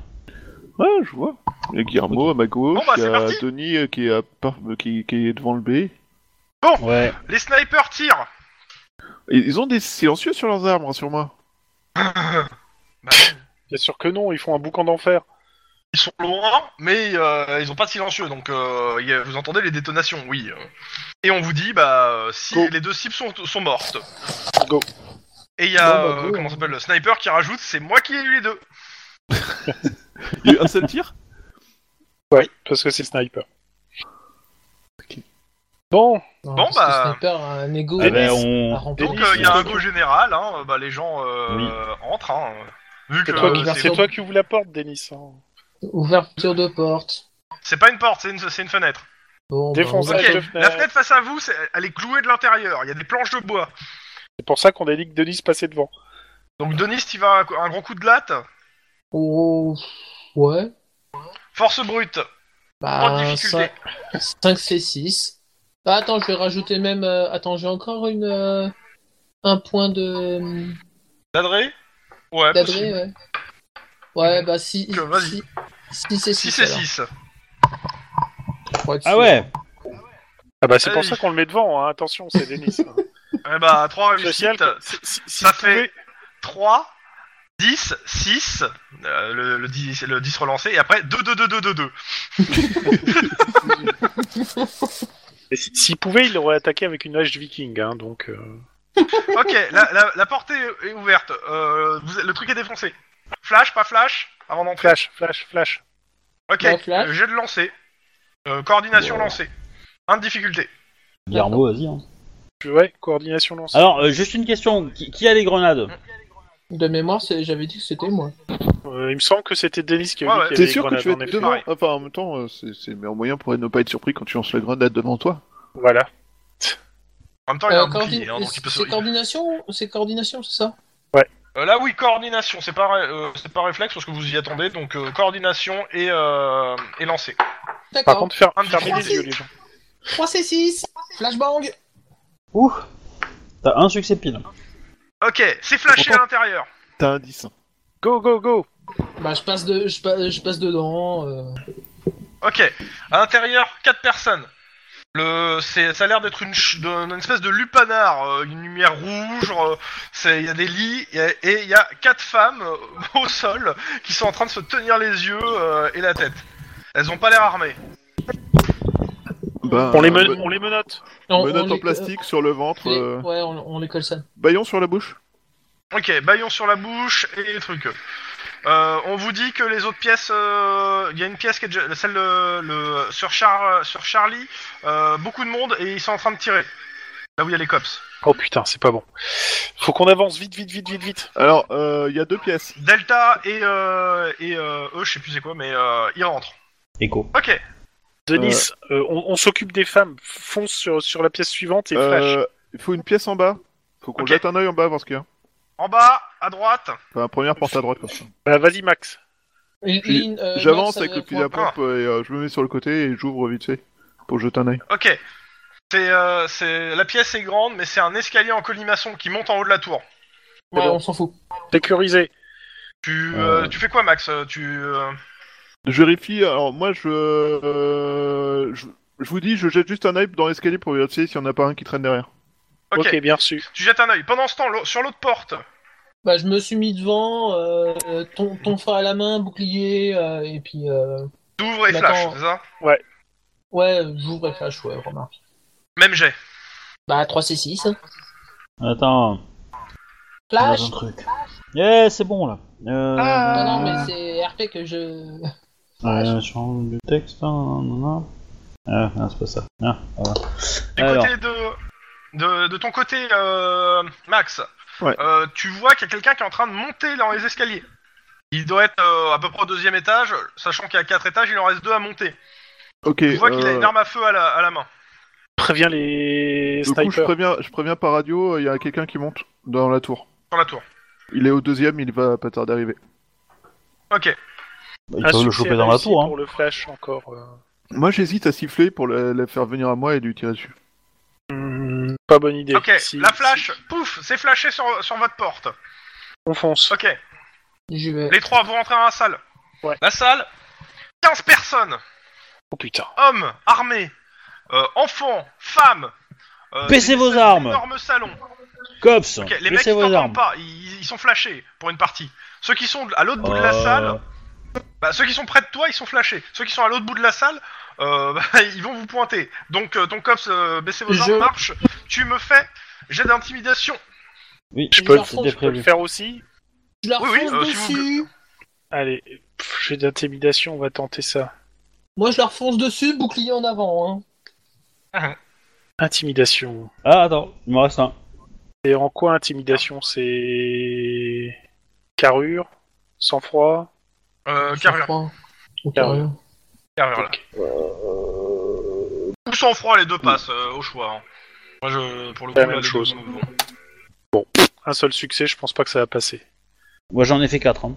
Ouais, je vois. Il y a Guillermo à ma gauche,
Bon, bah,
il y
c'est
a
parti.
Denis euh, qui est, à par- euh, qui, qui est devant le B.
Ouais.
Les snipers tirent
Et Ils ont des silencieux sur leurs armes, rassure-moi.
Bah,
Bien sûr que non, ils font un boucan d'enfer.
Ils sont loin, mais euh, ils ont pas de silencieux, donc euh, il y a- vous entendez les détonations, oui. euh. Et on vous dit, bah, euh, si
Go.
les deux cibles sont, sont mortes.
Go.
Et il y a,
Bon, bah, go,
euh, comment ça s'appelle, le sniper qui rajoute, c'est moi qui ai eu les deux.
Il y a eu un seul
<laughs>
tir
Oui, parce que c'est sniper. Bon,
Bon,
parce que
bah.
Sniper a un ego
Ah ben,
à
on...
remplir.
Donc
Denis,
euh, il y a
c'est
un
toi
go général, hein, bah, les gens euh,
Oui.
entrent. Hein, vu que
c'est toi,
euh,
qui-
merci.
c'est-
Ah, bah, c'est toi qui ouvre la porte, Denis. hein.
Ouverture de porte.
c'est pas une porte, c'est une, c'est une fenêtre.
Bon, bah,
Défonce
on va-
Ok,
Ouais, je-
la fenêtre face à vous, c'est- elle est clouée de l'intérieur, il y a des planches de bois.
C'est pour ça qu'on a dit que Denis passait devant.
Donc Denis, tu vas un, un gros coup de latte,
Oh, ouais.
force brute. Grande
Bah,
difficulté.
5 fait 6. Ah, attends, je vais rajouter même. euh, attends, j'ai encore une. euh, un point de.
D'adré Ouais,
d'adré, ouais. Ouais, bah si.
Donc, vas-y.
Si, si c'est 6.
6 et 6.
Ah ouais
Ah bah c'est pour
Allez.
ça qu'on le met devant, hein. attention, c'est Denis. <laughs> hein.
Eh bah, 3
Social,
réussites,
si- si- si
ça
vous pouvez-
fait 3, 10, 6, euh, le, le 10, le 10 relancé, et après 2, 2, 2, 2, 2, 2.
Et si- S'il pouvait, il aurait attaqué avec une hache viking, hein, donc... euh,
<laughs>
Ok, la, la, la porte est, est ouverte, euh, vous- le truc est défoncé. Flash, pas flash, avant d'entrer.
Flash, flash, flash.
Ok,
Ouais, flash.
euh, j'ai de lancer. Euh, coordination
Wow.
lancée. 1 de difficulté.
Guillermo, vas-y. hein.
Ouais, coordination lancée.
Alors, euh, juste une question. Qui, qui a les grenades
De mémoire, c'est- j'avais dit que c'était moi.
Euh, il me semble que c'était Denis qui
Ouais,
avait
ouais.
dit qu'il y
T'es
avait
sûr
une
que tu vas
grenade,
être
en effet.
devant Enfin, en même temps, euh, c'est c'est le meilleur moyen pour ne pas être surpris quand tu lances la grenade devant toi.
Voilà.
En même temps, il y a
Euh,
un bouclier,
coordina-
hein, donc il peut se...
c'est coordination, c'est coordination, c'est ça
Euh, là, oui, coordination, c'est pas, ré- euh, c'est pas réflexe parce que vous y attendez, donc euh, coordination et, euh, et lancer.
Par
D'accord.
contre, fer-
Un
fermez
petit
les yeux, les gens.
3 c'est 6. Flashbang.
Ouh T'as un succès pile.
Ok, c'est flashé à l'intérieur.
T'as un 10.
Go, go, go
Bah, je passe de, je passe, je passe dedans. euh.
Ok. À l'intérieur, quatre personnes. Le, c'est, ça a l'air d'être une, ch- d'un- une espèce de lupanar, euh, une lumière rouge. euh, c'est, il y a des lits y a- et il y a quatre femmes euh, <laughs> au sol qui sont en train de se tenir les yeux euh, et la tête. Elles ont pas l'air armées.
Bah,
on, les men-
euh,
on les menotte
On-
menottes
on
en
les-
plastique sur le ventre,
euh, les-
euh,
Ouais, on, on les colle ça.
baillon sur la bouche.
Ok, baillon sur la bouche et les trucs. Euh, on vous dit que les autres pièces, euh, il y a une pièce qui est déjà, celle de, le, sur, Char- sur Charlie, euh, beaucoup de monde et ils sont en train de tirer. Là où il y a les cops.
Oh putain, c'est pas bon. Faut qu'on avance vite, vite, vite, vite, vite.
Alors, euh, il y a deux pièces.
Delta et euh, et euh, eux, je sais plus c'est quoi, mais euh, ils rentrent.
Écho.
Ok.
Denis, euh, on, on s'occupe des femmes. Fonce sur, sur la pièce suivante et flash.
Euh, Il faut une pièce en bas. Faut qu'on
Ok.
jette un œil en bas voir ce qu'il y a.
En bas, à droite.
Enfin, première porte à droite. quoi.
Bah vas-y, Max.
Puis,
Lynn, euh, Max,
J'avance
ça
avec
va
le pied à
prendre-
prendre.
pompe euh, et euh, je me mets sur le côté et j'ouvre vite fait pour jeter un œil.
Ok. C'est euh, c'est la pièce est grande, mais c'est un escalier en colimaçon qui monte en haut de la tour.
Ouais,
C'est bon.
on s'en fout.
Sécurisé.
Tu euh,
Euh.
tu fais quoi, Max Euh, Tu euh,
Je vérifie. Alors moi, je, euh, je, je vous dis, je jette juste un œil dans l'escalier pour vérifier s'il n'y en a pas un qui traîne derrière.
Ok.
ok, bien reçu.
Tu jettes un œil. Pendant ce temps, l'au- sur l'autre porte.
Bah, je me suis mis devant, euh, euh, ton, ton phare à la main, bouclier, euh, et puis. euh,
T'ouvres et
D'accord.
flash, c'est ça
Ouais, j'ouvre et flash, ouais, remarque.
Même jet.
Bah, 3 c'est 6. hein.
Attends, j'ai
Flash Ah.
un truc. Eh, c'est bon là. Euh,
Non, non, mais c'est RP que je.
Euh, change de texte. hein, nan, nan. Ah, non, c'est pas ça. Ah, voilà.
Du
Alors,
côté de, de de ton côté, euh, Max.
Ouais.
euh, tu vois qu'il y a quelqu'un qui est en train de monter dans les escaliers. Il doit être euh, à peu près au deuxième étage, sachant qu'il y a quatre étages, il en reste deux à monter.
Ok.
Tu vois qu'il a
euh,
une arme à feu à la, à la main.
Préviens les
du coup, je
snipers.
préviens, je préviens par radio. euh, Il y a quelqu'un qui monte dans la tour.
Sur la tour.
Il est au deuxième, il va pas tarder d'arriver.
Ok.
ils
Un
peuvent bah, le
succès
choper dans la
réussi
tour. Hein.
Pour le flash encore. euh.
Moi, j'hésite à siffler pour le, le faire venir à moi et lui tirer dessus.
Hmm, pas bonne idée.
Ok,
Si-
la flash,
si-
pouf, c'est flashé sur, sur votre porte.
on fonce.
Ok,
J'y vais.
les trois, vous rentrez dans la salle.
Ouais.
La salle, 15 personnes,
Oh putain.
hommes, armés, euh, enfants, femmes. euh,
Baissez
des-
vos
des
armes.
énormes salons.
Cops,
Ok, les mecs
baissez
ils
vos armes.
t'entendent pas, ils, ils sont flashés pour une partie. Ceux qui sont à l'autre bout de la
Euh,
salle, bah, ceux qui sont près de toi, ils sont flashés. Ceux qui sont à l'autre bout de la salle, euh, <laughs> bah, ils vont vous pointer. Donc euh, ton cops, euh, baissez vos
Je-
armes, marche. Tu me fais jet d'intimidation.
Oui,
Je peux le-
c'était
je
Je peux le
prévu.
faire aussi
Je leur
Oui, oui,
fonce
euh, si vous
dessus.
Allez, pff, j'ai d'intimidation, on va tenter ça.
Moi, je leur fonce dessus, bouclier en avant. Hein.
Intimidation.
Ah, attends, il me reste un.
Et en quoi intimidation C'est. Carrure Sang-froid
Euh,
Sans
carrure,
froid. Ou
Carrure.
carrure.
carrure là. Ou sans froid, les deux passent euh, au choix. hein. Moi, je, pour le coup,
La
là,
même
les
chose.
deux me vont.
Un seul succès, je pense pas que ça va passer.
Moi j'en ai fait 4. Hein.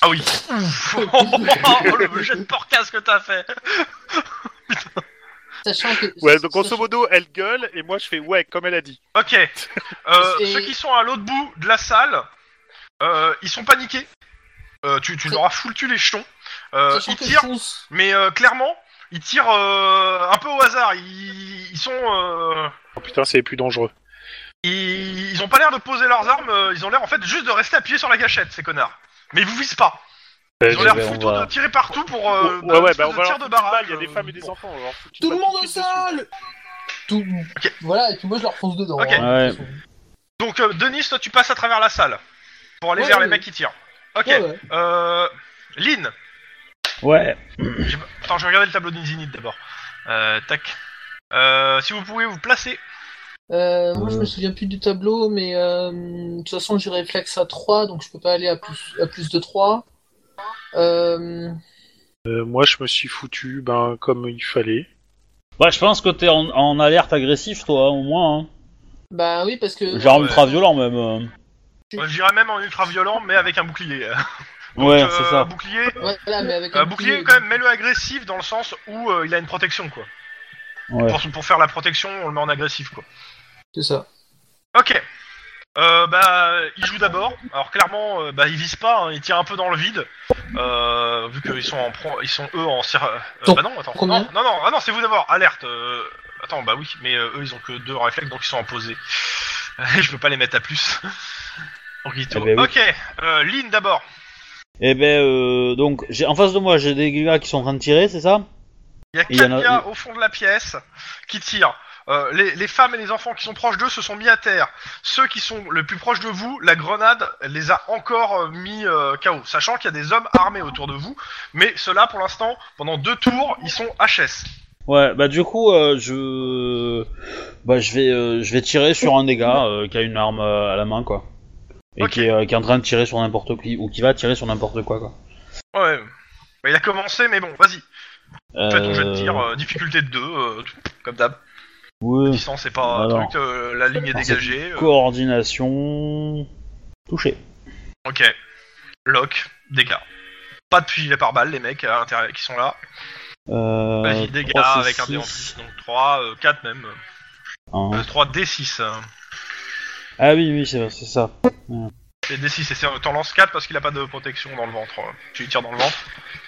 Ah oui. <laughs> Ouf. oh, le jet de porcasse que t'as fait.
Sachant que.
Ouais, donc grosso
sachant-
modo, elle gueule et moi je fais ouais, comme elle a dit.
Ok.
<laughs>
Euh,
Et-
Ceux qui sont à l'autre bout de la salle, euh, ils sont paniqués. Euh, tu tu
C'est-
leur as foutu les jetons. Euh,
sachant
ils
que je
tirent,
fonce.
mais euh, clairement, ils tirent euh, un peu au hasard. Ils, ils sont, euh,
Oh putain, c'est plus dangereux.
ils, ils ont pas l'air de poser leurs armes. euh, Ils ont l'air en fait juste de rester appuyés sur la gâchette, ces connards. Mais ils vous visent pas. Ils ont l'air
ben, on
plutôt
va-
de tirer partout pour euh,
ouais, ouais,
espèce
bah on
de
va
tir
leur
de
foutre une
barrage,
balle, il y a des
euh,
femmes et des enfants. on leur fout une
Tout le
balle
monde au
tout de suite dessus.
sol Tout.
Ok.
Voilà, et puis moi, je leur fonce dedans.
Ok.
hein, de toute façon.
Donc euh, Denis, toi tu passes à travers la salle pour aller
Ouais,
vers
ouais,
les
ouais.
mecs qui tirent. Ok.
Ouais, ouais.
Euh, Lynn.
Ouais,
J'ai pas- Attends, je vais regarder le tableau d'Inzinit d'abord. Euh, tac. Euh, si vous pouvez vous placer.
Euh, moi, je
Euh.
me souviens plus du tableau, mais euh, de toute façon, j'ai réflexe à 3, donc je peux pas aller à plus, à plus de 3. Euh,
Euh, moi je me suis foutu ben, comme il fallait. <laughs>
bah, je pense que t'es en, en alerte agressif, toi, au moins. Hein.
bah oui, parce que.
Genre
Ouais.
ultra violent, même. euh.
Euh, J'irai même en ultra violent, mais avec un bouclier.
Ouais,
Euh,
c'est ça.
Bouclier,
Ouais, voilà, mais avec
euh,
un
bouclier quand même, mets-le agressif dans le sens où euh, il a une protection, quoi.
Ouais.
Pour, pour faire la protection, on le met en agressif, quoi.
C'est ça.
Ok. Euh, bah, il joue d'abord. Alors clairement, euh, bah, ils visent pas, hein, ils tirent un peu dans le vide, euh, vu qu'ils sont en pro- ils sont eux en cir- euh,
Donc,
bah non, attends.
combien
non, non, non, ah non, c'est vous d'abord. Alerte. euh, attends, bah oui, mais euh, eux ils ont que deux réflexes, donc ils sont en posé. <laughs> Je peux pas les mettre à plus. <laughs> Donc, ils tournent.
Eh ben oui.
Ok, euh, Lynn d'abord.
Et ben, euh, donc, j'ai- en face de moi, j'ai des gars qui sont en train de tirer, c'est ça
Il y a
Il y en
quatre
a-
gars au fond de la pièce qui tirent. Euh, les, les femmes et les enfants qui sont proches d'eux se sont mis à terre. Ceux qui sont le plus proches de vous, la grenade les a encore euh, mis euh, KO. Sachant qu'il y a des hommes armés autour de vous, mais ceux-là, pour l'instant, pendant deux tours, ils sont HS.
Ouais, bah du coup, euh, je, bah je vais, euh, je vais tirer sur un des gars euh, qui a une arme euh, à la main, quoi, et
Ok.
qui, est, euh, qui est en train de tirer sur n'importe qui ou qui va tirer sur n'importe quoi, quoi.
Ouais. Bah, il a commencé, mais bon, vas-y.
Euh...
Fais ton jet de tir, euh, difficulté de 2, comme d'hab.
ouais.
Distance, c'est pas un
Alors.
truc, euh, la ligne est
Alors, c'est-
dégagée. euh,
Coordination. Touché.
ok. Lock, dégâts. Pas de fusil par balle, les mecs à l'intérieur qui sont là.
Euh,
Vas-y, dégâts
trois, c'est
Bah, avec un dé en plus.
six,
Donc 3, 4 même. Euh,
un.
3 D6. hein.
Ah oui, oui, c'est c'est ça.
Et D6, et c'est- t'en lances 4 parce qu'il a pas de protection dans le ventre. hein. Tu lui tires dans le ventre.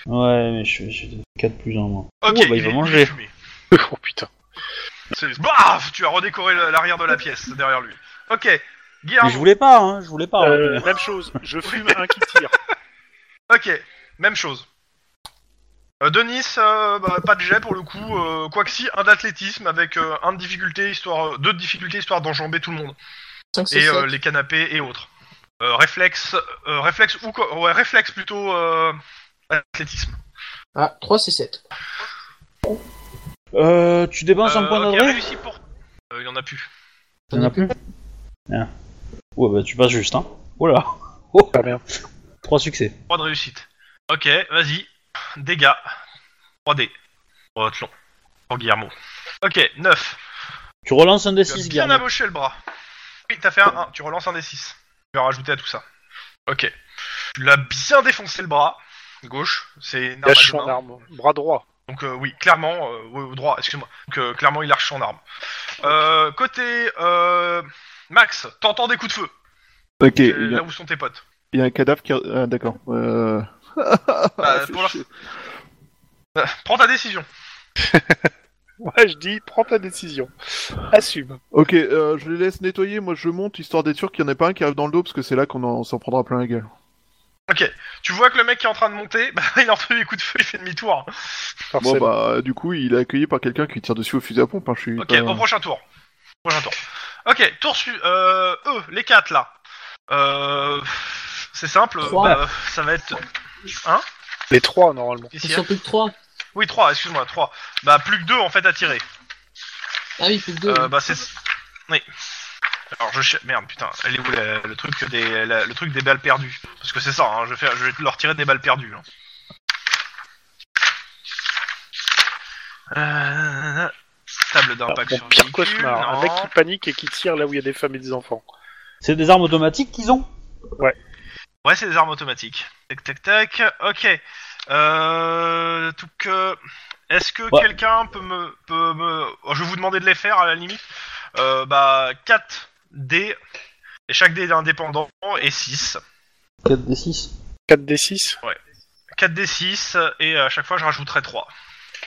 Ouais, mais je suis 4 plus 1 moi.
Ok,
Oh, bah, il va
est-
manger.
est fumé.
oh putain.
C'est- Baf Tu as redécoré le- l'arrière de la pièce derrière lui. Ok, Guillermo.
Mais je voulais pas, hein, je voulais pas. hein.
Euh, même chose, je fume un qui tire.
Ok, même chose. Euh, Denis, euh, bah, pas de jet pour le coup. Euh, quoi que si, un d'athlétisme avec euh, un de difficulté, histoire, euh, deux de difficulté histoire d'enjamber tout le monde.
5, 6,
et
7.
euh, les canapés et autres. Euh, réflexe, euh, réflexe ou co- ouais, réflexe plutôt euh, athlétisme.
Ah, 3, c'est 7.
Euh, tu dépenses un
Euh,
point
ok,
d'adresse
réussi pour. Euh, Il y en a plus.
Y'en a plus Ah. Ouais, bah tu passes juste, hein. Oh là <laughs> Oh
Ah, merde.
3 succès.
3 de réussite. Ok, vas-y. Dégâts. 3D. Pour Athlon. Pour Guillermo. Ok, 9.
Tu relances un
Tu as
D6,
bien
Guillermo.
amoché le bras. Oui, t'as fait un 1. Tu relances un D6. Tu vas rajouter à tout ça. Ok. Tu l'as bien défoncé le bras. Gauche. C'est une arme à
Lâche
deux
son
mains.
arme. Bras droit.
Donc euh, oui, clairement, euh, oui, au droit, excuse-moi, que clairement il lâche son arme. Euh, côté euh, Max, t'entends des coups de feu
Ok,
euh,
il y,
là
a,
où sont tes potes.
il y a un cadavre qui. Ah, d'accord. Euh...
<laughs> Bah,
c'est
pour leur-
chier.
Euh, Prends ta décision.
Ouais, je dis, prends ta décision. Assume.
<laughs> Ok, euh, je les laisse nettoyer, moi je monte histoire d'être sûr qu'il n'y en ait pas un qui arrive dans le dos parce que c'est là qu'on en- s'en prendra plein la gueule.
Tu vois que le mec qui est en train de monter, <laughs> bah, il a entendu les coups de feu, il fait demi-tour.
Bon
Forcément.
bah du coup il est accueilli par quelqu'un qui tire dessus au fusil à pompe, hein, je suis...
Ok,
pas-
au prochain tour. Prochain tour. Ok, tour su... Euh, eux, les quatre là. Euh, c'est simple,
Trois.
bah, ça va être...
Les trois, normalement.
Ils
Ici,
sont
hein.
plus que 3.
Oui, trois, excuse-moi, trois. Bah, plus que deux en fait à tirer.
Ah oui, plus que 2.
Euh, bah, c'est... Oui. Alors je cher- merde putain elle est où la- le truc des la- le truc des balles perdues parce que c'est ça hein, je vais faire je vais leur tirer des balles perdues hein. Euh, table d'impact
Mon
sur
pire
véhicule,
cauchemar.
non.
Un mec qui panique et qui tire là où il y a des femmes et des enfants.
C'est des armes automatiques qu'ils ont
Ouais, c'est des armes automatiques. Tac, tac, tac. Ok. Euh, donc, euh, est-ce que
Ouais.
quelqu'un peut me, peut me... oh, Je vais vous demander de les faire, à la limite. Euh, bah, 4 dés. Et chaque dé est indépendant. Et 6.
4 des 6.
4 des 6
4 dés 6. Et à chaque fois, je rajouterai 3.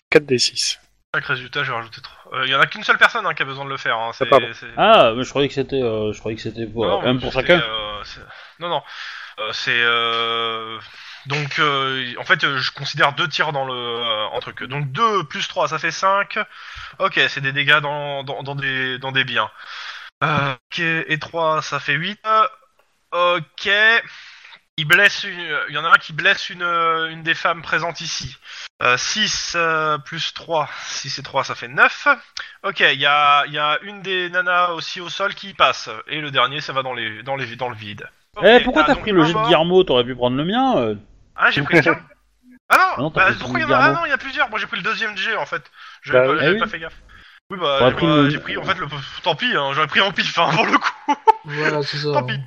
4 des 6.
Chaque résultat, je vais rajouter 3. Il y en a qu'une seule personne hein, qui a besoin de le faire. Hein. C'est,
pardon.
c'est-
Ah, mais je croyais que c'était euh, je croyais que c'était pour,
Non,
un pour
c'était,
chacun.
euh, c'est- non, non. Euh, c'est. euh, Donc, euh, en fait, euh, je considère deux tirs dans le. euh, en truc. Donc, 2 plus 3, ça fait 5. Ok, c'est des dégâts dans, dans, dans des, dans des biens. Euh, ok, et 3, ça fait 8. ok. Il blesse une- Il y en a un qui blesse une, euh, une des femmes présentes ici. 6 plus 3, 6 et 3, ça fait 9. Ok, il y a, il y a une des nanas aussi au sol qui passe, et le dernier ça va dans, les, dans, les, dans le vide.
Eh,
Ok, ah,
pourquoi t'as
donc
pris le
euh, un
jet de
mort.
Guillermo T'aurais pu prendre le mien euh.
Ah, j'ai pris le tien Ah
Ah
non,
non, t'as
bah,
pris
pourquoi
celui de
il y en a Ah
Garbo.
non, il y a plusieurs, moi j'ai pris le deuxième G en fait. J'avais
Bah
pas,
oui.
j'avais
Ah
pas
oui.
fait gaffe. Oui, bah
T'aurais
j'ai
pris
euh,
le-
j'ai pris, en fait le. Tant pis, hein, j'aurais pris en pile fin pour le coup.
Voilà, c'est ça.
Tant pis.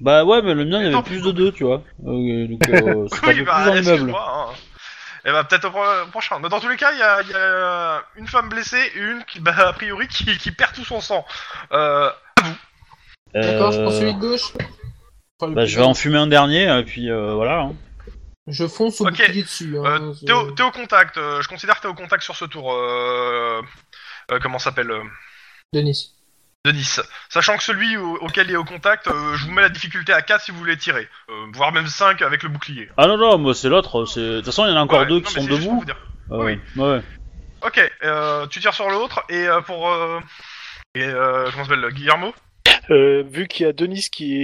Bah ouais, mais le mien, il y
Attends.
avait plus de 2, tu vois. Euh,
<laughs>
donc, euh, c'est un
Oui,
peu plus dans le
bah
meuble.
excuse-moi. Hein. Et bah peut-être au pro- prochain. Mais dans tous les cas, il y a, il y a une femme blessée et une qui, bah, a priori qui, qui perd tout son sang. Euh,
D'accord, je prends
Euh,
celui de gauche. Enfin, le
Bah,
plus
je vais en
gauche.
fumer un dernier, et puis euh, voilà. hein.
Je fonce au
Ok.
bouclier dessus. hein,
Euh,
c'est-
T'es
Mm.
au, t'es au contact, euh, je considère que t'es au contact sur ce tour. Euh, euh, comment s'appelle euh,
Denis.
Denis. Sachant que celui au- auquel il est au contact, euh, je vous mets la difficulté à 4 si vous voulez tirer. Euh, voire même 5 avec le bouclier.
Ah non, non, moi, c'est l'autre. c'est- De toute façon, il y en a encore
Ouais,
deux
non,
qui
mais
sont
c'est juste
debout.
pour vous
Euh,
dire.
ouais.
Ok, euh, tu tires sur l'autre et euh, pour. euh, et euh, comment s'appelle Guillermo
Euh, vu qu'il y a Denis qui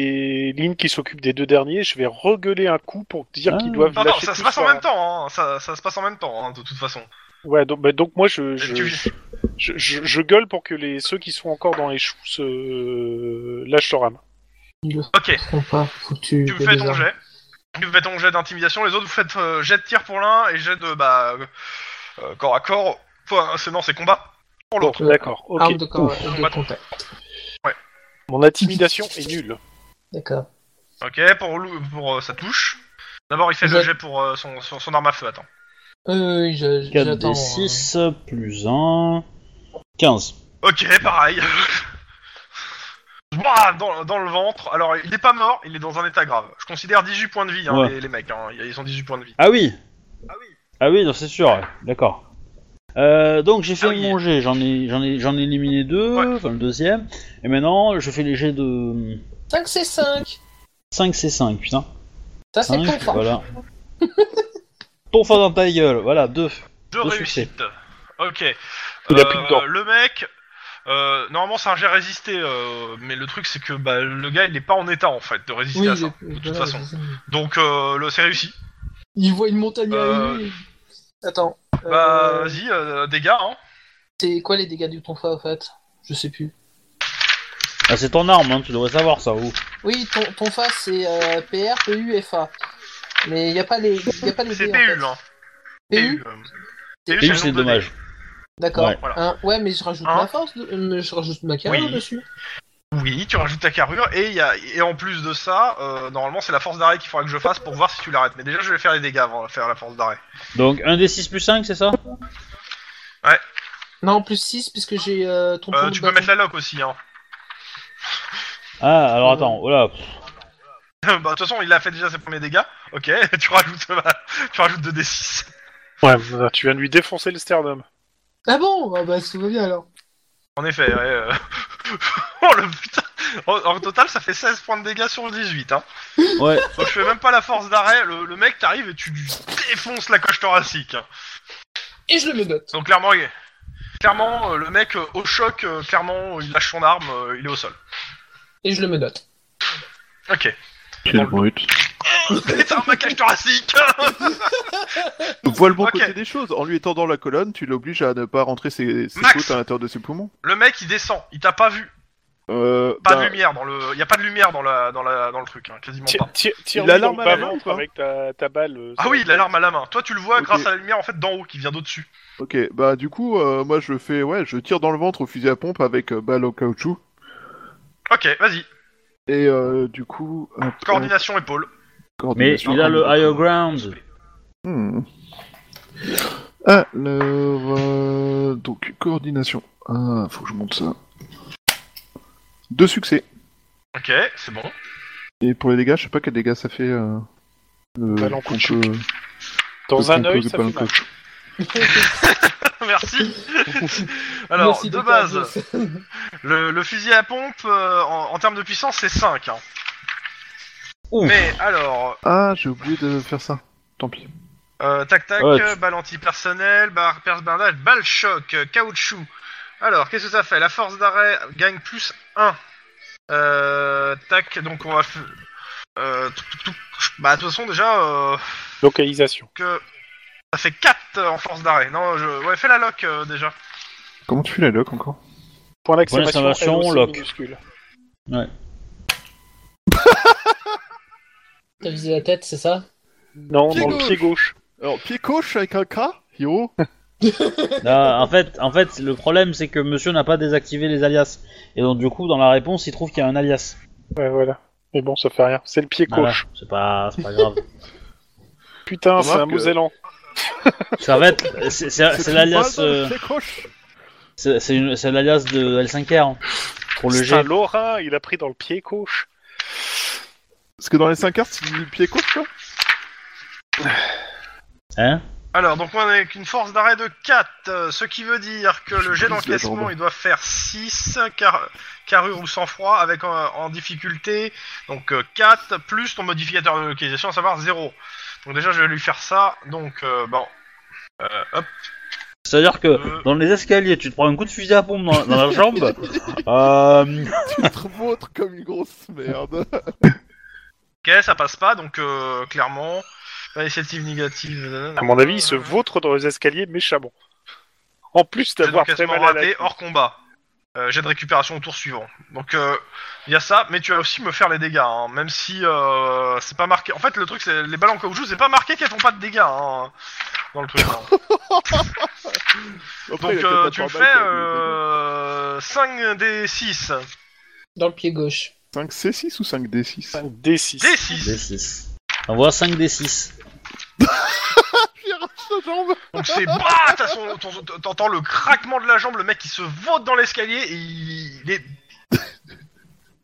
est Lynn qui s'occupe des deux derniers, je vais regueuler un coup pour dire
Ah.
qu'ils doivent
Non, non,
lâcher
ça se
tous
passe en
leur-
même temps, hein, ça, ça se passe en même temps, hein, de toute façon.
Ouais, donc, bah, donc moi je
Et
je,
tu-
je, je- je gueule pour que les ceux qui sont encore dans les choux se lâchent leur âme.
Ok,
Prends pas, foutu.
tu me fais ton jet. Tu me fais ton jet d'intimidation, les autres vous faites euh, jet de tir pour l'un et jet de. Bah, euh, corps à corps. Enfin, euh, c'est, non, c'est combat. Pour l'autre.
Euh,
D'accord, ok.
Arme de, corps,
Ouf.
de contact.
Mon intimidation est nulle.
D'accord.
Ok, pour, Lou- pour euh, sa touche. D'abord, il fait
Je-
le jet pour euh, son, son, son arme à feu, attends.
Euh, oui, je-
4
j'attends. hein.
des 6 plus 1. 15.
Ok, pareil. <laughs> Ouah, dans, dans le ventre. Alors, il n'est pas mort, il est dans un état grave. Je considère 18 points de vie, hein,
Ouais.
les, les mecs. Hein. Ils ont 18 points de vie.
Ah oui
Ah oui
Ah oui, non, c'est sûr, ouais. d'accord. Euh, donc j'ai fait
Ah oui.
mon jet, j'en ai, j'en ai, j'en ai éliminé deux,
Ouais.
enfin le deuxième, et maintenant je fais les jets de
5 hein. c'est 5.
5 C5, putain.
Ça
Ah
c'est
5,
ton fort.
voilà. <laughs> ton fort dans ta gueule, voilà, deux.
Deux
Deux
réussites. Ok.
Il a
Euh,
plus de dents.
Le mec. euh, normalement, c'est un jet résisté, euh, mais le truc, c'est que bah, le gars, il n'est pas en état en fait de résister
Oui,
à ça.
il est-
de toute
voilà,
façon.
c'est ça.
Donc, euh, le, c'est réussi.
Il voit une montagne
Euh,
à lui. Attends. euh,
Bah, vas-y, euh, dégâts, hein.
C'est quoi les dégâts du tonfa en fait Je sais plus.
Ah, c'est ton arme, hein, tu devrais savoir ça, ou
Oui, ton, tonfa c'est euh, PR, PU et FA. Mais il n'y a pas les, y a pas les
C'est
dés, en
PU,
fait.
hein.
PU,
euh,
Et
Et
le
c'est
nombre de
dommage.
D'accord.
Ouais.
Ouais.
Voilà.
ouais, mais je rajoute
Hein
ma force, de- euh, je rajoute ma carrière
Oui.
dessus.
Oui, tu rajoutes ta carrure et, il y a, et en plus de ça, euh, normalement c'est la force d'arrêt qu'il faudra que je fasse pour voir si tu l'arrêtes. Mais déjà je vais faire les dégâts avant de faire la force d'arrêt.
Donc 1 des 6 plus 5, c'est ça
Non, plus 6, puisque j'ai euh, ton
Euh,
point de
tu peux
bâton.
mettre la lock aussi. Hein. <laughs>
Ah, alors
Ouais.
attends, voilà.
<laughs> euh, bah, de toute façon il a fait déjà ses premiers dégâts. Ok, tu rajoutes, bah, tu rajoutes 2d6.
Ouais, voilà, tu viens de lui défoncer le sternum.
Ah bon Ah bah, tout va bien alors.
En effet, ouais. euh. <laughs> oh le putain en, en total, ça fait 16 points de dégâts sur 18, hein.
Ouais.
Donc, je fais même pas la force d'arrêt. Le, le mec, t'arrives et tu lui défonces la coche thoracique. hein.
Et je le note.
Donc, clairement, il- clairement euh, le mec, euh, au choc, euh, clairement, il lâche son arme, euh, il est au sol.
Et je le note.
Ok. <laughs>
Quel brut.
Pétard, ma cage thoracique <laughs>
Vois le bon
Ok.
côté des choses. En lui étendant la colonne, tu l'obliges à ne pas rentrer ses, ses
Max.
côtes à l'intérieur de ses poumons.
Le mec, il descend. Il t'a pas vu.
Euh,
Pas
bah,
de lumière dans le. Il y a pas de lumière dans la dans la dans le truc, hein, quasiment
Tire-
pas.
tire- Tire-lui
Il a
dans
l'arme
le
à la main
bas-ventre
ou pas
avec ta, ta balle. euh,
Ah
ça
oui,
va.
l'alarme à la main. Toi, tu le vois
Ok.
grâce à la lumière en fait d'en haut qui vient d'au-dessus.
Ok, bah du coup, euh, moi je fais, ouais, je tire dans le ventre au fusil à pompe avec euh, balle au caoutchouc.
Ok, vas-y.
Et euh, du coup. hop, hop,
Coordination épaule.
Mais
coordination.
il a le higher ground.
Hmm. Alors, euh, donc coordination. Ah, faut que je monte ça. Deux succès.
Ok, c'est bon.
Et pour les dégâts, je sais pas quels dégâts ça fait. Euh, le-
Balle en coup de
qu'on peut-
Dans
qu'on
un
peut-
œil,
qu'on
ça
peut-
fait mal.
Merci. Alors,
Merci
de
Dr.
base,
Zeus.
le, le fusil à pompe euh, en, en termes de puissance, c'est 5. hein.
Ouf.
Mais alors,
Ah, j'ai oublié de faire ça. Tant pis.
euh, tac tac,
Ouais, tu-
euh, balle antipersonnelle, barre perce bandage, balle choc, euh, caoutchouc. Alors, qu'est-ce que ça fait La force d'arrêt gagne plus 1. Euh, tac, donc on va. f- Euh, tout, tout, tout. Bah, de toute façon, déjà, euh,
Localisation.
que. Ça fait 4 en force d'arrêt. Non, je. Ouais, fais la lock euh, déjà.
Comment tu fais la lock encore
Point d'accélération,
d'exclamation,
elle aussi
lock.
minuscule.
T'as visé la tête, c'est ça
Non,
Pied
dans le
gauche.
pied gauche.
Alors, pied gauche avec un K Hiro <laughs>
Non, en fait, en fait, le problème c'est que Monsieur n'a pas désactivé les alias. Et donc du coup, dans la réponse, il trouve qu'il y a un alias.
Ouais, voilà. Mais bon, ça fait rien. C'est le pied
Voilà.
gauche.
C'est pas, c'est pas grave.
Putain, c'est un
Remarque, euh,
Mosellan.
Ça va être, c'est- c'est c'est l'alias, euh,
Pied gauche
c'est c'est une- c'est l'alias de L5R hein, pour le
C'est
G.
un Lorrain, il a pris dans le pied gauche.
Parce que dans les 5 cartes, c'est du pied gauche, quoi
Hein
Alors, donc on est avec une force d'arrêt de 4, euh, ce qui veut dire que le jet
Plus la jambe.
d'encaissement, il doit faire 6, car... carrure ou sang-froid, avec en, en difficulté, donc euh, 4, plus ton modificateur de localisation, à savoir 0. Donc déjà, je vais lui faire ça, donc euh, bon... Euh, hop,
C'est-à-dire que
Euh.
dans les escaliers, tu te prends un coup de fusil à pompe dans, dans la jambe. euh,
Tu te vautres comme une grosse merde.
ok, ça passe pas, donc euh, clairement... Initiative négative... nanana.
À mon avis, il
Ah.
se vautre dans les escaliers méchamment. En plus
Jet
d'avoir très
d'encaissement
mal à la
raté, hors combat. Euh, jet de récupération au tour suivant. Donc euh, il y a ça, mais tu vas aussi me faire les dégâts, hein, même si euh, c'est pas marqué. En fait, le truc, c'est les balles en caoutchouc, c'est pas marqué qu'elles font pas de dégâts hein, dans le truc.
<laughs>
hein.
Après, il
Donc
a
euh,
peut-être
tu
un
me
bac,
fais
euh,
euh, 5 d 6
Dans le pied gauche.
5C6 ou 5D6
D6. <laughs>
D6
D6. Envoie 5 D6.
J'ai arraché la jambe
Donc c'est bah t'as son- ton- T'entends le craquement de la jambe, le mec qui se vaute dans l'escalier et il, il est.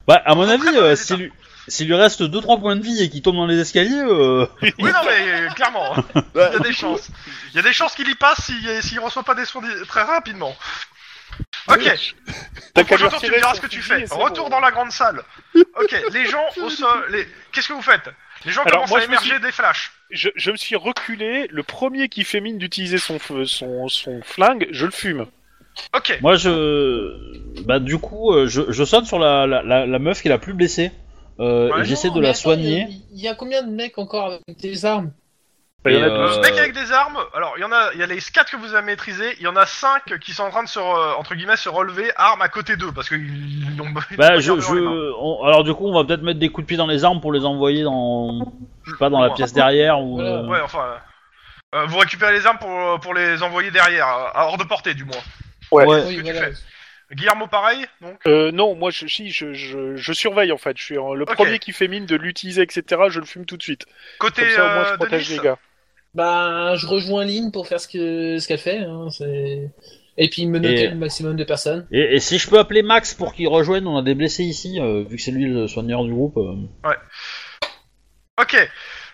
Ouais, à mon avis,
bon
euh,
état.
s'il lui- s'il lui reste 2-3 points de vie et qu'il tombe dans les escaliers, euh,
Oui, non, mais euh, clairement, hein, il y a des chances. Il y a des chances qu'il y passe s'il s'il reçoit pas des soins di- très rapidement. Ok,
Ah T'as
Au
qu'à lui
prochain tour, tu me
retirer
diras
son
ce que tu
fusil
fais.
et c'est
Retour
bon.
dans la grande salle. Ok, les
<laughs>
gens au sol. Les... Qu'est-ce que vous faites Les gens
Alors,
commencent
moi,
à
je me suis-
émerger des flashs.
Je, je me suis reculé. Le premier qui fait mine d'utiliser son, feu- son, son flingue, je le fume.
Ok,
Moi, je. Bah, du coup, euh, je, je saute sur la, la, la, la meuf qui est la plus blessée. Euh,
Ouais. Oh,
et J'essaie
Non,
de
mais
la
attends,
soigner.
Il y, a- il y a combien de mecs encore avec des armes
Bah, il y en a
Et,
deux.
euh,
le mec avec des armes. Alors, il y en a, il y a les 4 que vous avez maîtrisés. Il y en a 5 qui sont en train de se, re- entre guillemets, se relever, armes à côté d'eux. Parce qu'ils l'ont.
Bah, je. je on- alors, du coup, on va peut-être mettre des coups de pied dans les armes pour les envoyer dans. Je sais pas, dans la
<laughs>
pièce derrière ou.
Voilà.
euh,
Ouais, enfin. euh, vous récupérez les armes pour, pour les envoyer derrière, euh, à hors de portée du moins.
Ouais.
Ouais.
que
Oui,
tu
voilà.
Guillermo, pareil, donc
Euh, non, moi je, si, je, je, je surveille en fait. Je suis en- le
Ok.
premier qui fait mine de l'utiliser, etc. Je le fume tout de suite.
Côté
Comme ça, au moins, je
euh,
protège
Denis,
les gars.
Ben, je rejoins Lynn pour faire ce que ce qu'elle fait. hein, c'est- Et puis me noter
Et-
le maximum de personnes.
Et, et si je peux appeler Max pour qu'il rejoigne, on a des blessés ici, euh, vu que c'est lui le soigneur du groupe. euh.
Ok.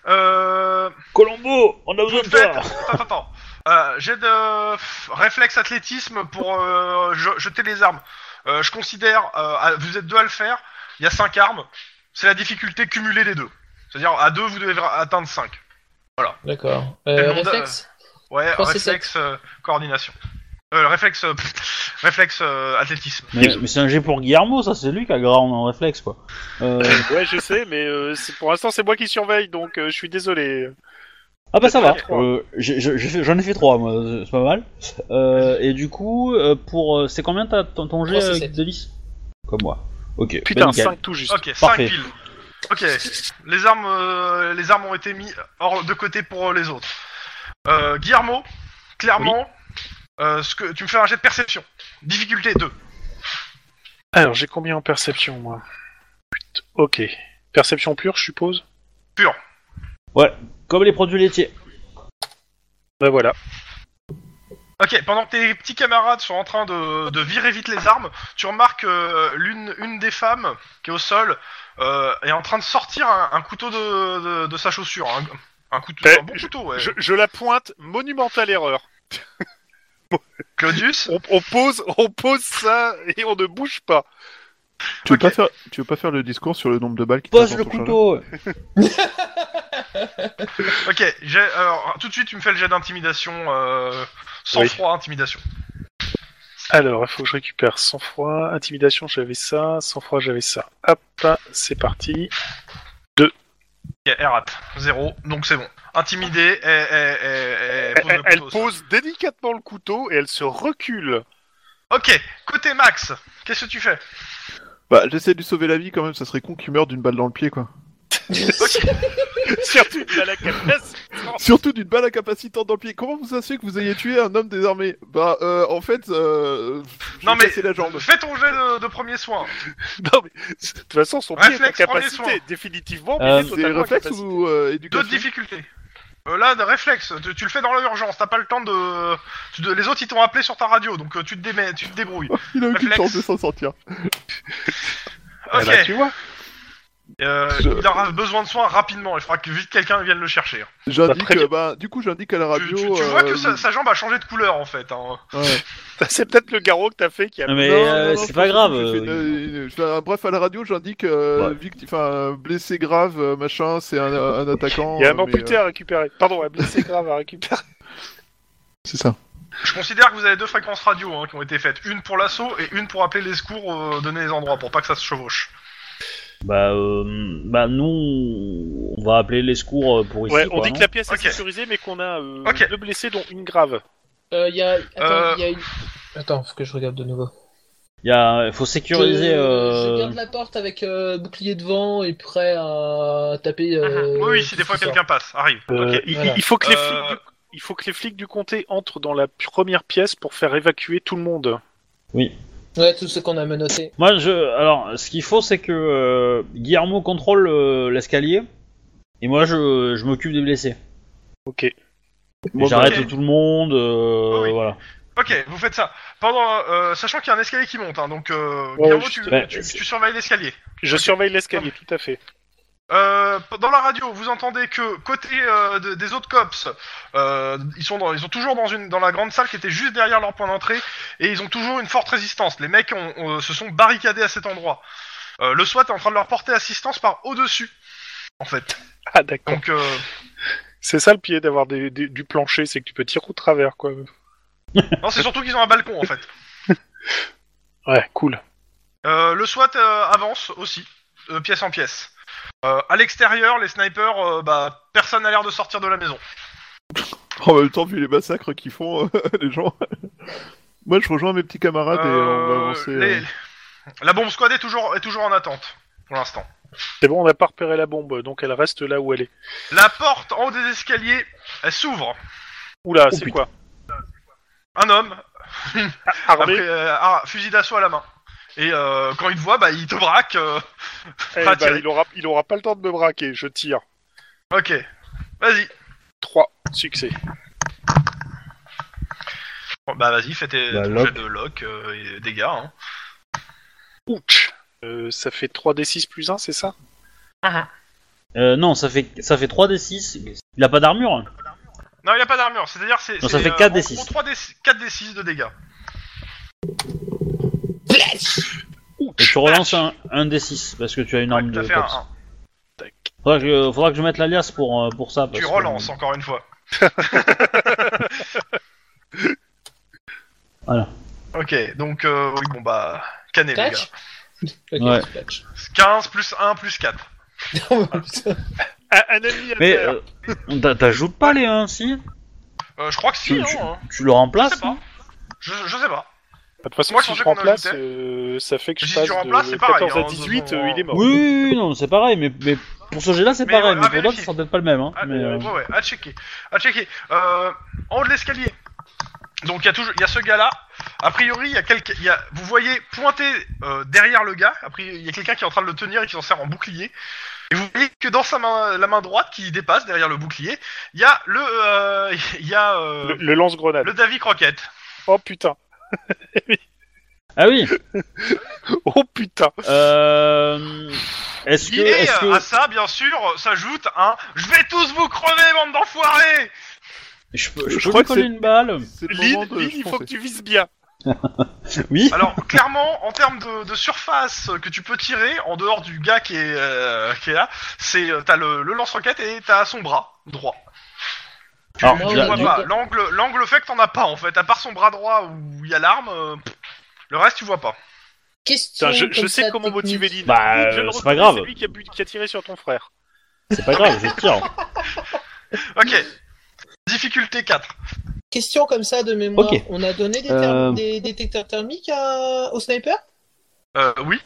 Euh...
Colombo, on a besoin de
Faites-
toi
<laughs> Attends, attends, attends. Euh, J'ai de pff, réflexe athlétisme pour euh, je- jeter les armes. Euh, je considère, euh, à- vous êtes deux à le faire, il y a cinq armes, c'est la difficulté cumulée des deux. C'est-à-dire à deux vous devez atteindre 5.
D'accord.
Le
Euh,
monde, <laughs>
réflexe
Ouais,
pense que c'est
réflexe euh, coordination. Euh, réflexe euh, <laughs> pff, réflexe euh, athlétisme.
Mais, mais c'est un G pour Guillermo, ça c'est lui qui a grand en réflexe quoi. Euh,
Ouais, je sais, mais euh, c'est- pour l'instant, c'est moi qui surveille, donc euh, je suis désolé.
Ah bah ça va,
Ok.
euh, j'ai- j'ai- j'ai fait- j'en ai, fait 3 moi, c'est pas mal. Euh, et du coup, euh, pour euh, c'est combien t'as ton, ton jet
Trois, c'est
euh,
sept.
de 10 Comme moi. Ok,
Putain,
bah, nickel.
5 tout juste.
Ok, 5
Parfait.
piles. Ok, les armes, euh, les armes ont été mises hors de côté pour euh, les autres. Euh, Guillermo, clairement, euh, ce que, tu me fais un jet de perception. Difficulté 2.
Alors, j'ai combien en perception, moi Putain, Ok. Perception pure, je suppose
Comme les produits laitiers.
Bah voilà.
Ok, pendant que tes petits camarades sont en train de, de virer vite les armes, tu remarques euh, l'une une des femmes qui est au sol euh, est en train de sortir un, un couteau de, de- de sa chaussure. Un, un couteau,
Eh,
un bon couteau, ouais.
Je, je la pointe, monumentale erreur. <laughs>
Claudius
On, on pose, on pose ça et on ne bouge pas.
Tu veux,
Ok.
pas faire... tu veux pas faire le discours sur le nombre de balles qui
Pose
tapent
le
dans ton
couteau
Ok, j'ai- alors, tout de suite, tu me fais le jet d'intimidation, euh, sans
Oui.
froid, intimidation.
Alors, il faut que je récupère sang-froid, intimidation, j'avais ça, sang-froid, j'avais ça. Hop, c'est parti.
Ok, elle rate. Zéro, donc c'est bon. Intimider, et,
Elle, elle pose délicatement le couteau et elle se <laughs> recule.
Ok, côté Max, qu'est-ce que tu fais
chemin. Bah, j'essaie de lui sauver la vie quand même, ça serait con qu'il meure d'une balle dans le pied quoi.
Surtout une balle à quatre places.
Surtout d'une balle incapacitante dans le pied. Comment vous assurez que vous ayez tué un homme désarmé Bah, euh, en fait, euh, je
Non,
vais
mais-
casser la jambe.
Fais ton jet de, de premier soin.
<laughs> Non, mais de toute façon, son pied est
Réflexe, premier
incapacité,
soin.
définitivement.
Euh,
mais il est
C'est
totalement
réflexe
incapacité.
ou euh, éducation
Deux difficultés. Euh, là, de réflexe, tu, tu le fais dans l'urgence, t'as pas le temps de... tu- de- Les autres, ils t'ont appelé sur ta radio, donc euh, tu te, démè- tu te
<laughs>
débrouilles.
Il a aucune
réflexe.
chance de s'en sortir.
Ah
Ok,
bah, tu vois.
euh,
Je-
il aura besoin de soins rapidement, il faudra que vite quelqu'un vienne le chercher.
J'indique,
très bien.
euh, bah, du coup, j'indique à la
Tu-
radio.
tu, tu vois
euh,
que sa, sa jambe a changé de couleur, en fait. hein.
ouais.
C'est peut-être le garrot que t'as fait qui a.
Non mais
Non, non,
euh,
non, je
c'est
pense
pas
que
grave. euh,
Je fais, une- une- je fais un bref à la radio, j'indique euh,
Ouais.
victi- enfin, euh, blessé grave, euh, machin, c'est un, un attaquant.
Il y a un
euh, mais,
amputé
euh,
à récupérer. Pardon, un <laughs> blessé grave à récupérer.
C'est ça.
Je considère que vous avez deux fréquences radio hein, qui ont été faites, une pour l'assaut et une pour appeler les secours, euh, donner les endroits pour pas que ça se chevauche.
Bah, euh, bah nous, on va appeler les secours euh, pour ici.
Ouais, on
quoi,
dit que
non
la pièce
Ok.
est sécurisée, mais qu'on a euh,
Ok.
deux blessés, dont une grave.
euh, Il y a. Attends,
Euh.
il y a une. Attends, faut que je regarde de nouveau.
Y a- faut sécuriser.
Je-
euh,
Je garde la porte avec euh, bouclier devant et prêt à taper. euh,
Mhm. oui, oui, si des fois
tout ça.
quelqu'un passe, arrive.
Euh,
Ok.
il,
Voilà.
il faut que les
Euh,
flics du... il faut que les flics du comté entrent dans la première pièce pour faire évacuer tout le monde.
Ouais, tout ce qu'on a menotté.
Moi, je. Alors, ce qu'il faut, c'est que euh, Guillermo contrôle euh, l'escalier. Et moi, je, je m'occupe des blessés.
Ok.
Et J'arrête
ok.
tout le monde. euh,
Oh, oui.
Voilà.
Ok, vous faites ça. Pendant, euh, sachant qu'il y a un escalier qui monte, hein, donc euh,
Ouais,
Guillermo,
je-
tu,
ouais,
tu-
c'est-
tu surveilles l'escalier.
Je
Ok.
surveille l'escalier, tout à fait.
Euh, dans la radio, vous entendez que côté euh, de- des autres cops, euh, ils sont dans, ils sont toujours dans une dans la grande salle qui était juste derrière leur point d'entrée et ils ont toujours une forte résistance. Les mecs ont- ont- se sont barricadés à cet endroit. Euh, le SWAT est en train de leur porter assistance par au dessus, en fait.
Ah d'accord.
Donc euh,
C'est ça le pied d'avoir des- des- du plancher, c'est que tu peux tirer au travers, quoi.
non, c'est surtout qu'ils ont un balcon en fait.
Ouais, cool.
Euh, le SWAT euh, avance aussi, euh, pièce en pièce. Euh, à l'extérieur, les snipers, euh, bah personne n'a l'air de sortir de la maison.
En même temps, vu les massacres qu'ils font, euh, <laughs> les gens. Moi, je rejoins mes petits camarades et Ah, on va
Euh,
avancer.
les-
euh.
<laughs> La bombe squad est toujours est toujours en attente pour l'instant.
C'est bon, on n'a pas repéré la bombe, donc elle reste là où elle est.
La porte en haut des escaliers, elle s'ouvre.
Oula,
Oh,
c'est
putain.
quoi
Un homme,
Armée
après, euh, ah, fusil d'assaut à la main. Et euh, quand il te voit, bah, il te braque. euh,
Eh
pas
ben,
tiré.
il, aura, il aura pas le temps de me braquer, je tire.
Ok, vas-y.
3 succès.
Bon, bah vas-y, fais tes
Bah,
ton
lock.
jet de lock euh, et dégâts. Hein.
Ouch Euh, Ça fait 3d6 plus 1, c'est ça
Euh, non, ça fait, ça fait 3 des 6. Il a pas d'armure. hein.
Non, il n'y a pas d'armure, c'est-à-dire c'est.
Non,
c'est,
ça fait
euh,
4d6.
en- en 3D, 4d6 de dégâts.
Et tu relances un, un D6 parce que tu as une arme
Ouais, tout à
de
fait, un-
cops.
un.
Faudra que, je- faudra que je mette l'alias pour, euh, pour ça. parce
Tu
que-
relances hein. encore une fois.
Voilà.
Ok, donc euh, oui, bon bah. Canet, les gars.
Clutch Ok,
Ouais.
c'est <laughs> clutch.
15 plus 1 plus 4.
Ah, un ennemi à
Mais
terre.
euh, t'a- t'ajoutes pas les 1 si
Euh, je crois que si,
tu,
non
tu-
hein.
tu le
Je
remplaces
sais pas. Je, je sais pas.
De toute façon,
moi, je
si je
pensais qu'on
remplace,
ajoutait.
euh, ça fait que je
Si
passe
tu remplaces,
de
c'est pareil,
14 à
hein,
18,
on-
euh, il est mort.
Oui, oui, oui, non, c'est pareil, mais, mais pour ce jet-là, c'est
Mais
pareil,
ouais,
mais
à
pour d'autres,
vérifier.
ça sera peut-être pas le même. Hein,
Ah,
mais, euh,
Ouais, ouais, à checker. À checker. Euh, en haut de l'escalier. Donc il y a toujours, il y a ce gars-là. A priori, il y a quelqu'un, il y a- vous voyez pointer euh, derrière le gars. A priori, il y a quelqu'un qui est en train de le tenir et qui s'en sert en bouclier. Et vous voyez que dans sa main, la main droite qui dépasse derrière le bouclier, il y a le, euh, il y a euh,
Le,
le,
le lance-grenade.
Davy Crockett.
Oh putain. <laughs>
Ah oui
Oh putain.
euh, Est-ce
Il
que.
est,
Est-ce
euh, à
que
ça, bien sûr, s'ajoute un. Je vais tous vous crever, bande d'enfoirés.
je peux, je peux
je
lui
crois que
coller
c'est-
une balle
C'est le
Lynn,
moment de.
Lynn, il faut que tu vises bien.
Oui
Alors, clairement, en termes de, de surface que tu peux tirer, en dehors du gars qui est, euh, qui est là, c'est euh, t'as le, le lance-roquette et t'as son bras droit. Tu,
Alors,
tu
moi,
le
j'ai-
vois
j'ai-
pas. L'angle, l'angle fait que t'en as pas, en fait. À part son bras droit où il y a l'arme, euh, pff, le reste, tu vois pas.
Question
Putain, je, je
comme
sais
ça,
comment motiver
technique.
Lynn.
Bah,
Je le
euh, c'est pas
reconnais,
grave.
C'est lui qui a, bu- qui a tiré sur ton frère.
C'est pas grave, je tire.
Ok. Difficulté 4.
Question comme ça de mémoire.
Ok.
On a donné des,
Euh.
therm- des détecteurs thermiques à- au sniper
Euh, oui.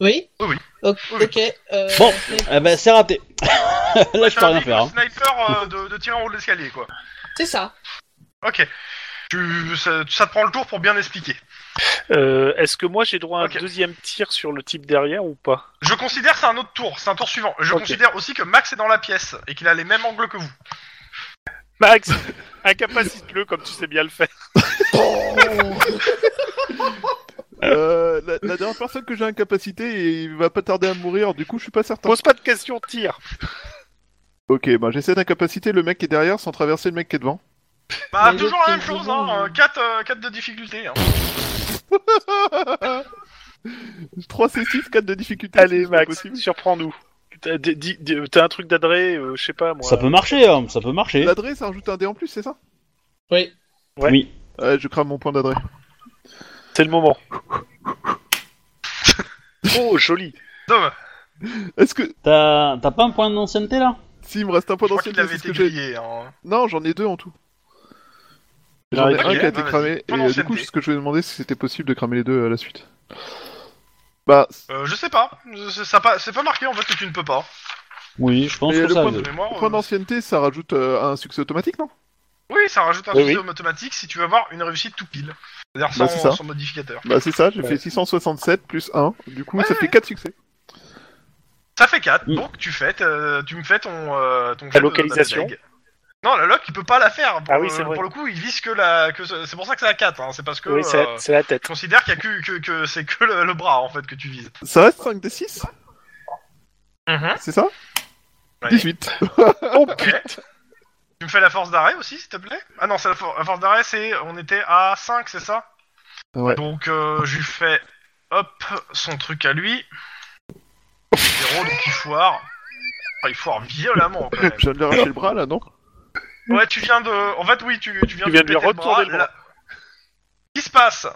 Oui
Oui, oui.
Ok.
Oui, oui.
ok, euh,
Bon.
sniper-
Eh ben, c'est raté. <laughs> Là, je peux rien
T'indique
faire.
le
Hein.
sniper euh, de, de tirer en haut de l'escalier, quoi.
C'est ça.
Ok. Tu, ça, ça te prend le tour pour bien expliquer.
Euh, Est-ce que moi j'ai droit à un
Ok.
deuxième tir sur le type derrière ou pas
Je considère que c'est un autre tour, c'est un tour suivant. Je
Ok.
considère aussi que Max est dans la pièce et qu'il a les mêmes angles que vous.
Max, <laughs> incapacite-le comme tu sais bien le faire.
Euh, la, la dernière personne que j'ai incapacité, il va pas tarder à mourir, du coup je suis pas certain.
Pose pas de questions, tire.
Ok, bah j'essaie d'incapaciter le mec qui est derrière sans traverser le mec qui est devant.
Bah,
Mais
toujours
l'autre,
la même
c'est
chose,
vraiment,
hein.
euh,
4, de difficulté. Hein.
3 C6, 4 de
<laughs>
difficulté.
Allez
c'est pas
Max,
possible.
surprends-nous. T'as des- dis- des- t'as un truc d'adré, euh, je sais pas moi.
Ça peut marcher, hein, ça peut marcher.
L'adresse, ça rajoute un dé en plus, c'est ça
<laughs> Oui.
ouais.
Oui.
Ouais, je crame mon point d'adresse.
C'est le moment. <laughs> oh joli.
Dom,
Est-ce que.
T'as t'as pas un point d'ancienneté là
Si, il me reste un point
je crois qu'il
d'ancienneté,
avait
c'est ce
été
que j'ai.
grillé. Hein.
Non, j'en ai deux en tout. J'en ai
Ok,
un qui a été
bah, vas-y.
cramé, et
Point
euh, du coup,
d'ancienneté.
ce que je vais demander, c'est si c'était possible de cramer les deux euh, à la suite. Bah, c-
Euh, je sais pas, C'est- ça pas- c'est pas marqué en fait que tu ne peux pas.
Oui, je pense
Et
que
le
ça.
point
De
euh,
mémoire,
point
euh,
d'ancienneté, ça rajoute euh, un succès automatique, non
Oui, ça rajoute un
Oui,
système automatique si tu veux avoir une réussite tout pile. C'est-à-dire
Bah,
sans,
c'est ça.
sans modificateur.
Bah, c'est ça, j'ai
Ouais.
fait 667 plus 1, du coup, ça
Ouais.
fait 4 succès.
Ça fait 4,
Mm.
donc tu fais, euh, tu me fais ton, euh, ton
Ta
jet de-
localisation.
de- Non, la loc, il peut pas la faire. Pour,
Ah oui,
le-
c'est vrai.
Pour le coup, il vise que la. que ce- C'est pour ça que c'est à 4, hein. c'est parce que.
oui, c'est
euh,
c'est la tête.
Je considère qu'il y a que, que, que c'est que le, le bras en fait que tu vises.
Ça reste 5 des 6 C'est ça
Ouais.
<laughs> 18.
Oh putain.
Tu me fais la force d'arrêt aussi, s'il te plaît Ah non, c'est la, for- la force d'arrêt, c'est on était à 5, c'est ça
Ouais.
Donc euh, je lui fais hop son truc à lui. Zéro, donc il foire. Enfin, il foire violemment
<laughs>
quand même.
Je viens de lui arracher le bras, là, non
Ouais, tu viens de. En fait, oui, tu, tu viens,
Tu viens de lui
péter
retourner le bras.
La- Ce qui se passe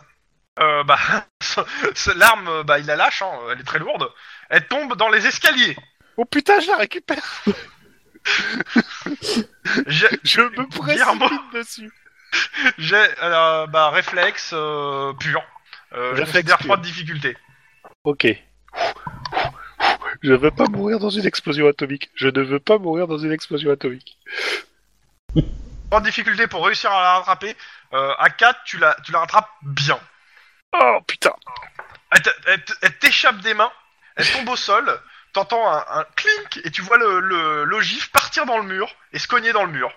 euh, bah, <laughs> ce- ce- l'arme, bah, il la lâche, hein, elle est très lourde. Elle tombe dans les escaliers.
Oh putain, je la récupère.
J'ai-
Je me
Guillermo.
précipite dessus.
J'ai euh, bah, réflexe euh, pur. Euh, je
Réflexe
considère
pur.
3 de difficulté.
Ok. Je veux pas mourir dans une explosion atomique. Je ne veux pas mourir dans une explosion atomique.
3 de difficulté pour réussir à la rattraper. Euh, à 4, tu la, tu la rattrapes bien.
Oh putain.
Elle te- Elle te- elle t'échappe des mains, elle tombe au sol, t'entends un, un clink et tu vois le, le, l'ogive partir dans le mur et se cogner dans le mur.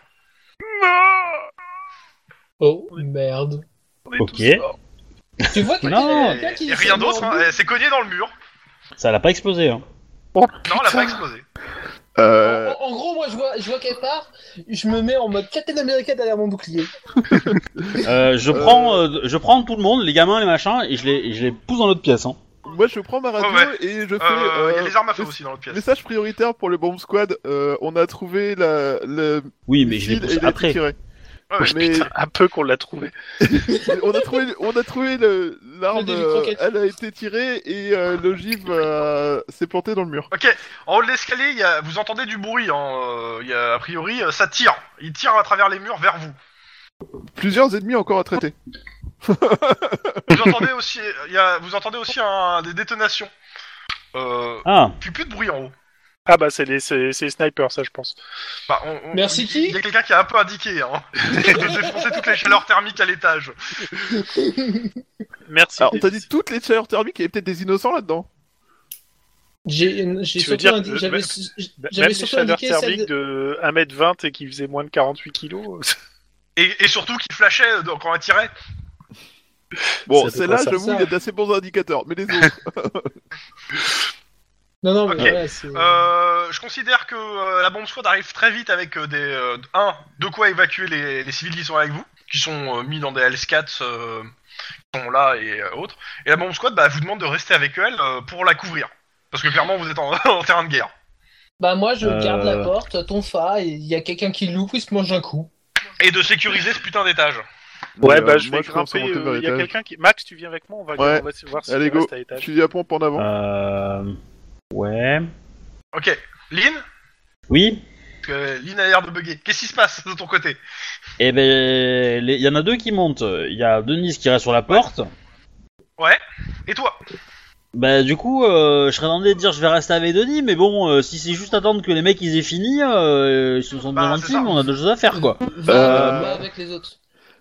Oh merde.
On est
Ok.
tous morts.
Oh, Tu vois quelqu'un
Non.
quelqu'un
et,
qui
et rien d'autre, hein, elle s'est cognée dans le mur.
Ça l'a pas explosé. Hein.
Oh
Non, elle a
putain.
pas explosé.
Euh,
hein.
En, en gros, moi, je vois, je vois qu'elle part, je me mets en mode Captain America derrière mon bouclier.
Euh, je, prends, euh, je prends tout le monde, les gamins, les machins, et je les, et je les pousse dans l'autre pièce. Hein.
Moi, je prends ma radio
Oh, ouais.
et je fais.
Euh, Il y a
euh,
des armes à feu
mes-
aussi dans l'autre pièce.
Message prioritaire pour le bomb squad. euh, on a trouvé la, le
Oui, mais je les
missile et
pousse
il a été
après.
tiré.
Ouais, ouais.
mais-
Oh, Putain, un peu qu'on l'a trouvé.
on a trouvé, on a trouvé le- l'arme.
Le début de
euh,
croquette.
elle a été tirée et euh, l'ogive euh, s'est plantée dans le mur.
Ok, en haut de l'escalier, il y a- vous entendez du bruit. hein, euh, il y a, a priori, euh, ça tire. Il tire à travers les murs vers vous.
Plusieurs ennemis encore à traiter.
Vous entendez aussi, il y a- vous entendez aussi un- des détonations. Euh,
Ah,
puis plus de bruit en haut.
Ah bah c'est les, c'est, c'est les snipers, ça je pense.
Bah, on- on-
Merci
il-
qui
Il y a quelqu'un qui a un peu indiqué. Hein. <laughs> J'ai défoncé toutes les chaleurs thermiques à l'étage.
Merci.
Alors, on t'a dit toutes les chaleurs thermiques, il y avait peut-être des innocents là-dedans.
J'ai j'ai
Tu
surtout,
veux dire,
indi-
euh,
j'avais
même-
su-
Bah,
j'avais
Même les
surtout
chaleurs
indiqué celle
thermiques de 1m20 et qui faisait moins de 48 kilos. euh,
Et, et surtout qui flashait euh, quand elle tirait.
Bon,
Ça fait
celle-là,
pas ça.
j'avoue, il y a d'assez bons indicateurs, mais les autres.
Non, non, mais
Ok.
ouais, c'est-
Euh, je considère que euh, la bombe squad arrive très vite avec euh, des euh, un de quoi évacuer les, les civils qui sont avec vous, qui sont euh, mis dans des Hellcats euh, qui sont là et euh, autres. Et la bombe squad bah, vous demande de rester avec elle euh, pour la couvrir. Parce que clairement vous êtes en, <laughs> en terrain de guerre.
Bah, moi, je
Euh.
garde la porte, ton fa, et il y a quelqu'un qui loupe, il se mange un coup.
Et de sécuriser ce putain d'étage.
<laughs> Ouais,
Mais, euh,
bah je vais
moi, commence à
grimper.
monter vers
Il y a
l'étage.
quelqu'un qui. Max, tu viens avec moi, on va,
Ouais.
on va se- voir si
Allez,
tu
go.
restes à
Je
l'étage.
suis à pompe en avant.
euh, ouais.
Ok, Lynn
Oui.
Parce que Lynn a l'air de bugger. Qu'est-ce qui se passe de ton côté
Et ben, il y en a deux qui montent. Il y a Denise qui reste sur la porte.
Et toi
Bah du coup, euh, je serais tenté de dire je vais rester avec Denis, mais bon, euh, si c'est juste attendre que les mecs ils aient fini, euh, ils se sont
Bah,
dans
c'est
l'intime,
ça.
on a deux choses à faire quoi.
Va,
Euh.
va avec les autres.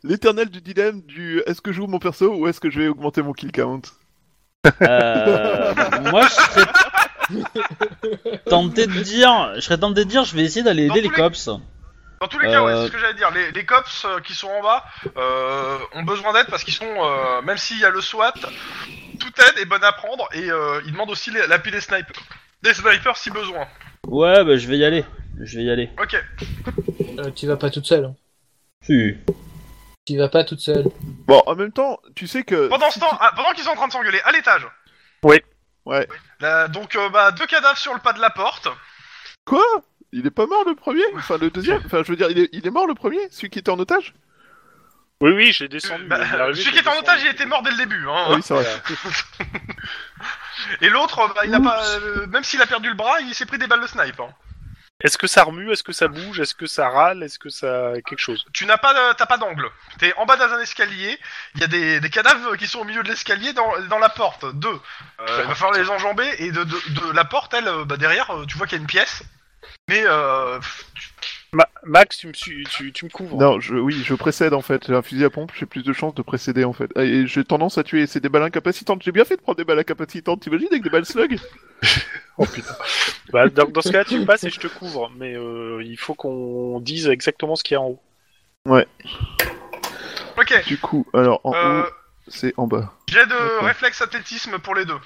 L'éternel du dilemme du est-ce que je joue mon perso ou est-ce que je vais augmenter mon kill count
<laughs>
Euh, moi je serais tenté de dire, je serais tenté de dire je vais essayer d'aller
Dans
aider
tous
les
les-
cops.
Dans tous les cas, ouais,
Euh,
c'est ce que j'allais dire. Les, les cops euh, qui sont en bas euh, ont besoin d'aide parce qu'ils sont, euh, même s'il y a le SWAT, toute aide est bonne à prendre et euh, ils demandent aussi les- l'appui des snipers. Des snipers si besoin.
Ouais, bah je vais y aller, je vais y aller.
Ok.
Euh, tu vas pas toute seule. hein.
Si.
Tu vas pas toute seule.
Bon, en même temps, tu sais que.
Pendant ce temps, ah, pendant qu'ils sont en train de s'engueuler à l'étage.
Oui.
Ouais.
Là, donc, euh, bah, deux cadavres sur le pas de la porte.
Quoi Il est pas mort le premier Enfin, le deuxième Enfin, je veux dire, il est, il est mort le premier Celui qui était en otage
Oui, oui, j'ai descendu.
Bah,
il est arrivé,
celui
j'ai
qui est en
descendu.
otage, il était mort dès le début. Hein,
Ah oui, c'est vrai.
Et l'autre, bah, il a pas, euh, même s'il a perdu le bras, il s'est pris des balles de snipe. hein.
Est-ce que ça remue Est-ce que ça bouge Est-ce que ça râle Est-ce que ça. quelque chose
Tu n'as pas, euh, t'as pas d'angle. T'es en bas d'un escalier. Il y a des, des cadavres qui sont au milieu de l'escalier dans, dans la porte. Deux. Euh, il va falloir les enjamber et de, de, de la porte, elle, euh, bah derrière, euh, tu vois qu'il y a une pièce. Mais euh, pff,
Ma- Max, tu me, suis- tu, tu me couvres.
Non, je, oui, je précède en fait. J'ai un fusil à pompe, j'ai plus de chances de précéder en fait. Et j'ai tendance à tuer. C'est des balles incapacitantes. J'ai bien fait de prendre des balles incapacitantes. T'imagines avec des balles slug
Oh putain. Bah, dans, dans ce cas-là, tu passes et je te couvre. Mais euh, il faut qu'on dise exactement ce qu'il y a en haut.
ok.
Du coup, alors
Oh,
en
Euh,
haut, c'est en bas.
J'ai de
D'accord.
réflexe athlétisme pour les deux.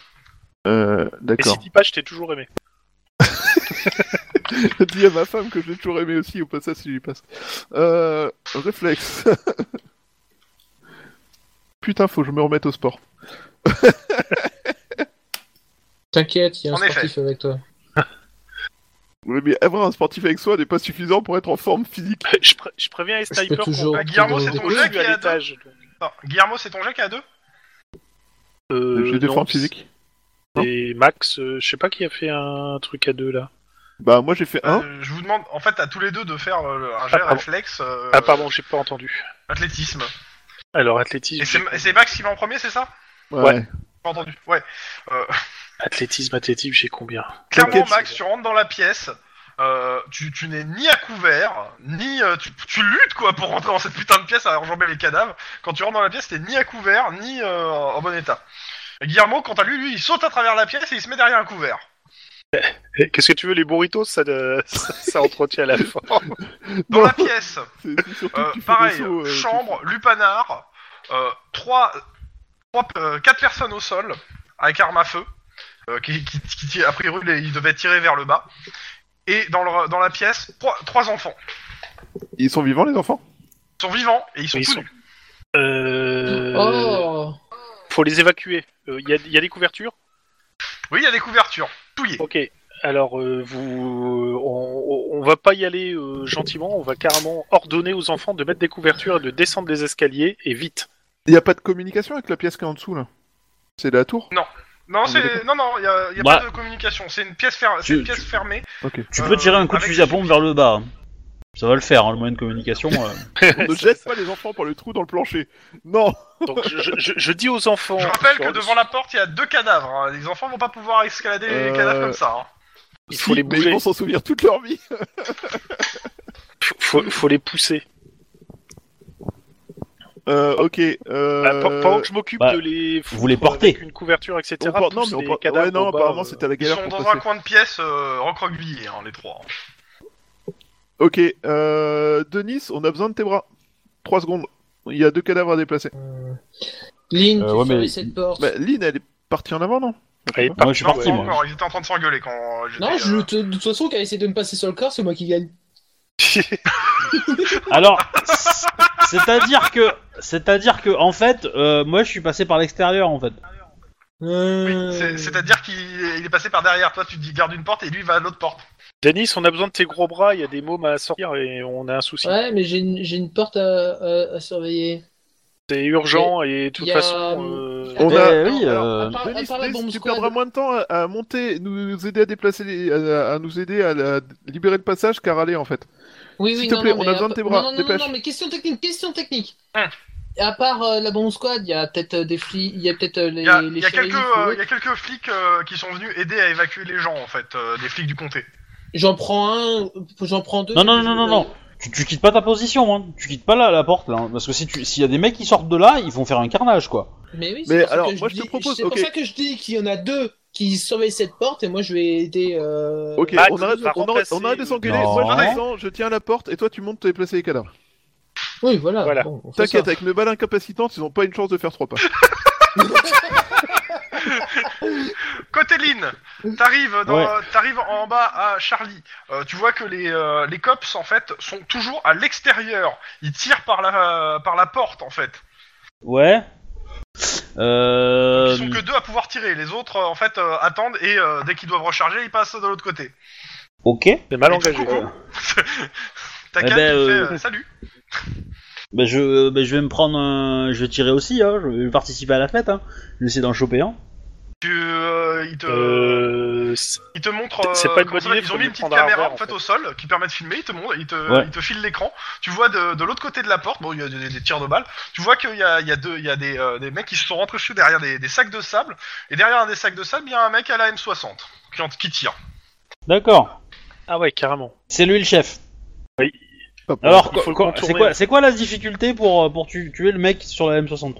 Euh,
Et si
d'accord.
t'y pas, je t'ai toujours aimé.
Je <laughs> dis à ma femme que je l'ai toujours aimé aussi, au passage, si j'y passe. Euh, réflexe. <laughs> Putain, faut que je me remette au sport.
T'inquiète, il y a un
En effet.
sportif avec toi.
Oui, mais avoir un sportif avec soi n'est pas suffisant pour être en forme physique.
<laughs> Je, pré- je préviens les snipers qu'on Ah,
toujours-
Bah, Guillermo, c'est
qu'on
ton
est
jet qui est
au-dessus à
à deux.
l'étage.
Non, Guillermo, c'est ton jet qui est à deux.
Euh,
J'ai des
non,
formes physiques.
Et Max, euh, je sais pas qui a fait un truc à deux là.
Bah, moi j'ai fait un.
Euh, je vous demande, en fait, à tous les deux de faire euh, un jet
Hein pardon.
réflexe euh,
Ah pardon, j'ai pas entendu.
athlétisme.
Alors athlétisme.
Et c'est et c'est Max qui va en premier, c'est ça
ouais.
Pas entendu. Ouais.
Athlétisme, athlétisme, j'ai combien
Clairement,
T'inquiète,
Max, tu rentres dans la pièce, euh, tu, tu n'es ni à couvert, ni. euh, tu, tu luttes, quoi, pour rentrer dans cette putain de pièce à enjamber les cadavres. Quand tu rentres dans la pièce, t'es ni à couvert, ni euh, en bon état. Et Guillermo, quant à lui, lui, il saute à travers la pièce et il se met derrière un couvert.
Eh, Qu'est-ce que tu veux, les burritos, ça, euh, <laughs> ça, ça entretient la forme.
Dans
Non.
la
<laughs>
pièce,
C'est c'est surtout
euh,
que tu fais
pareil,
des sauts, euh, tu-
chambre, lupanard, euh, trois, trois, euh, quatre personnes au sol, avec arme à feu, euh, qui, qui, qui, qui, a priori, les- ils devaient tirer vers le bas. et dans, leur- dans la pièce, trois, trois enfants.
Ils sont vivants, les enfants
Ils sont vivants et ils sont
Ils
tout
sont-
nus.
Euh,
Oh
Faut les évacuer. Euh, Il y, a, il y a des couvertures
Oui, il y a des couvertures, touillées.
Ok. Alors, euh, vous, on, on va pas y aller euh, gentiment. On va carrément ordonner aux enfants de mettre des couvertures et de descendre les escaliers et vite.
Il n'y a pas de communication avec la pièce qui est en dessous, là C'est la tour
Non,
On est
c'est...
d'accord.
non, non, il y a, il y a
Bah.
pas de communication. C'est une pièce, fer- c'est
Tu-
une pièce
tu-
fermée.
Ok.
Tu
Euh,
peux tirer un coup de
avec
fusil à
des
pompe vers le bas. hein. Ça va le faire, hein, le moyen de communication.
<laughs>
euh.
On ne jette pas les enfants par le trou dans le plancher. Non
Donc, je, je- je- je dis aux enfants.
Je rappelle que
sur-
devant la porte, il y a deux cadavres. hein. Les enfants vont pas pouvoir escalader les
Euh,
cadavres comme ça. hein.
Il faut les
mais
bouger.
ils vont s'en souvenir toute leur vie.
faut- faut, faut les pousser.
Euh, ok. Euh...
Bah, pe- pendant que je m'occupe
bah,
de les
vous les
foutre
portez.
avec une couverture etc
on part- Non,
pousse
mais on
les
part-
cadavres
ouais, non,
au bas,
apparemment,
euh,
c'était la
Ils
galère
sont
pour
dans
passer.
un coin de pièce euh, recroquevillés, hein, les trois.
Ok, euh, Denis, on a besoin de tes bras. 3 secondes. Il y a deux cadavres à déplacer.
Lynn,
Euh,
tu
ouais,
fermes
mais-
cette porte.
Bah, Lynn, elle est partie en avant, non
allez,
Moi, je suis
Non,
parti,
pas
moi.
encore. Ils étaient en train de s'engueuler quand j'étais...
Non, je,
euh,
te- de toute façon, qu'à essayer de me passer sur le corps, c'est moi qui gagne.
<laughs>
Alors, c- c'est-à-dire que, c'est-à-dire que, en fait, euh, moi, je suis passé par l'extérieur, en fait.
Euh,
c'est- C'est-à-dire qu'il il est passé par derrière. Toi, tu te dis garde une porte et lui il va à l'autre porte.
Denis on a besoin de tes gros bras il y a des mômes à sortir et on a un souci
Ouais, mais j'ai une, j'ai une porte à, à- à surveiller.
c'est urgent et de toute
y a-
façon euh,
On
Eh
a-
oui,
alors,
euh,
ben à part, à
Denis,
part la
Denis,
bombe
tu
squad.
perdras moins de temps à, à monter, nous, nous aider à déplacer, les- à, à nous aider à, la- libérer le passage qu'à râler en fait.
Oui,
S'il
oui,
te
non,
plaît,
non,
on a
mais
besoin
à-
de tes bras,
Non, non, non,
dépêche.
non, mais question technique, question technique.
Hum.
Et à part euh, la bombe squad, il y a peut-être euh, des flics, il y a peut-être euh, les,
Il y a,
les
il y a quelques,
shérifs ou
euh,
autre.
il y a quelques flics euh, qui sont venus aider à évacuer les gens en fait, euh, des flics du comté.
J'en prends un, j'en prends deux.
Non, non, non, non, non. Tu, tu quittes pas ta position, hein. Tu quittes pas la, la porte, là. hein. Parce que si tu, s'il y a des mecs qui sortent de là, ils vont faire un carnage, quoi.
Mais oui,
Mais
c'est pour ça
alors,
que
moi, je te
dis-
propose,
C'est
ok.
pour ça que je dis qu'il y en a deux qui surveillent cette porte et moi je vais aider. euh,
Ok,
Max
on arrête,
va
on arrête-
remplacer
on arrête de
le-
s'engueuler.
Non.
Moi je descends, je tiens la porte et toi tu montes déplacer les cadavres.
Oui, voilà.
Voilà.
bon, on fait
T'inquiète,
ça.
avec le bal incapacitant, ils n'ont pas une chance de faire trois pas.
Côté Lynn, t'arrives dans-
Ouais.
t'arrives en bas à Charlie. Euh, tu vois que les, euh, les cops en fait sont toujours à l'extérieur. Ils tirent par la par la porte en fait.
Ouais. Euh...
Ils sont que deux à pouvoir tirer. Les autres euh, en fait euh, attendent et euh, dès qu'ils doivent recharger, ils passent de l'autre côté.
Ok.
c'est mal
Et du
engagé
coup, T'as
Eh
qu'à
ben,
qui
euh,
fait, euh, salut.
Bah, je, bah, je vais me prendre un... Je vais tirer aussi, hein. Je vais participer à la fête, hein. Je vais essayer d'en choper un.
Tu, euh, ils te
Euh, c'est-
ils te montrent. euh,
c'est pas une
comment
bonne
ça va,
idée,
Ils
faut
ont mis
mieux
une petite
prendre un
caméra
arbre,
en
en
fait
fait.
au sol euh, qui permet de filmer. Ils te montrent, ils te,
Ouais.
ils te filent l'écran. Tu vois de, de l'autre côté de la porte. Bon, il y a des, des tirs de balles. Tu vois qu'il y a, il y a deux, il y a des, euh, des mecs qui se sont rentrés chez eux derrière des, des sacs de sable. Et derrière un des sacs de sable, il y a un mec à la M60 qui, en- qui tire.
D'accord.
ah ouais carrément
C'est lui le chef.
Pas pour-
Alors,
il faut
quoi-
le
quoi-
contourner.
c'est quoi, c'est quoi la difficulté pour, euh, pour tu- tuer le mec sur la M60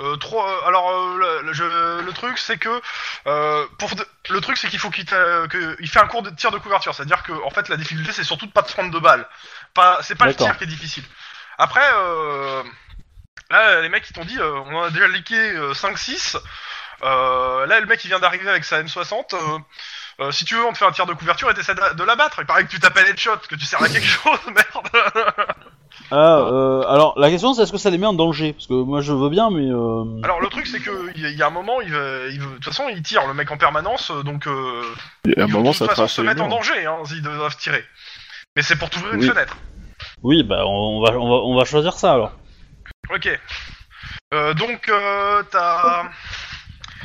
Euh, trois, euh, alors euh, le, le- je- le truc c'est que euh, pour de- le truc c'est qu'il faut qu'il t'a- que- il fait un cours de tir de couverture, c'est-à-dire que en fait la difficulté c'est surtout de pas te prendre de balles. Pas c'est pas le
D'accord.
tir qui est difficile. Après euh, là les mecs ils t'ont dit euh, on en a déjà euh, liqué 5 6 Euh, là le mec il vient d'arriver avec sa M60 euh, euh, si tu veux, on te fait un tir de couverture et t'essaies de, de l'abattre. Il paraît que tu t'appelles headshot, que tu sers à quelque <laughs> chose, merde.
Ah, euh, alors la question c'est est-ce que ça les met en danger Parce que moi je veux bien, mais euh,
Alors le truc c'est que il y a- il y a un moment, il veut, il veut- de toute façon il tire le mec en permanence, euh, donc euh,
Il y a un
ils vont
moment,
de
ça
toute
fera
façon se mettre en
absolument.
danger hein, s'ils doivent tirer. Mais c'est pour t'ouvrir une
Oui.
fenêtre.
oui, bah on, on va, on va, on va choisir ça alors.
Ok. Euh, donc euh, t'as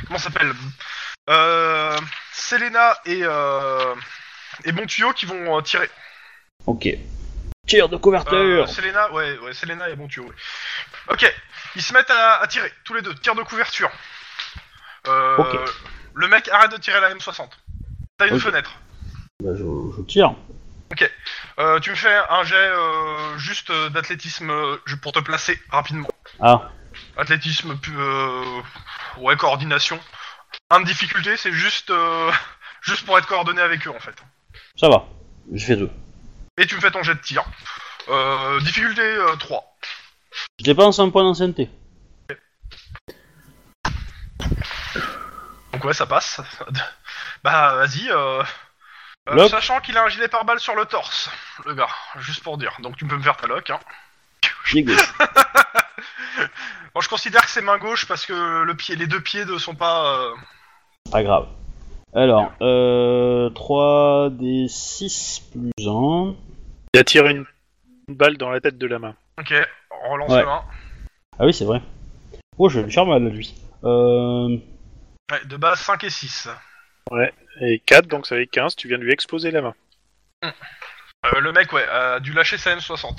comment ça s'appelle euh, Selena et euh, et Bon Tuyau qui vont euh, tirer.
Ok. Tir de couverture.
Euh, Selena, ouais, ouais, Selena et Bon Tuyau. ouais. Ok. Ils se mettent à, à tirer tous les deux. Tir de couverture. Euh,
Ok.
Le mec arrête de tirer la M60. T'as une
Ok.
fenêtre.
Bah, je, je tire.
Euh, tu me fais un jet euh, juste euh, d'athlétisme euh, je- pour te placer rapidement.
Ah,
Athlétisme, pu- euh, ouais, coordination. Un de difficulté, c'est juste, euh, <laughs> juste pour être coordonné avec eux en fait.
ça va. Je fais deux.
Et tu me fais ton jet de tir. Euh, difficulté euh, 3.
Je dépense un point d'ancienneté.
<laughs> Donc ouais, ça passe. bah vas-y, euh, Euh,
Locke.
sachant qu'il a un gilet pare-balles sur le torse, le gars, juste pour dire. Donc tu peux me faire ta loc. Hein.
Pied gauche.
Bon, je considère que c'est main gauche parce que le pied, les deux pieds ne sont pas. euh,
Pas grave. Alors, euh, 3 des 6 plus 1.
Il a tiré une une balle dans la tête de la main.
Ok, on relance
Ouais.
le 1.
Ah oui, c'est vrai. Oh, je vais lui faire mal, lui. Euh,
Ouais, de base 5 et 6.
Et 4, donc ça fait 15, tu viens de lui exploser la main.
Euh, le mec, ouais, a dû lâcher sa M60.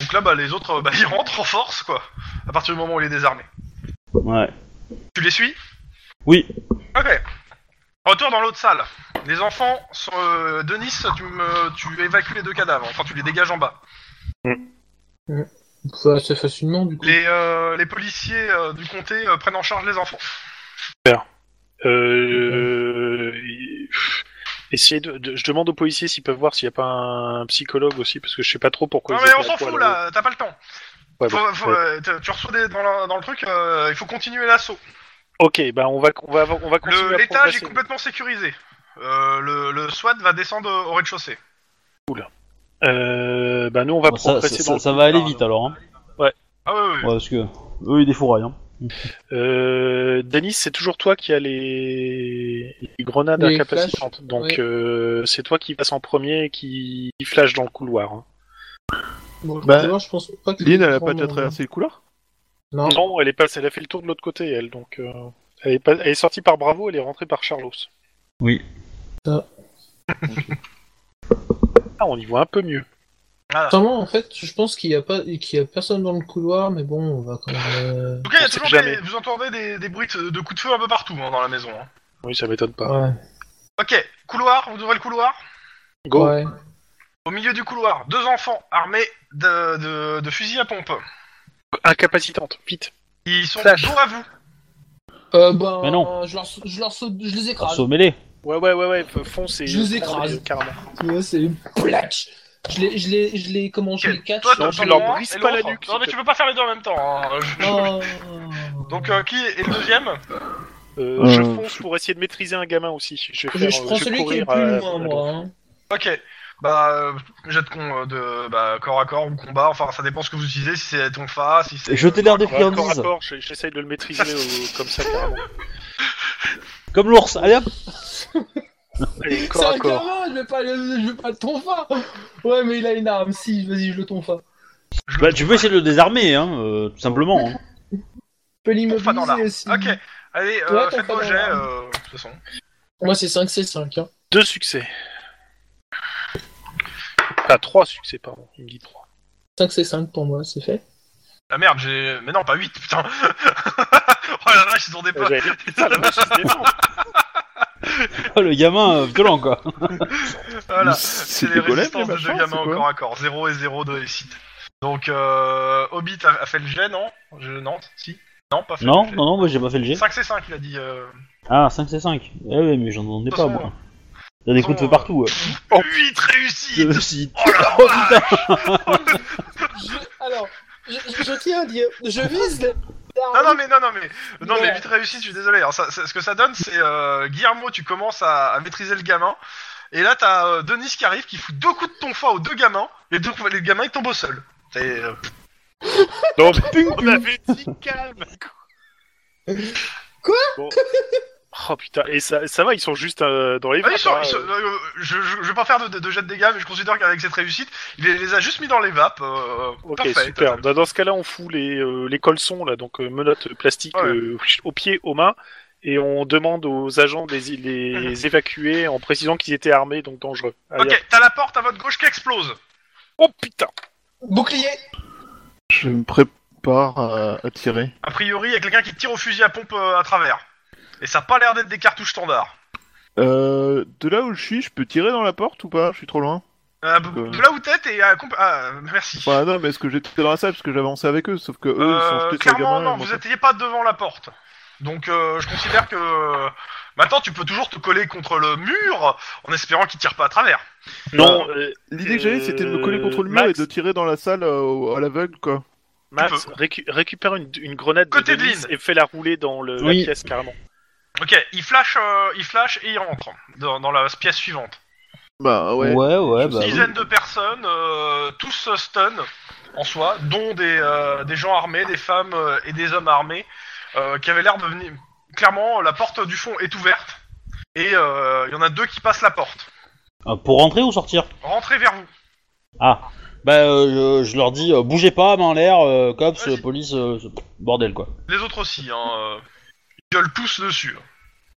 Donc là, bah, les autres, euh, bah, <laughs> ils rentrent en force, quoi. À partir du moment où il est désarmé.
ouais.
Tu les suis
Oui.
Ok. Retour dans l'autre salle. Les enfants, sont, euh, Denis, tu, me, tu évacues les deux cadavres. Enfin, tu les dégages en bas.
Ça, assez facilement, du coup.
Les, euh, les policiers euh, du comté euh, prennent en charge les enfants.
Euh... Essayez de, de- Je demande aux policiers s'ils peuvent voir s'il n'y a pas un psychologue aussi, parce que je sais pas trop pourquoi.
Non
ils
mais
étaient
on
à
s'en
poil,
fout
là-haut.
là, t'as pas le temps.
Ouais,
Faut-
bon,
faut,
ouais.
euh, te- tu reçois des, dans, la- dans le truc, euh, il faut continuer l'assaut.
Ok, bah on va, on va, on va continuer
Le-
à
L'étage est
progresser.
complètement sécurisé. Euh, le, le SWAT va descendre au rez-de-chaussée.
Euh, bah nous on va
Bon, ça,
progresser
ça-
dans
ça-
le-
ça va aller vite alors. Hein.
Ah ouais, ouais, ouais.
Ouais, parce que eux, ils défouraillent. Hein.
Euh, Denis, c'est toujours toi qui as les, les grenades
Les
incapacitantes. Donc
oui.
euh, c'est toi qui passe en premier et qui, qui flash dans le couloir. hein.
Bon, je-
Bah,
moi, je pense pas que.
<laughs> Lynn, elle a pas déjà traversé le couloir
Non.
Non, elle est passée, elle a fait le tour de l'autre côté elle. Donc euh, elle, est pas- elle est sortie par Bravo, elle est rentrée par Charlos.
Oui.
Ah.
Ah, on y voit un peu mieux.
Voilà.
Vraiment, en fait, je pense qu'il y a pas, qu'il y a personne dans le couloir, mais bon, on va quand même. euh,
En tout cas, il y a
on sait
toujours
jamais.
des- vous entendez des, des bruits de de coups de feu un peu partout hein, dans la maison. hein.
Oui, ça m'étonne
euh,
pas.
Ouais.
Ok, couloir, vous ouvrez le couloir.
Go.
Ouais.
Au milieu du couloir, deux enfants armés de, de, de fusils à pompe.
Incapacitante, vite.
Ils sont
Flash.
dos à vous.
Euh, ben,
Mais non.
Je leur, saute- je leur saute- je les écrase.
Perso mêlé.
Ouais, ouais, ouais, ouais, f- fonce et.
Je les écrase.
Carrément.
Tu vois, c'est plaque. Je les, je les, je les, comment je
Ok.
les catch
Toi,
Non,
t'as-
tu
t'as le
leur
droit,
brises
et
pas la
l'autre.
nuque,
Non, mais
s'il
tu peux pas faire les deux en même temps. hein. Je- je-
Oh.
Donc, euh, qui est le deuxième
Euh, Je
Euh,
fonce pour essayer de maîtriser un gamin aussi. Je, vais
je,
faire,
je
euh,
prends
vais
celui qui est le
courir
plus
à-
loin, moi. Hein.
Ok. Bah, euh, jet de, con, euh, de bah, corps à corps ou combat, enfin ça dépend ce que vous utilisez, si c'est ton fa, si c'est.
Je t'ai l'air des
Ouais, corps à
friandises.
corps, j'ai- j'essaye de le maîtriser euh, comme ça carrément.
Comme l'ours. Allez hop.
Allez,
C'est
corps à
un
corps.
gamin, je vais pas, le- je vais pas le tonfa. Ouais, mais il a une arme, si, vas-y, je le tonfa.
Je le
Bah, tu peux essayer de le désarmer, hein, euh, tout simplement. hein.
Je peux
tonds pas dans l'arme.
l'immobiliser si.
Ok, allez,
Ouais,
euh,
t'en
faites-moi
fais
jet,
dans
euh, de toute façon.
Moi, c'est 5, c'est 5. Hein.
Deux succès. Ah, trois succès, pardon. Il me dit trois.
5, c'est 5 pour moi, c'est fait.
Ah merde, j'ai. Mais non, pas 8, putain <laughs> Oh la vache, ils ont des
Eh,
Euh,
potes
j'avais dit, <laughs> putain, la vache, il se défend.
Oh, le gamin euh, violent, quoi.
Voilà,
Mais
c'est
des
les
golems,
résistances
les
de deux
machins,
gamins au
c'est quoi
corps à corps, 0 et 0 de réussite. Donc, euh, Hobbit a, a fait le jet, non je... Non, si Non, pas fait
Non,
le jet.
non, non, moi j'ai pas fait le jet.
5 c'est 5, il a dit. Euh...
Ah, 5 c'est 5. Eh ouais, mais j'en demandais pas, moi. Y'a des coups de feu partout. ouais.
8 réussites
Euh, si. Oh putain
Je- Alors, je, je- je tiens à dire, je vise les.
Non, non, mais non, non, mais non, mais
Ouais.
vite réussi, je suis désolé. Alors, ça, ça- ce que ça donne, c'est euh, Guillermo, tu commences à, à maîtriser le gamin, et là, t'as euh, Denis qui arrive, qui fout deux coups de ton foie aux deux gamins, et donc les gamins ils tombent au sol. C'est, euh,
Non, mais on avait dit calme.
Quoi
Bon. Oh putain, et ça, ça va, ils sont juste euh, dans les
bah, ils
vapes,
sont-
hein.
ils sont- euh, je, je, je vais pas faire de, de, de jet de dégâts, mais je considère qu'avec cette réussite, il les, les a juste mis dans les vapes. euh,
Ok,
parfait.
super. Bah, dans ce cas-là, on fout les, euh, les colsons, là, donc euh, menottes plastiques
Ouais.
euh, aux pieds, aux mains, et on demande aux agents de les, <laughs> les évacuer en précisant qu'ils étaient armés, donc dangereux. Allez,
Ok, t'as la porte à votre gauche qui explose.
Oh putain
Bouclier
Je me prépare à, à tirer.
A priori, il y a quelqu'un qui tire au fusil à pompe euh, à travers. Et ça a pas l'air d'être des cartouches standards.
Euh, de là où je suis, je peux tirer dans la porte ou pas Je suis trop loin.
Euh, de là où t'es, t'es... à comp- ah, merci.
Bah non, mais est-ce que j'étais dans la salle parce que j'avançais avec eux, sauf que eux,
Euh,
ils sont jetés sur le
clairement,
gamin.
non,
et moi,
vous étiez pas devant la porte. Donc, euh, je considère que. Maintenant, tu peux toujours te coller contre le mur en espérant qu'il tire pas à travers.
Non, euh,
L'idée que j'avais, c'était de me coller contre le
Euh,
mur
Max.
et de tirer dans la salle euh, au- à l'aveugle, quoi.
Max, récu- récupère une, une grenade
Côté de
de Denis
Lynn.
et fais la rouler dans le,
Oui.
la pièce, carrément.
Ok, il flash, euh, il flash et il rentre dans, dans la pièce suivante.
Bah ouais.
Ouais, ouais, bah. oui.
dizaine de personnes, euh, tous euh, stun en soi, dont des, euh, des gens armés, des femmes euh, et des hommes armés, euh, qui avaient l'air de venir. Clairement, la porte du fond est ouverte et euh, il y en a deux qui passent la porte.
Euh, Pour rentrer ou sortir
Rentrez vers vous.
Ah. Bah, euh, je, je leur dis, euh, bougez pas, main en l'air, euh, cops,
Vas-y.
euh, police, euh, ce- bordel quoi.
Les autres aussi, hein. euh, ils gueulent tous dessus. hein.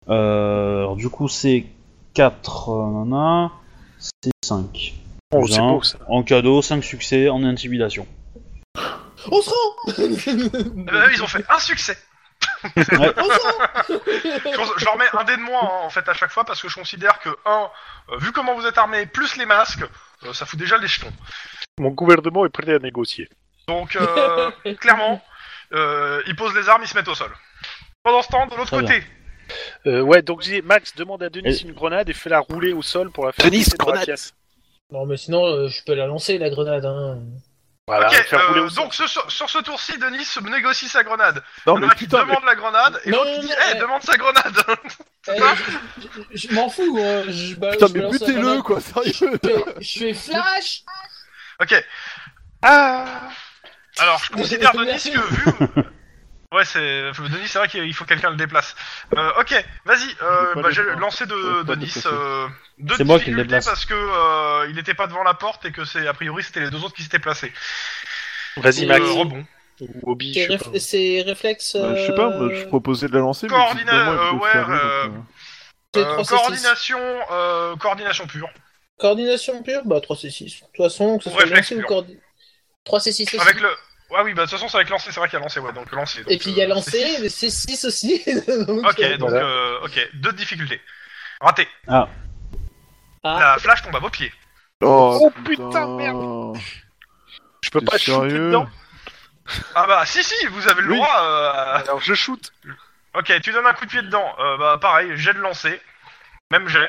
Euh, alors, du coup, c'est 4, nana, c'est 5.
Oh, c'est
Bien.
beau ça.
En cadeau, 5 succès, en intimidation.
On se rend
Eh ben, ils ont fait un succès.
On se rend
Je, je leur mets un dé de moins hein, en fait à chaque fois parce que je considère que un, euh, vu comment vous êtes armés, plus les masques, euh, ça fout déjà les jetons.
Mon gouvernement est prêt à négocier.
Donc,
<laughs>
euh, <laughs> clairement, euh, ils posent les armes, ils se mettent au sol. Pendant ce temps, de l'autre
Très
côté,
Euh, ouais, donc je dis, Max, demande à Denis
Et-
une grenade et fais-la rouler au sol pour la faire
Denis,
glisser dans la
grenade.
pièce.
Non, mais sinon, euh, je peux la lancer, la grenade. Hein.
Voilà,
Ok,
Bah, faire rouler
euh,
au sol.
donc ce- sur, sur ce tour-ci, Denis se négocie sa grenade.
Non,
Il y
mais
en a un qui
putain, mais-
demande la grenade et
Non,
l'autre qui
non,
dit
non,
Eh,
ouais.
demande sa grenade
Eh, je- je je m'en fous. euh, je, bah,
putain,
je
mais
balance la
butez-le
grenade.
quoi, sérieux
Je fais- Je fais flash
Ok. Ah. Alors, je considère Denis que vu. Ouais, c'est. euh, Denis, c'est vrai qu'il faut que quelqu'un le déplace. Euh, ok, vas-y, euh,
Je peux
bah,
le
j'ai
faire.
lancé
Je
de
peux pas
Denis.
déplacer.
euh, deux
C'est moi qui le
difficultés
déplace.
Parce que euh, il n'était pas devant la porte et que c'est a priori c'était les deux autres qui s'étaient placés.
Vas-y,
Et,
Max,
Euh, rebond.
ou Obi,
C'est
je sais pas.
réf- C'est réflexe.
Bah, Je sais pas, moi, je
euh,
proposais de la lancer. mais
Coordina-
visiblement,
euh,
il peut
ouais,
faire mieux,
euh,
donc,
c'est
Euh,
3 c'est 6.
coordination, euh, coordination pure.
Coordination pure Bah 3 c'est 6. De toute façon, que ce
Ou
soit
réflexe
lancé ou
pur.
coordination. 3 c'est 6 aussi.
Avec le. Ouais, oui, bah de toute façon, c'est avec lancer, c'est vrai qu'il y a lancé, ouais, donc lancer.
Et puis il y a lancé, mais c'est 6 aussi. <laughs> Donc,
Ok,
euh,
donc,
Voilà.
euh, ok, deux difficultés. Raté.
Ah.
La flash tombe à vos pieds.
Oh,
Oh, putain,
merde
Je peux
T'es
pas shooter
sérieux
dedans.
Ah bah, si, si, vous avez le
Oui.
droit. euh,
Alors je shoot.
Ok, tu donnes un coup de pied dedans. Euh, bah, pareil, j'ai de lancer. Même j'ai.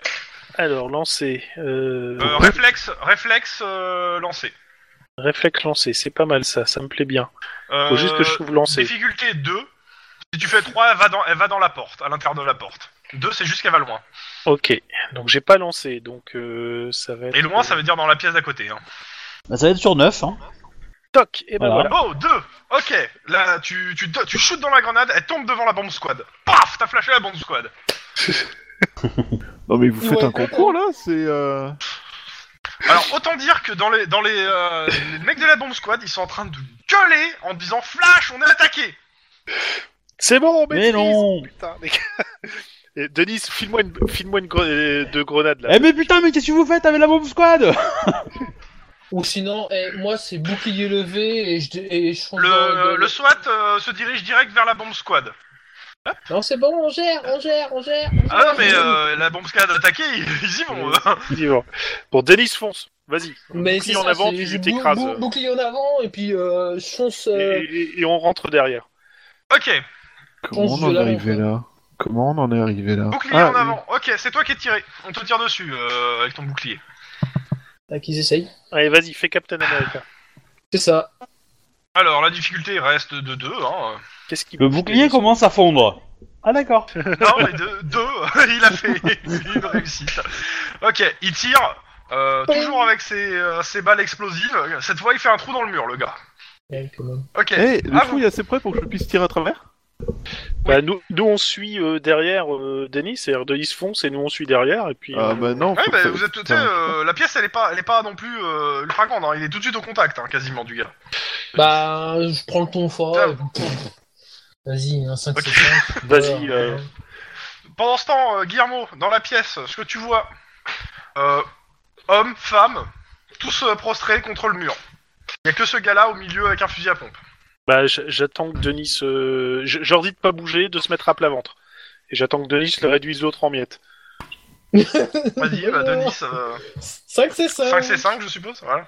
Alors lancer. Euh...
Euh, réflexe, réflexe, euh, lancer.
Réflexe lancer, c'est pas mal ça, ça me plaît bien.
Euh,
Faut juste que je trouve lancer.
Difficulté 2. Si tu fais 3, elle va dans, elle va dans la porte, à l'intérieur de la porte. 2, c'est juste qu'elle va loin.
Ok, donc j'ai pas lancé, donc euh, ça va être.
Et loin, ça veut dire dans la pièce d'à côté. Hein.
Bah, ça va être sur 9, hein.
Toc Et ben
Voilà.
voilà.
Oh, deux Ok, là, tu, tu, tu shootes dans la grenade, elle tombe devant la bombe squad. Paf T'as flashé la bombe squad.
Non, mais vous faites
Ouais.
un concours là C'est. euh,
Alors, autant dire que dans les, dans les, euh, les mecs de la bombe squad, ils sont en train de gueuler en disant Flash, on est attaqué
C'est bon, on
Mais
maîtrise
non.
Putain, les gars. <laughs> Et Denis, file-moi une, file-moi une gre- euh, de grenade là.
Eh, mais putain, mais qu'est-ce que vous faites avec la bombe squad
Ou sinon, eh, moi c'est bouclier levé et je, et je fonce dans
Le,
dans-
le SWAT euh, se dirige direct vers la bombe squad.
Non, c'est bon, on gère, on gère, on gère. on
Ah
gère.
non, mais euh, la bombe squad attaquée, <laughs> ils, ils y vont. hein. eux.
Dis donc. Bon, Denis, fonce. Vas-y.
Mais
Bouclier
c'est
en
ça,
avant,
c'est
tu
juste
t'écrases.
bou- bou- Bouclier en avant et puis euh, je fonce.
Et,
euh,
et- et on rentre derrière.
Ok,
Comment
Pense
on en
de
est
là,
arrivé
en fait.
là Comment on en est arrivé là
bouclier
Ah,
en avant. Ok, c'est toi qui es tiré. On te tire dessus euh, avec ton bouclier.
À Ah, qui j'essaye
Allez, vas-y, fais Captain America.
C'est ça.
Alors, la difficulté reste de 2. Hein.
<laughs>
Qu'est-ce qui
Le bouclier commence à fondre. Ah, d'accord.
Non, mais deux, deux <laughs> il a fait
<laughs>
une réussite. Ok, il tire, euh, toujours avec ses, euh, ses balles explosives. Cette fois, il fait un trou dans le mur, le gars.
Ouais, quand même.
Ok,
Eh, le
Ah,
trou il est assez près pour que je puisse tirer à travers
Bah, nous, nous, on suit euh, derrière euh, Denis, c'est-à-dire Denis fonce et nous on suit derrière. Et puis,
Ah
euh,
bah non
ouais,
faut
bah,
que-
vous êtes, tu sais,
putain.
euh, la pièce, elle est pas, elle est pas non plus euh, ultra grande. hein. Il est tout de suite au contact, hein, quasiment, du gars.
Bah, je prends le ton fort.
Ah.
et pff, Vas-y, hein, un 5
Ok.
c'est 5.
<laughs>
Vas-y, euh,
Pendant ce temps, euh, Guillermo, dans la pièce, ce que tu vois, euh, hommes, femmes, tous euh, prostrés contre le mur. Il y a que ce gars-là au milieu avec un fusil à pompe.
bah, j- j'attends que Denis. euh, j- Je leur dis de pas bouger, de se mettre à plat ventre. Et j'attends que Denis le réduise l'autre en miettes.
Vas-y, bah,
<laughs>
Denis, euh,
5 c'est 5.
5 c'est 5, je suppose. Voilà.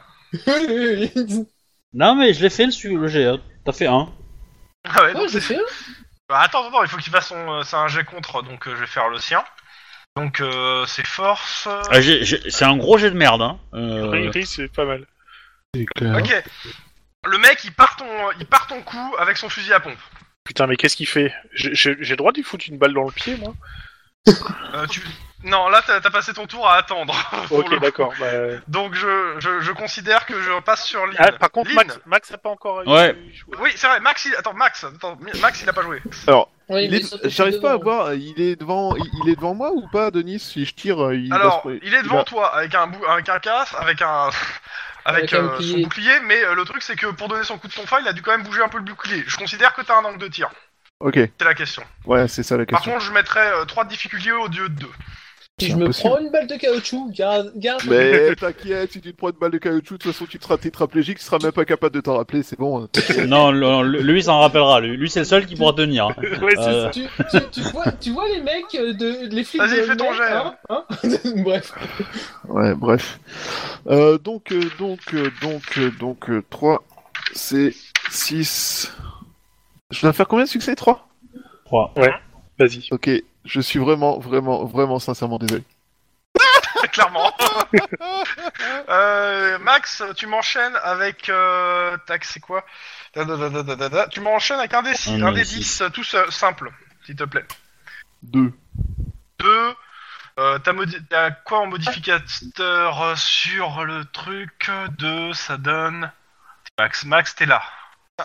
<laughs>
<laughs>
Non, mais je l'ai fait le, su- le GA. T'as fait un.
Ah ouais,
Ouais,
donc
je fais un.
Bah, attends, attends, il faut qu'il fasse son. euh, C'est un jet contre, donc euh, je vais faire le sien. Donc euh, c'est force. euh,
Ah, j'ai- j'ai- C'est un gros jet de merde, hein. Euh,
Ri- ri, c'est pas mal.
C'est clair.
euh, Ok. Le mec, il part ton, euh, il part ton coup avec son fusil à pompe.
Putain, mais qu'est-ce qu'il fait J'ai j'ai- j'ai le droit d'y foutre une balle dans le pied, moi
Euh, tu, Non, là, t'as t'as passé ton tour à attendre. <laughs> pour le
Ok,
coup.
d'accord. bah,
Donc, je, je, je considère que je passe sur Lynn.
Ah, par contre,
Lynn.
Max, Max a pas encore. eu-
Ouais.
joué.
Oui, c'est vrai, Max, il... Attends, Max, attends, Max, il a pas joué.
Oui,
Il
mais
est-
sauf que
J'arrive
c'est
pas à
devant.
voir, euh, il est devant, il, il est devant moi ou pas, Denis Si je tire, euh, il va
Alors,
se-
il est devant
va-
toi, avec un, bou- avec un casque, avec un... <laughs>
Avec
Avec,
un
euh, son
bouclier.
bouclier, mais euh, le truc c'est que pour donner son coup de tonfa, il a dû quand même bouger un peu le bouclier. Je considère que t'as un angle de tir,
Ok,
c'est la question.
ouais, c'est ça la
Par
question.
contre, je mettrais 3 difficultés au lieu de 2. <laughs>
Si
c'est
je me
impossible.
prends une balle de caoutchouc, garde, garde.
<laughs> Mais Eh, t'inquiète, si tu te prends une balle de caoutchouc, de toute façon tu seras tétraplégique, tu seras même pas capable de t'en rappeler, c'est bon.
<laughs>
hein.
non, non, lui, il s'en rappellera. Lui, lui, c'est le seul qui pourra tenir.
<laughs>
<laughs>
Ouais, c'est
Euh,
<laughs>
ça.
Tu, tu, tu vois, tu vois les mecs euh, de les flics
Vas-y,
de
fais ton
Holnay,
jet,
hein, hein <laughs> Bref,
Ouais, bref. Euh, donc, euh, donc, euh, donc, euh, donc, 3, c'est 6. Je dois faire combien de succès 3
trois.
Vas-y.
Ok, je suis vraiment, vraiment, vraiment sincèrement désolé.
Clairement. <laughs> Euh, Max, tu m'enchaînes avec. Euh, tac, c'est quoi Da, da, da, da, da, da, da. Tu m'enchaînes avec un des, six-
Un
un
des
des
six.
10, tout seul, simple, s'il te plaît.
2.
Deux. Euh, t'as, modi- t'as quoi en modificateur euh, sur le truc de ça donne Max, Max, t'es là.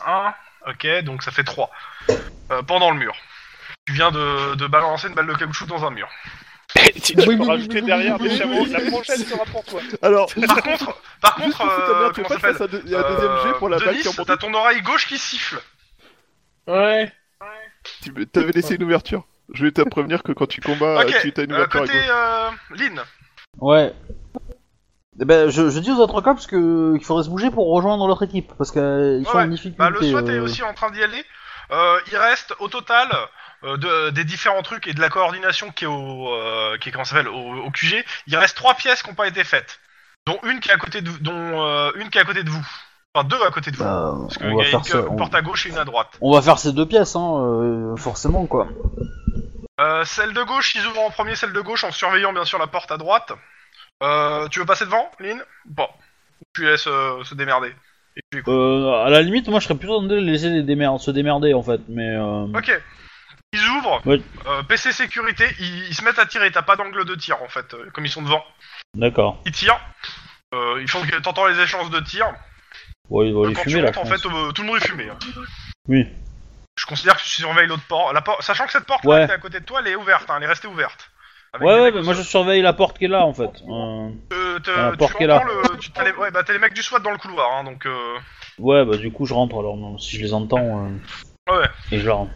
1, ok, donc ça fait 3. pendant le mur. Tu viens de, de balancer une balle de caoutchouc dans un mur.
Eh,
Et tu tu
Oui,
peux
oui,
rajouter
oui,
derrière
oui,
des
oui,
chameaux.
oui.
La prochaine sera pour toi.
Alors,
Par contre, par
juste
contre,
pour
euh,
foutre la merde, tu veux
comment
pas
ça s'appelle
que je fasse un, deux- un deuxième jet pour la
Euh,
balle
Denis,
qui emporte-
t'as ton oreille gauche qui siffle.
ouais.
Tu me- T'avais laissé une ouverture. Je vais te prévenir que quand tu combats,
ok,
tu as une
euh,
ouverture
côté
à gauche.
euh, Lynn.
Ouais. Eh ben, je, je dis aux autres cops que- qu'il faudrait se bouger pour rejoindre l'autre équipe parce qu'ils sont
Ouais,
en difficulté.
Bah, le SWAT est
euh.
aussi en train d'y aller. Euh, il reste au total euh, de- des différents trucs et de la coordination qui est au, euh, qui est, comment ça s'appelle, au, au QG. Il reste trois pièces qui n'ont pas été faites, dont une qui est à côté de, dont euh, une qui est à côté de vous. Enfin deux à côté de vous.
Bah,
Parce qu'il
on
y
va
a une
faire ça.
que- euh,
on-
porte à gauche et une à droite.
On va faire ces deux pièces, hein, euh, forcément quoi.
Euh, celle de gauche, ils ouvrent en premier celle de gauche en surveillant bien sûr la porte à droite. Euh, tu veux passer devant, Lynn Bon, tu laisses euh, se démerder. Et tu écoutes.
Euh, à la limite, moi, je serais plutôt en train de les laisser les démer- se démerder en fait, mais. euh,
Ok. Ils ouvrent.
Ouais.
Euh, PC sécurité, ils, ils se mettent à tirer. T'as pas d'angle de tir en fait, euh, comme ils sont devant.
D'accord.
Ils tirent. Euh, ils font que t'entends les échanges de tir.
Ouais, ils vont
Euh,
les
quand
fumer
tu
là.
rentres, en
je
fait,
pense.
euh, tout le monde est fumé. hein.
Oui.
Je considère que tu surveilles l'autre porte. La porte- Sachant que cette porte
Ouais.
là, qui est à côté de toi, elle est ouverte. hein, elle est restée ouverte. Avec
Ouais,
des
ouais,
mecs
mais
au
moi,
sol.
je surveille la porte qui est là en fait. Euh,
Euh, te-
la
tu
porte qui est
entends
là.
le- tu- t'as les- ouais, bah, t'as les mecs du SWAT dans le couloir, hein, donc. euh,
Ouais, bah du coup, je rentre alors non, si je les entends. euh,
Ouais.
Et je leur.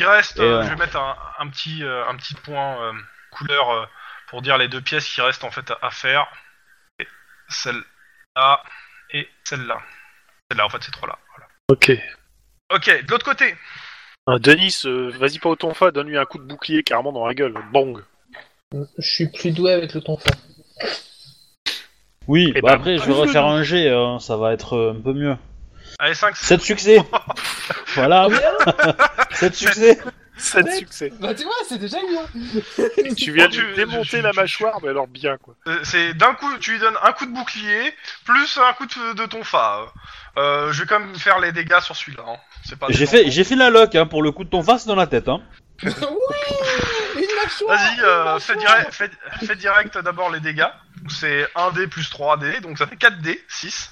Il reste,
Et,
euh,
euh,
je vais mettre un, un petit, euh, un petit point euh, couleur euh, pour dire les deux pièces qui restent en fait à, à faire. Et Celle-là et celle-là. Celle-là, en fait, ces trois-là. voilà.
Ok.
Ok, de l'autre côté.
Ah, Denis, euh, vas-y pas au tonfa, donne-lui un coup de bouclier carrément dans la gueule. Bang.
Je suis plus doué avec le tonfa.
Oui,
Et
bah
ben,
après, je
plus
vais
le
refaire
nom.
un G, hein, ça va être euh, un peu mieux.
Allez, 5,
7 succès Voilà
Ah
7 succès
7
Ouais.
succès.
Bah tu vois, c'est déjà bien.
Tu viens
Oh,
de
tu-
lui démonter
tu-
la
tu-
mâchoire, mais alors bien quoi.
Euh, c'est d'un coup, tu lui donnes un coup de bouclier, plus un coup de, de ton fa. Euh, je vais quand même faire les dégâts sur celui-là. hein. C'est pas
J'ai
décent.
fait, j'ai fait la loc, hein, pour le coup de ton face dans la tête. Hein.
<laughs> oui, une mâchoire.
Vas-y,
une
euh,
mâchoire.
fais, direct- fais, fais direct d'abord les dégâts. C'est 1D plus 3D, donc ça fait 4D, 6,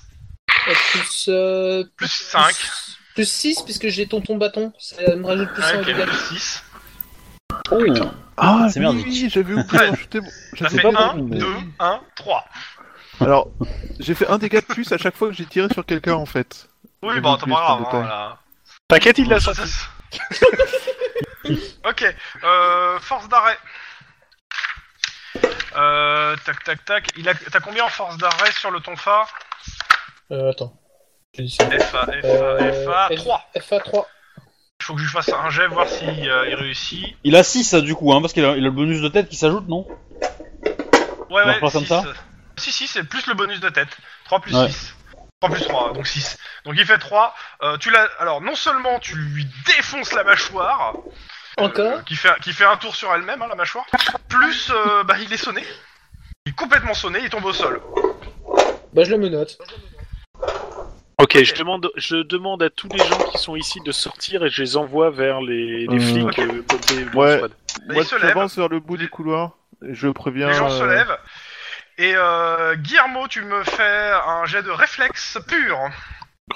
Euh, Plus, euh,
plus 5.
Plus 6 puisque j'ai tonton bâton, ça me rajoute plus 1 au
Ouais, Ah, ok,
dégât.
plus 6.
Oh,
Ah,
C'est merdique.
oui, j'avais oublié
Ouais.
d'ajouter mon...
sais
Ça fait
pas
1,
pourquoi, mais-
2, 1, 3.
Alors, j'ai fait un dégât de plus à chaque fois que j'ai tiré sur quelqu'un en fait.
Oui,
J'ai
bon,
oublié
t'as
de
pas grave.
prendre le
Hein, là.
T'inquiète, il l'a
Ça,
senti.
ça- ok, euh, force d'arrêt. Euh, tac, tac, tac. Il a... T'as combien en force d'arrêt sur le tonfa
Euh, attends. Je dis ça.
FA, FA,
Euh,
FA,
F-
3.
FA3.
Il faut que je lui fasse un jet, voir s'il euh, il réussit.
Il a 6 du coup, hein, parce qu'il a, il a le bonus de tête qui s'ajoute, non
Ouais,
On
ouais,
reprend comme
six.
ça
Si, si, c'est plus le bonus de tête. 3 plus
Ouais.
6. 3 plus 3, donc 6. Donc il fait 3. Euh, tu l'as... Alors, non seulement tu lui défonces la mâchoire, euh,
Encore
qui, fait, qui fait un tour sur elle-même, hein, la mâchoire, plus euh, bah, il est sonné. Il est complètement sonné, il tombe au sol.
Bah je le menote.
Ok, je demande, je demande à tous les gens qui sont ici de sortir et je les envoie vers les, les
Euh,
flics
ok.
euh, côté
Ouais.
squad.
Bah,
Moi,
il se
je
lève.
j'avance vers le bout du couloir. Je préviens.
Les gens se
euh,
lèvent. Et euh, Guillermo, tu me fais un jet de réflexe pur.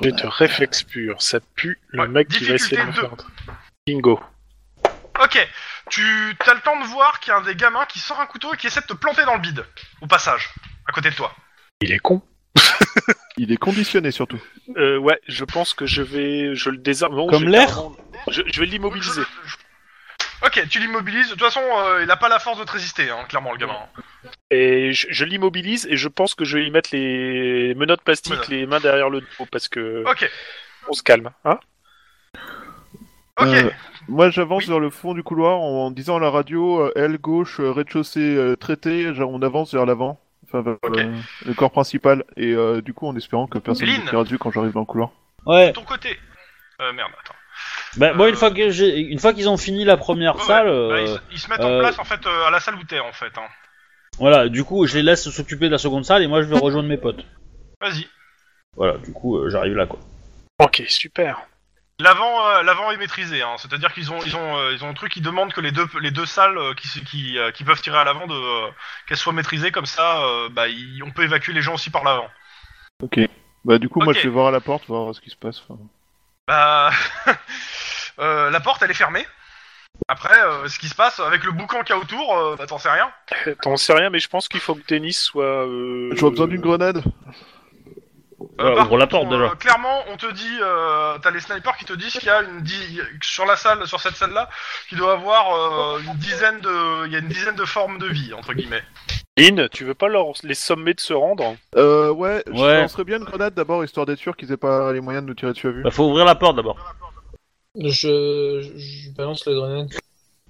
Et de réflexe pur, ça pue le
Ouais,
mec qui va
difficulté
essayer de me
deux.
faire. Bingo.
Ok, tu as le temps de voir qu'il y a un des gamins qui sort un couteau et qui essaie de te planter dans le bide, au passage, à côté de toi.
Il est con.
Il est conditionné surtout.
Euh, ouais, je pense que je vais, je le désarme. Non,
Comme
je vais
l'air
carrément- Je, je vais l'immobiliser.
Ok, tu l'immobilises. De toute façon, euh, il a pas la force de te résister, hein, clairement, le gamin.
Et je, je l'immobilise et je pense que je vais lui mettre les menottes plastiques,
Voilà.
les mains derrière le dos parce que
Ok,
on se calme, hein
ok.
Euh, moi, j'avance
Oui.
vers le fond du couloir en, en disant à la radio, euh, aile gauche, euh, rez-de-chaussée euh, traité, genre, on avance vers l'avant. Enfin, vers
Ok.
le, le corps principal. Et euh, du coup, en espérant que personne ne
Lynn.
me tire dessus quand j'arrive dans le couloir.
Ouais.
Ton côté. Euh, merde, attends.
Bah, moi,
Euh,
une fois que j'ai, une fois qu'ils ont fini la première
Ouais,
salle,
Bah,
euh,
ils, se- ils se mettent en
euh,
place en fait euh, à la salle où t'es en fait. hein.
voilà. Du coup, je les laisse s'occuper de la seconde salle et moi, je vais rejoindre mes potes.
Vas-y.
Voilà. Du coup, euh, j'arrive là, quoi.
Ok, super.
L'avant, euh, l'avant est maîtrisé. hein. C'est-à-dire qu'ils ont, ils ont, euh, ils ont un truc qui demande que les deux, les deux salles euh, qui, se- qui, euh, qui peuvent tirer à l'avant de, euh, qu'elles soient maîtrisées comme ça. euh, bah, ils- on peut évacuer les gens aussi par l'avant.
Ok. Bah, du coup, moi,
Ok.
je vais voir à la porte, voir ce qui se passe. enfin.
Bah, <laughs> euh, la porte elle est fermée. Après, euh, ce qui se passe avec le boucan qu'il y a autour, euh, bah, t'en sais rien.
Euh, T'en sais rien, mais je pense qu'il faut que Denis soit. euh,
J'aurais besoin d'une grenade.
Voilà,
par
ouvre la
contre,
porte,
on-
déjà.
euh, clairement, on te dit, euh, t'as les snipers qui te disent qu'il y a une di- sur la salle, sur cette salle-là, qu'il doit avoir euh, une dizaine de, il y a une dizaine de formes de vie entre guillemets.
Lynn, tu veux pas leur les sommer de se rendre
Euh, ouais, je
Ouais.
lancerais bien une grenade d'abord, histoire d'être sûr qu'ils aient pas les moyens de nous tirer dessus à vue.
Bah, faut ouvrir la porte d'abord.
Je, je- je balance le grenade.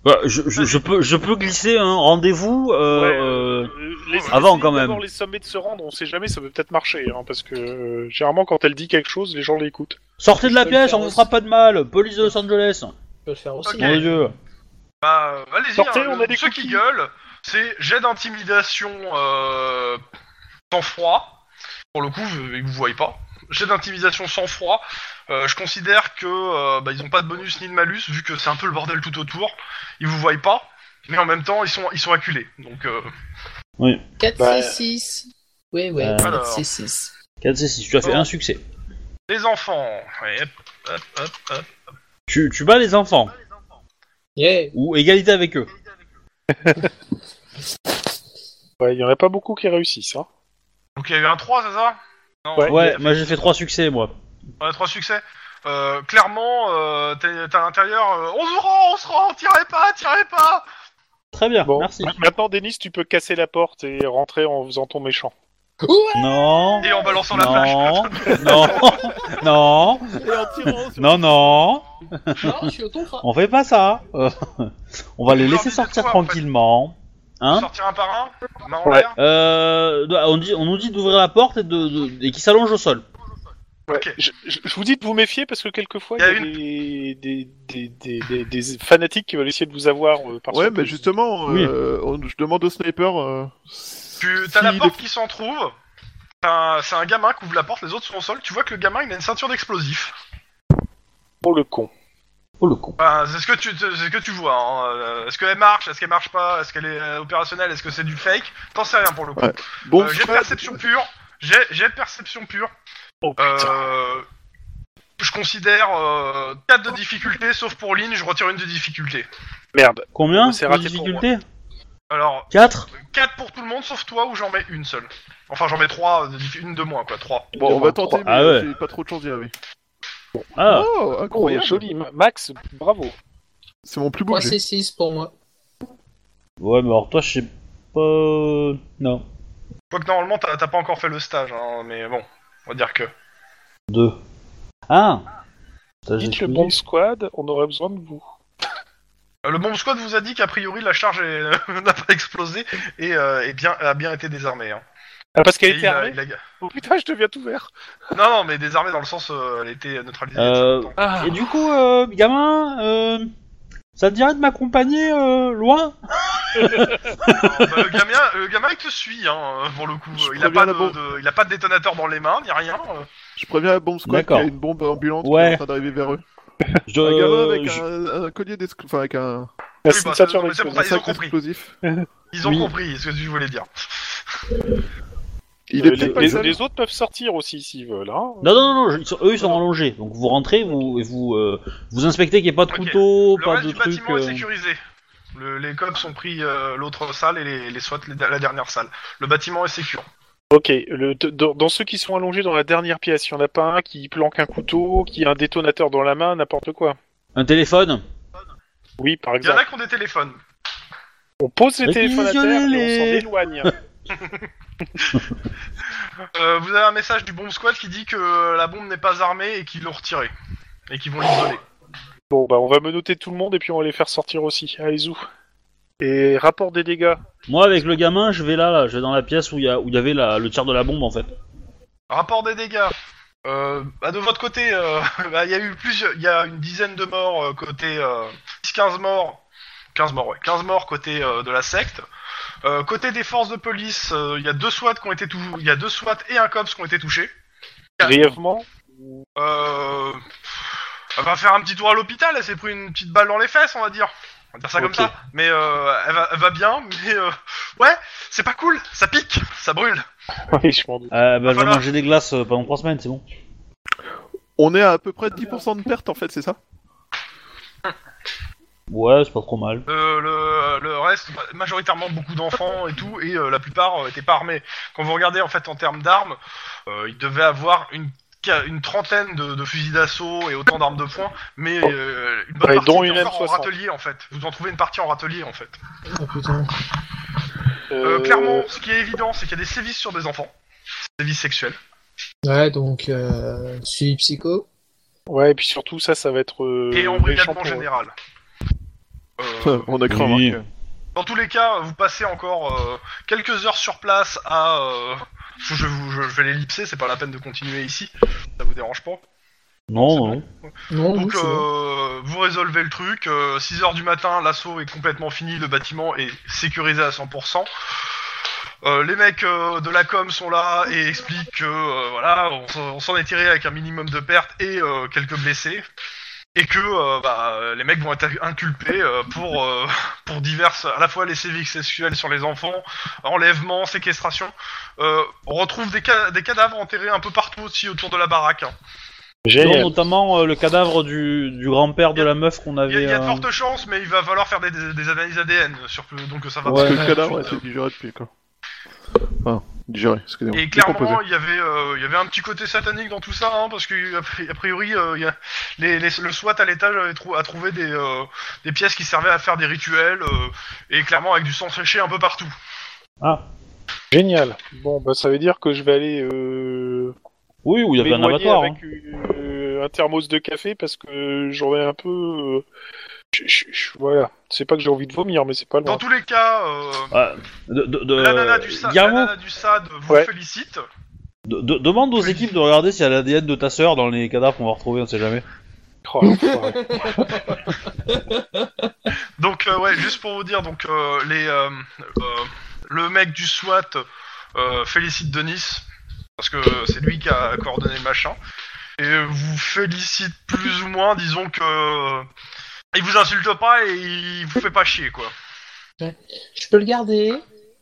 Bah, je, je, je peux, je peux glisser un rendez-vous. euh,
Ouais,
euh,
euh, les-
avant,
essayez
quand même.
d'abord les sommer de se rendre, on sait jamais, ça peut peut-être marcher, hein, parce que euh, généralement quand elle dit quelque chose, les gens l'écoutent.
Sortez de la
Je peux le
pièce,
faire
on vous
aussi.
fera pas de mal. Police de Los Angeles.
Je peux le faire aussi.
Ok.
Mon dieu.
Bah, euh, allez-y.
Sortez, on a des
ceux qui
cookies.
gueulent, c'est jet d'intimidation euh, sans froid. Pour le coup, vous- ils vous voient pas. Jet d'intimidation sans froid. Euh, je considère que euh, bah, ils ont pas de bonus ni de malus vu que c'est un peu le bordel tout autour. Ils vous voient pas, mais en même temps, ils sont, ils sont acculés. Donc euh,
4,
Bah,
6, 6. Ouais, ouais,
euh,
4,
alors.
6, 6.
4 C6, tu as fait
Oh.
un succès.
Les enfants. Ouais, hop, hop, hop, hop.
Tu, tu bats les enfants,
Yeah.
<laughs> ou égalité avec eux.
Ouais, il y en a pas beaucoup qui réussissent. Hein.
Donc il y a eu un 3, c'est ça Non,
Ouais.
Ouais, moi j'ai fait 3 succès, moi.
on a 3 succès. Euh, clairement, euh, t'es t'es à l'intérieur. euh, on se rend, on se rend, tirez pas, tirez pas
Très bien,
Bon,
merci.
maintenant Denis, tu peux casser la porte et rentrer en faisant ton méchant.
Non,
Et en balançant la flash.
non, non, <laughs> non, non, non,
Non, je suis au contrat.
on fait pas ça. Euh, <laughs> on va les laisser sortir tranquillement. Hein
Sortir un par un main en
Ouais.
l'air.
euh, on, dit, on nous dit d'ouvrir la porte et, de, de- et qu'ils s'allongent au sol.
Ok.
Je, je- je vous dis de vous méfier parce que quelquefois
Y
il y
a
a, des, des, des, des- des fanatiques qui veulent essayer de vous avoir euh, par
Ouais,
surprise.
mais justement,
Oui.
euh, on- je demande au sniper. euh,
Tu
s'il
t'as la
est-
porte qui s'en trouve. T'as un- C'est un gamin qui ouvre la porte, les autres sont au sol. Tu vois que le gamin il a une ceinture d'explosifs.
Pour le con.
Oh le con.
Enfin, c'est ce que tu, c'est ce que tu vois. hein. Euh, Est-ce qu'elle marche Est-ce qu'elle marche pas Est-ce qu'elle est euh, opérationnelle Est-ce que c'est du fake T'en sais rien pour le coup.
Ouais. Bon,
Euh, j'ai
Fred,
perception pure. J'ai, j'ai perception pure.
Oh putain.
Euh, je considère 4 de difficulté, sauf pour Lynn, je retire une de difficulté.
Merde.
Combien
C'est
de
raté pour
difficulté
Alors,
4
4 pour tout le monde, sauf toi, où j'en mets une seule. Enfin, j'en mets 3, une de moins, quoi, 3.
bon, on va tenter, mais
Ah
euh,
ouais.
j'ai pas trop de chance d'y arriver.
Ah,
Oh,
Oh,
incroyable.
joli. Ma- Max, bravo.
C'est mon plus beau
3,
jet.
c'est 6 pour moi.
ouais, mais alors toi, je sais pas. Non,
Quoique, normalement, t'as, t'as pas encore fait le stage, hein, mais bon, on va dire que.
2. Ah Ça, j'ai
Dites le
tout
bon
dit.
squad, on aurait besoin de vous.
Euh, Le bomb squad vous a dit qu'a priori, la charge est- <laughs> n'a pas explosé et, euh, est bien, a bien été désarmée. hein.
Ah, parce qu'elle
Et
était
il a-
armée
il a-
Oh putain, je deviens tout vert.
Non, non, mais désarmée dans le sens, euh, elle était neutralisée.
Euh,
etc.
Ah,
Et du coup, euh, gamin, euh, ça te dirait de m'accompagner euh, loin
Euh, bah, le, gamin, le gamin, il te suit, hein, pour le coup.
Je
Il a,
préviens
pas
la
de,
bombe.
de- il a pas de détonateur dans les mains, ni rien. euh.
Je préviens la bombe squad qu'il
D'accord.
y a une bombe ambulante
Ouais.
qui est en train d'arriver vers eux.
je,
Un gamin avec
je-
un, un collier d'esc... Enfin, avec un...
La
Oui, bah,
ceinture
c'est- c'est pour ça,
d'explosion.
ils ont
Sac
compris.
explosif.
Ils ont
Oui.
compris ce que je voulais dire.
Il est
Euh, les,
peut-être pas le
les-
seul.
les autres peuvent sortir aussi s'ils veulent. hein.
Non, non, non, non, ils sont- eux ils sont allongés. Donc vous rentrez, vous et vous euh, vous inspectez qu'il n'y ait pas de
Ok.
couteau,
Le
pas
reste
de
du
truc.
bâtiment est
euh,
sécurisé. Le- les cops ont pris euh, l'autre salle et les, les SWAT les- la dernière salle. Le bâtiment est sécure.
Ok, le, de- dans, dans ceux qui sont allongés dans la dernière pièce, il n'y en a pas un qui planque un couteau, qui a un détonateur dans la main, n'importe quoi.
Un téléphone.
Oui, par
Il y en
exemple.
a qui ont des téléphones.
On pose les téléphones à terre et on s'en
Réquisitionnez-les.
<laughs> éloigne.
Euh, vous avez un message du bomb squad qui dit que la bombe n'est pas armée et qu'ils l'ont retirée. Et qu'ils vont l'isoler.
Bon, bah on va menoter tout le monde et puis on va les faire sortir aussi. Allez-y. Et rapport des dégâts.
Moi avec le gamin, je vais là, là, je vais dans la pièce où il y a où il y avait la, le tir de la bombe en fait.
Rapport des dégâts. Euh, bah, de votre côté, euh, <laughs> bah, il y a eu plusieurs, il y a une dizaine de morts euh, côté euh, 15 morts, 15 morts, ouais, 15 morts côté euh, de la secte. Euh, côté des forces de police, euh, il y a deux SWAT qui ont été tou- il y a deux SWAT et un cops qui ont été touchés.
Brièvement.
Euh, elle va faire un petit tour à l'hôpital. Elle s'est pris une petite balle dans les fesses, on va dire. On va dire ça comme
Ok.
ça. Mais euh, elle, va, elle va bien. <laughs> Mais euh, ouais, c'est pas cool. Ça pique, ça brûle.
<laughs> Oui, je m'en doute.
Euh, bah, je vais
Voilà.
manger des glaces euh, pendant trois semaines, c'est bon.
On est à à peu près 10% de perte en fait, c'est ça
Ouais, c'est pas trop mal.
Euh, le, le reste, majoritairement beaucoup d'enfants et tout, et euh, la plupart euh, étaient pas armés. Quand vous regardez en fait en termes d'armes, euh, ils devaient avoir une ca- une trentaine de, de fusils d'assaut et autant d'armes de poing, mais euh, une bonne
Ouais,
partie
dont
était
une
encore en
M60.
râtelier en fait. Vous en trouvez une partie en râtelier en fait.
Oh putain.
Euh,
Euh,
Clairement, ce qui est évident, c'est qu'il y a des sévices sur des enfants, sévices sexuels.
Ouais, donc, euh, suivi psycho.
Ouais, et puis surtout, ça, ça va être. euh,
et en
méchant
brigadement
pour eux. <laughs>
général. Euh,
On a cru
Oui.
remarquer.
Dans tous les cas, vous passez encore euh, quelques heures sur place à. euh, je, je vous- je- je vais l'ellipser, c'est pas la peine de continuer ici, ça vous dérange pas.
Non,
C'est
non.
bon.
non.
Non, oui,
Donc
c'est bon.
euh, vous résolvez le truc, 6 heures du matin, l'assaut est complètement fini, le bâtiment est sécurisé à 100%. Euh, les mecs euh, de la com sont là et expliquent que euh, voilà, on, s'en- on s'en est tiré avec un minimum de pertes et euh, quelques blessés. Et que euh, bah, euh, les mecs vont être inculpés euh, pour, euh, <laughs> pour diverses, à la fois les sévices sexuels sur les enfants, enlèvement, séquestration. Euh, on retrouve des, ca- des cadavres enterrés un peu partout aussi autour de la baraque. hein.
Dont
Génial.
notamment euh, le cadavre du, du grand-père de la meuf qu'on
Il y, a-
avait.
il y a de
euh,
fortes chances, mais il va falloir faire des, des- des analyses ADN, sur, donc ça va
Ouais,
Parce que
pas.
le cadavre a été digéré depuis quoi. Enfin, Ah, digéré, excusez-moi.
Et
Décomposé.
clairement, il y avait, euh, il y avait un petit côté satanique dans tout ça, hein, parce que a pri- a priori, euh, il y a- les- les- le SWAT à l'étage avait trou- a trouvé des, euh, des pièces qui servaient à faire des rituels, euh, et clairement avec du sang séché un peu partout.
Ah,
Génial. Bon, bah, ça veut dire que je vais aller. Euh...
oui, où il y avait un
m'éloigner
abattoir. hein.
avec euh, un thermos de café parce que j'en ai un peu. euh, je- je- je- voilà. C'est pas que j'ai envie de vomir, mais c'est pas
Dans
loin.
tous les cas, euh,
Ah, de, de, de-
la nana du, sa- la
Guillermo,
nana du SAD vous
Ouais.
félicite.
de- de- demande aux équipes de regarder s'il y a l'ADN de ta sœur dans les cadavres qu'on va retrouver, on sait jamais.
Oh, l'enfoiré.
<laughs> Donc euh, ouais, juste pour vous dire, donc euh, les euh, euh, le mec du SWAT euh, félicite Denis parce que c'est lui qui a coordonné le machin et vous félicite plus ou moins, disons que euh, il vous insulte pas et il vous fait pas chier quoi.
Je peux le garder.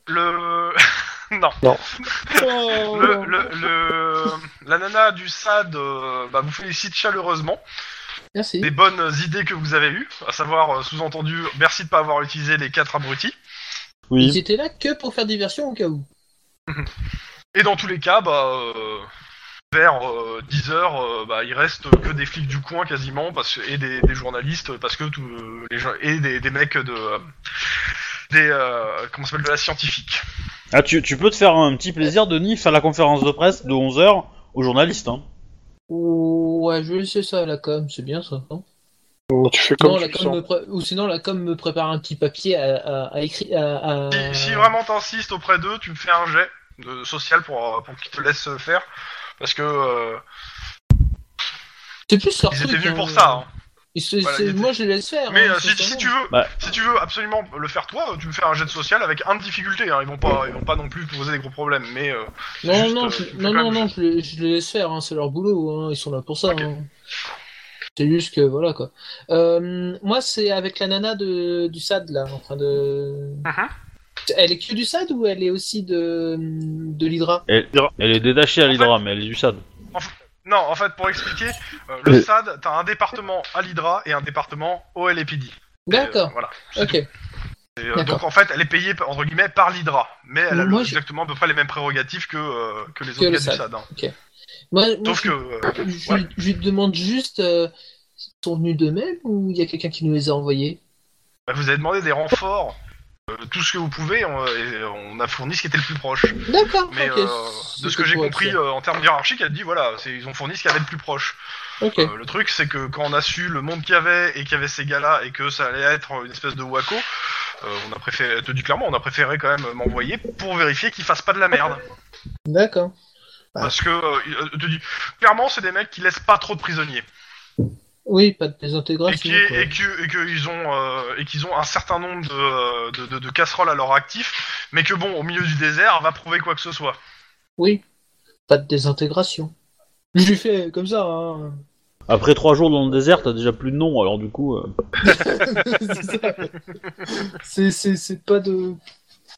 Le <laughs> non.
Oh.
<laughs> Le, le, le- la nana du SAD euh, bah, vous félicite chaleureusement
Merci.
des bonnes idées que vous avez eues, à savoir euh, sous-entendu merci de pas avoir utilisé les quatre abrutis.
Ils
Oui.
étaient là que pour faire diversion au cas où.
Et dans tous les cas, bah, euh, vers euh, 10h, bah, il reste que des flics du coin quasiment parce, et des, des journalistes parce que tous euh, les gens et des, des mecs de euh, des euh, comment ça s'appelle de la scientifique.
Ah, tu, tu peux te faire un petit plaisir, Denis, à la conférence de presse de 11h aux journalistes. Hein.
Ouais, je vais laisser ça à la com, c'est bien ça. Non
Bon, tu fais comme
Non,
tu
la
le
com
sens.
me pré- Ou sinon, la com me prépare un petit papier à, à, à écrire. À, à-
Si, si vraiment t'insistes auprès d'eux, tu me fais un jet de social pour, euh, pour qu'ils te laissent faire parce que euh,
C'est plus leur
ils
truc,
étaient venus
hein.
pour ça. hein.
Ils se-
Voilà,
c'est-
ils étaient-
Moi, je les laisse faire.
Mais
hein,
euh, si,
sincèrement.
si tu veux,
Bah.
si tu veux absolument le faire toi, tu me fais un jet de social avec un de difficulté. hein. Ils vont pas, ils vont pas non plus te poser des gros problèmes, mais euh,
Non,
juste,
non,
euh,
je,
tu fais
non,
quand
non,
même-
non, je les, je les laisse faire, hein, c'est leur boulot, hein, ils sont là pour ça.
Ok.
hein. C'est- C'était juste que voilà quoi. Euh, moi, c'est avec la nana de, du SAD là, enfin de.
Mhm.
Elle est que du SAD ou elle est aussi de, de l'Hydra
Elle est détachée à l'Hydra, mais elle est du SAD.
Non, en fait, pour expliquer, euh, le SAD, t'as un département à l'Hydra et un département au LAPD. Et, euh,
D'accord,
voilà.
ok.
Et, euh,
D'accord.
donc en fait, elle est payée entre guillemets par l'Hydra, mais elle a
Moi,
le-
j'ai-
exactement à peu près les mêmes prérogatives que, euh, que les
Que
autres
le
gars du
SAD.
SAD. hein.
Moi, moi,
Sauf
je,
que euh,
je-
ouais.
je lui demande juste euh, ils sont venus d'eux-mêmes ou il y a quelqu'un qui nous les a envoyés
bah, vous avez demandé des renforts, euh, tout ce que vous pouvez, on, euh, et on a fourni ce qui était le plus proche.
D'accord,
Mais
ok.
euh, de ce
C'était
que j'ai
pour être
compris
sûr.
euh, en termes hiérarchiques, elle dit voilà, c'est- ils ont fourni ce qu'il y avait de plus proche.
Ok,
Euh, le truc, c'est que quand on a su le monde qu'il y avait et qu'il y avait ces gars-là et que ça allait être une espèce de waco, euh, on a préféré, elle te dis clairement, on a préféré quand même m'envoyer pour vérifier qu'ils fassent pas de la merde.
d'accord.
Parce que, euh, il- elle te dit, clairement, c'est des mecs qui laissent pas trop de prisonniers.
Oui, pas de
et
désintégration.
qui-
quoi.
et que- et qu'ils ont euh, et qu'ils ont un certain nombre de, euh, de, de- de casseroles à leur actif, mais que bon, au milieu du désert, va prouver quoi que ce soit.
Oui, pas de désintégration. Je lui fais comme ça. Hein. <laughs>
Après trois jours dans le désert, t'as déjà plus de nom, alors du coup. euh,
C'est ça. c'est c'est- c'est pas de.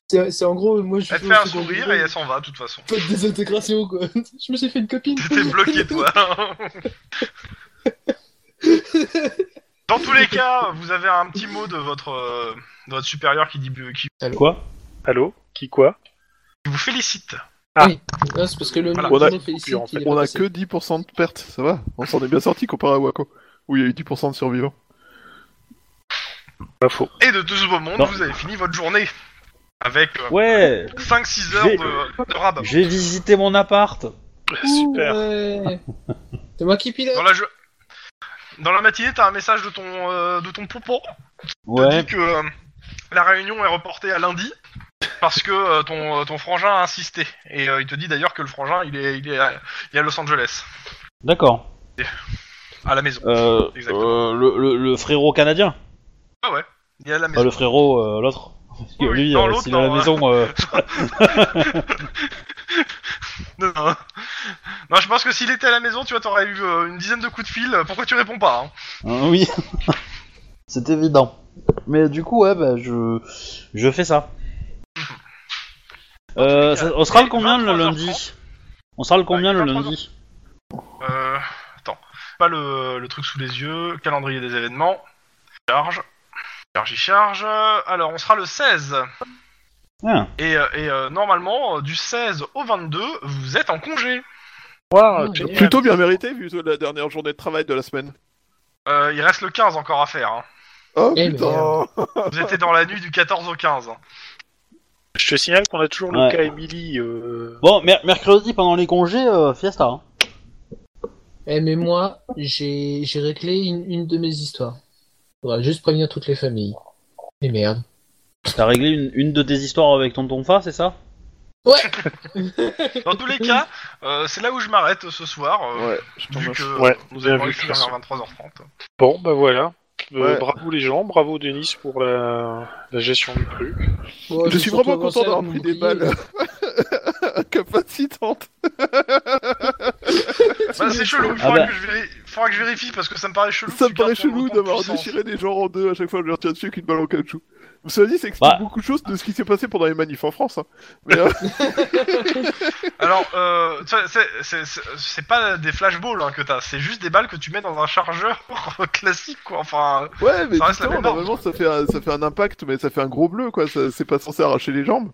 C'est c'est en gros, moi je
Elle te
fais
fait un
au second
sourire
degré,
et elle s'en va, de toute façon.
Pas de désintégration quoi. <laughs> Je me suis fait une copine.
T'étais
<laughs>
bloqué, toi. Dans tous les cas, vous avez un petit mot de votre euh, de votre supérieur qui dit qui
Quoi
Allô Qui quoi
vous félicite.
Ah, c'est parce que le
Voilà.
on
On a-
a, félicite,
en fait.
il est
On
pas
a
passé.
que 10% de pertes, ça va. On s'en est bien sorti comparé à Waco, où il y a eu 10% de survivants.
Pas faux.
Et de tout ce beau monde,
Non.
vous avez fini votre journée avec
Ouais
5-6 heures
J'ai-
de, de rabat.
J'ai visité mon appart
Super.
Ouais. C'est moi qui pilote.
Dans la, jo- Dans la matinée, t'as un message de ton euh, de ton pompon qui
Ouais.
dit que euh, la réunion est reportée à lundi parce que euh, ton, euh, ton frangin a insisté. Et euh, il te dit d'ailleurs que le frangin, il est, il est, à, il est à Los Angeles,
D'accord.
à la maison.
Euh,
Exactement.
euh, le, le- le frérot canadien
Ah ouais, il est à la
Pas
maison.
le frérot, euh, l'autre. Parce que
Oui, oui,
lui,
non,
euh,
l'autre,
s'il est à la
non, hein.
maison. euh,
Non, non. <laughs> Non, je pense que s'il était à la maison, tu vois, t'aurais eu euh, une dizaine de coups de fil. Pourquoi tu réponds pas hein
euh, oui. <laughs> C'est évident. Mais du coup, ouais, bah, je, je fais ça. Euh, ça- on sera le combien le
23h30?
lundi On
Bah,
sera le combien le
23h30?
lundi
Euh, attends, pas le, le truc sous les yeux, calendrier des événements. Charge, charge, il charge. Alors, on sera le 16.
Ah.
Et, euh, et, euh, normalement, euh, du 16 au 22, vous êtes en congé.
Wow,
Non,
génial.
Plutôt bien mérité, vu la dernière journée de travail de la semaine.
Euh, il reste le 15 encore à faire. hein.
Oh
Eh
putain
Vous étiez dans la nuit du 14 au 15. hein.
Je te signale qu'on a toujours le
Ouais.
cas Emily. euh,
Bon, mer- mercredi pendant les congés, euh, fiesta. hein.
Eh, mais moi, j'ai j'ai réglé une, une de mes histoires. Faudra juste prévenir toutes les familles. Mais merde.
T'as réglé une, une de tes histoires avec tonton Fa, c'est ça
Dans tous
<laughs>
les cas, euh, c'est là où je m'arrête ce soir. euh,
Ouais, je t'en
vu que
remercie.
euh,
Ouais,
nous avons
bien
eu
vu,
vers
Christian.
23h30.
Bon, bah voilà. Euh,
Ouais.
Bravo les gens, bravo Denis pour la, la gestion du truc.
Bon,
Je
j'ai
suis
surtout
vraiment
avancé
content d'avoir
avec
pris
mon
des
bouclier.
balles incapacitantes.
Bah, c'est chelou, il
Ah
faudra,
bah.
que je véri- faudra que je vérifie parce que ça me paraît chelou. que
Ça me
tu
paraît
gardes ton
chelou
autant de
d'avoir
puissance.
déchiré des gens en deux à chaque fois que je leur tiens dessus qu'une balle en caoutchouc. Cela dit, ça explique
Bah.
beaucoup de choses de ce qui s'est passé pendant les manifs en France. hein. Mais, euh,
Alors, euh, ça, c'est- c'est- c'est c'est pas des flashballs hein, que t'as, c'est juste des balles que tu mets dans un chargeur <laughs> classique, quoi. Enfin, euh,
ouais, mais
Ça reste la
justement,
même arme.
normalement, ça fait, un, ça fait un impact, mais ça fait un gros bleu, quoi. Ça- C'est pas censé arracher les jambes.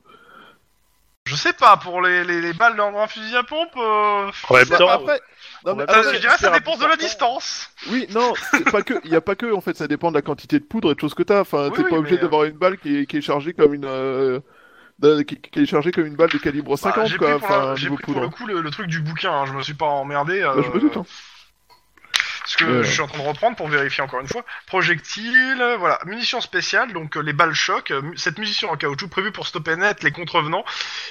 je sais pas, pour les, les, les balles dans un fusil à pompe, euh,
En même
je sais
temps,
pas.
après... Non,
on
mais
va
Ça,
après-
pas-
je dirais ça
faire
dépend de la
attention.
distance.
Oui, non, c'est pas que, il y a pas que en fait, ça dépend de la quantité de poudre et de choses que t'as. Enfin,
Oui,
t'es
oui,
pas obligé
mais, euh,
d'avoir une balle qui est, qui est chargée comme une, euh, d'un- qui, qui est chargée comme une balle de calibre 50
Bah, J'ai pris,
quoi.
pour, la-
Enfin,
j'ai
niveau
pris pour
poudre.
le coup le, le truc du bouquin, hein, je me suis pas emmerdé.
Bah, je me doute.
euh,
Hein.
Parce que
Ouais.
je suis en train de reprendre pour vérifier encore une fois. Projectile, euh, voilà. Munitions spéciales, donc euh, les balles choc. euh, mu- cette munition en caoutchouc prévue pour stopper net les contrevenants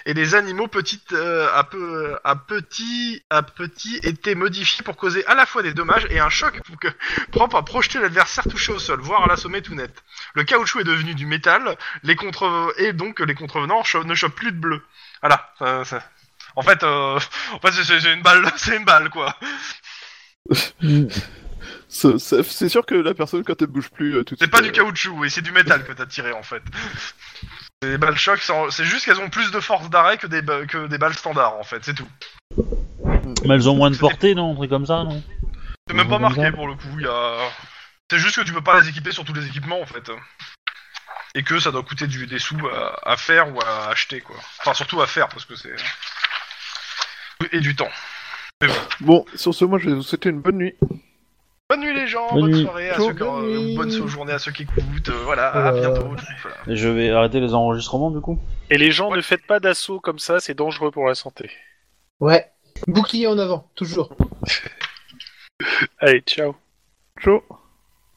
et les animaux petites, euh, à, peu, à petit à petit étaient modifiés pour causer à la fois des dommages et un choc pour que, <laughs> propre à projeter l'adversaire touché au sol, voire à l'assommer tout net. Le caoutchouc est devenu du métal les contre et donc euh, les contrevenants cho- ne chopent plus de bleu. Voilà. ça- ça- <laughs> En <laughs> fait, euh, en fait c'est- c'est c'est une balle, c'est une balle quoi.
ça- ça- c'est sûr que la personne, quand elle bouge plus, euh, tout de
C'est
suite,
pas
euh,
du caoutchouc, et c'est du métal que t'as tiré en fait. Les balles choc, sont- c'est juste qu'elles ont plus de force d'arrêt que des, ba- que des balles standards en fait, c'est tout.
Mais elles ont moins de portée, non Un truc comme ça, non
C'est même pas
Comme ça.
marqué pour le coup, il y a... C'est juste que tu peux pas les équiper sur tous les équipements en fait. Et que ça doit coûter du, des sous à, à faire ou à acheter quoi. Enfin surtout à faire parce que c'est... Et du temps.
Bon, sur ce, moi, je vais vous souhaiter une bonne nuit.
Bonne nuit les gens,
Bonne
bonne,
nuit.
soirée à
Bonjour,
ceux qui...
bonne nuit.
bonne journée à ceux qui écoutent, euh, voilà, à
Euh.
bientôt. voilà.
Et Je vais arrêter les enregistrements du coup.
Et les gens,
Ouais.
ne faites pas d'assaut comme ça, c'est dangereux pour la santé.
Ouais. Bouclier en avant, toujours.
Allez, ciao.
Ciao.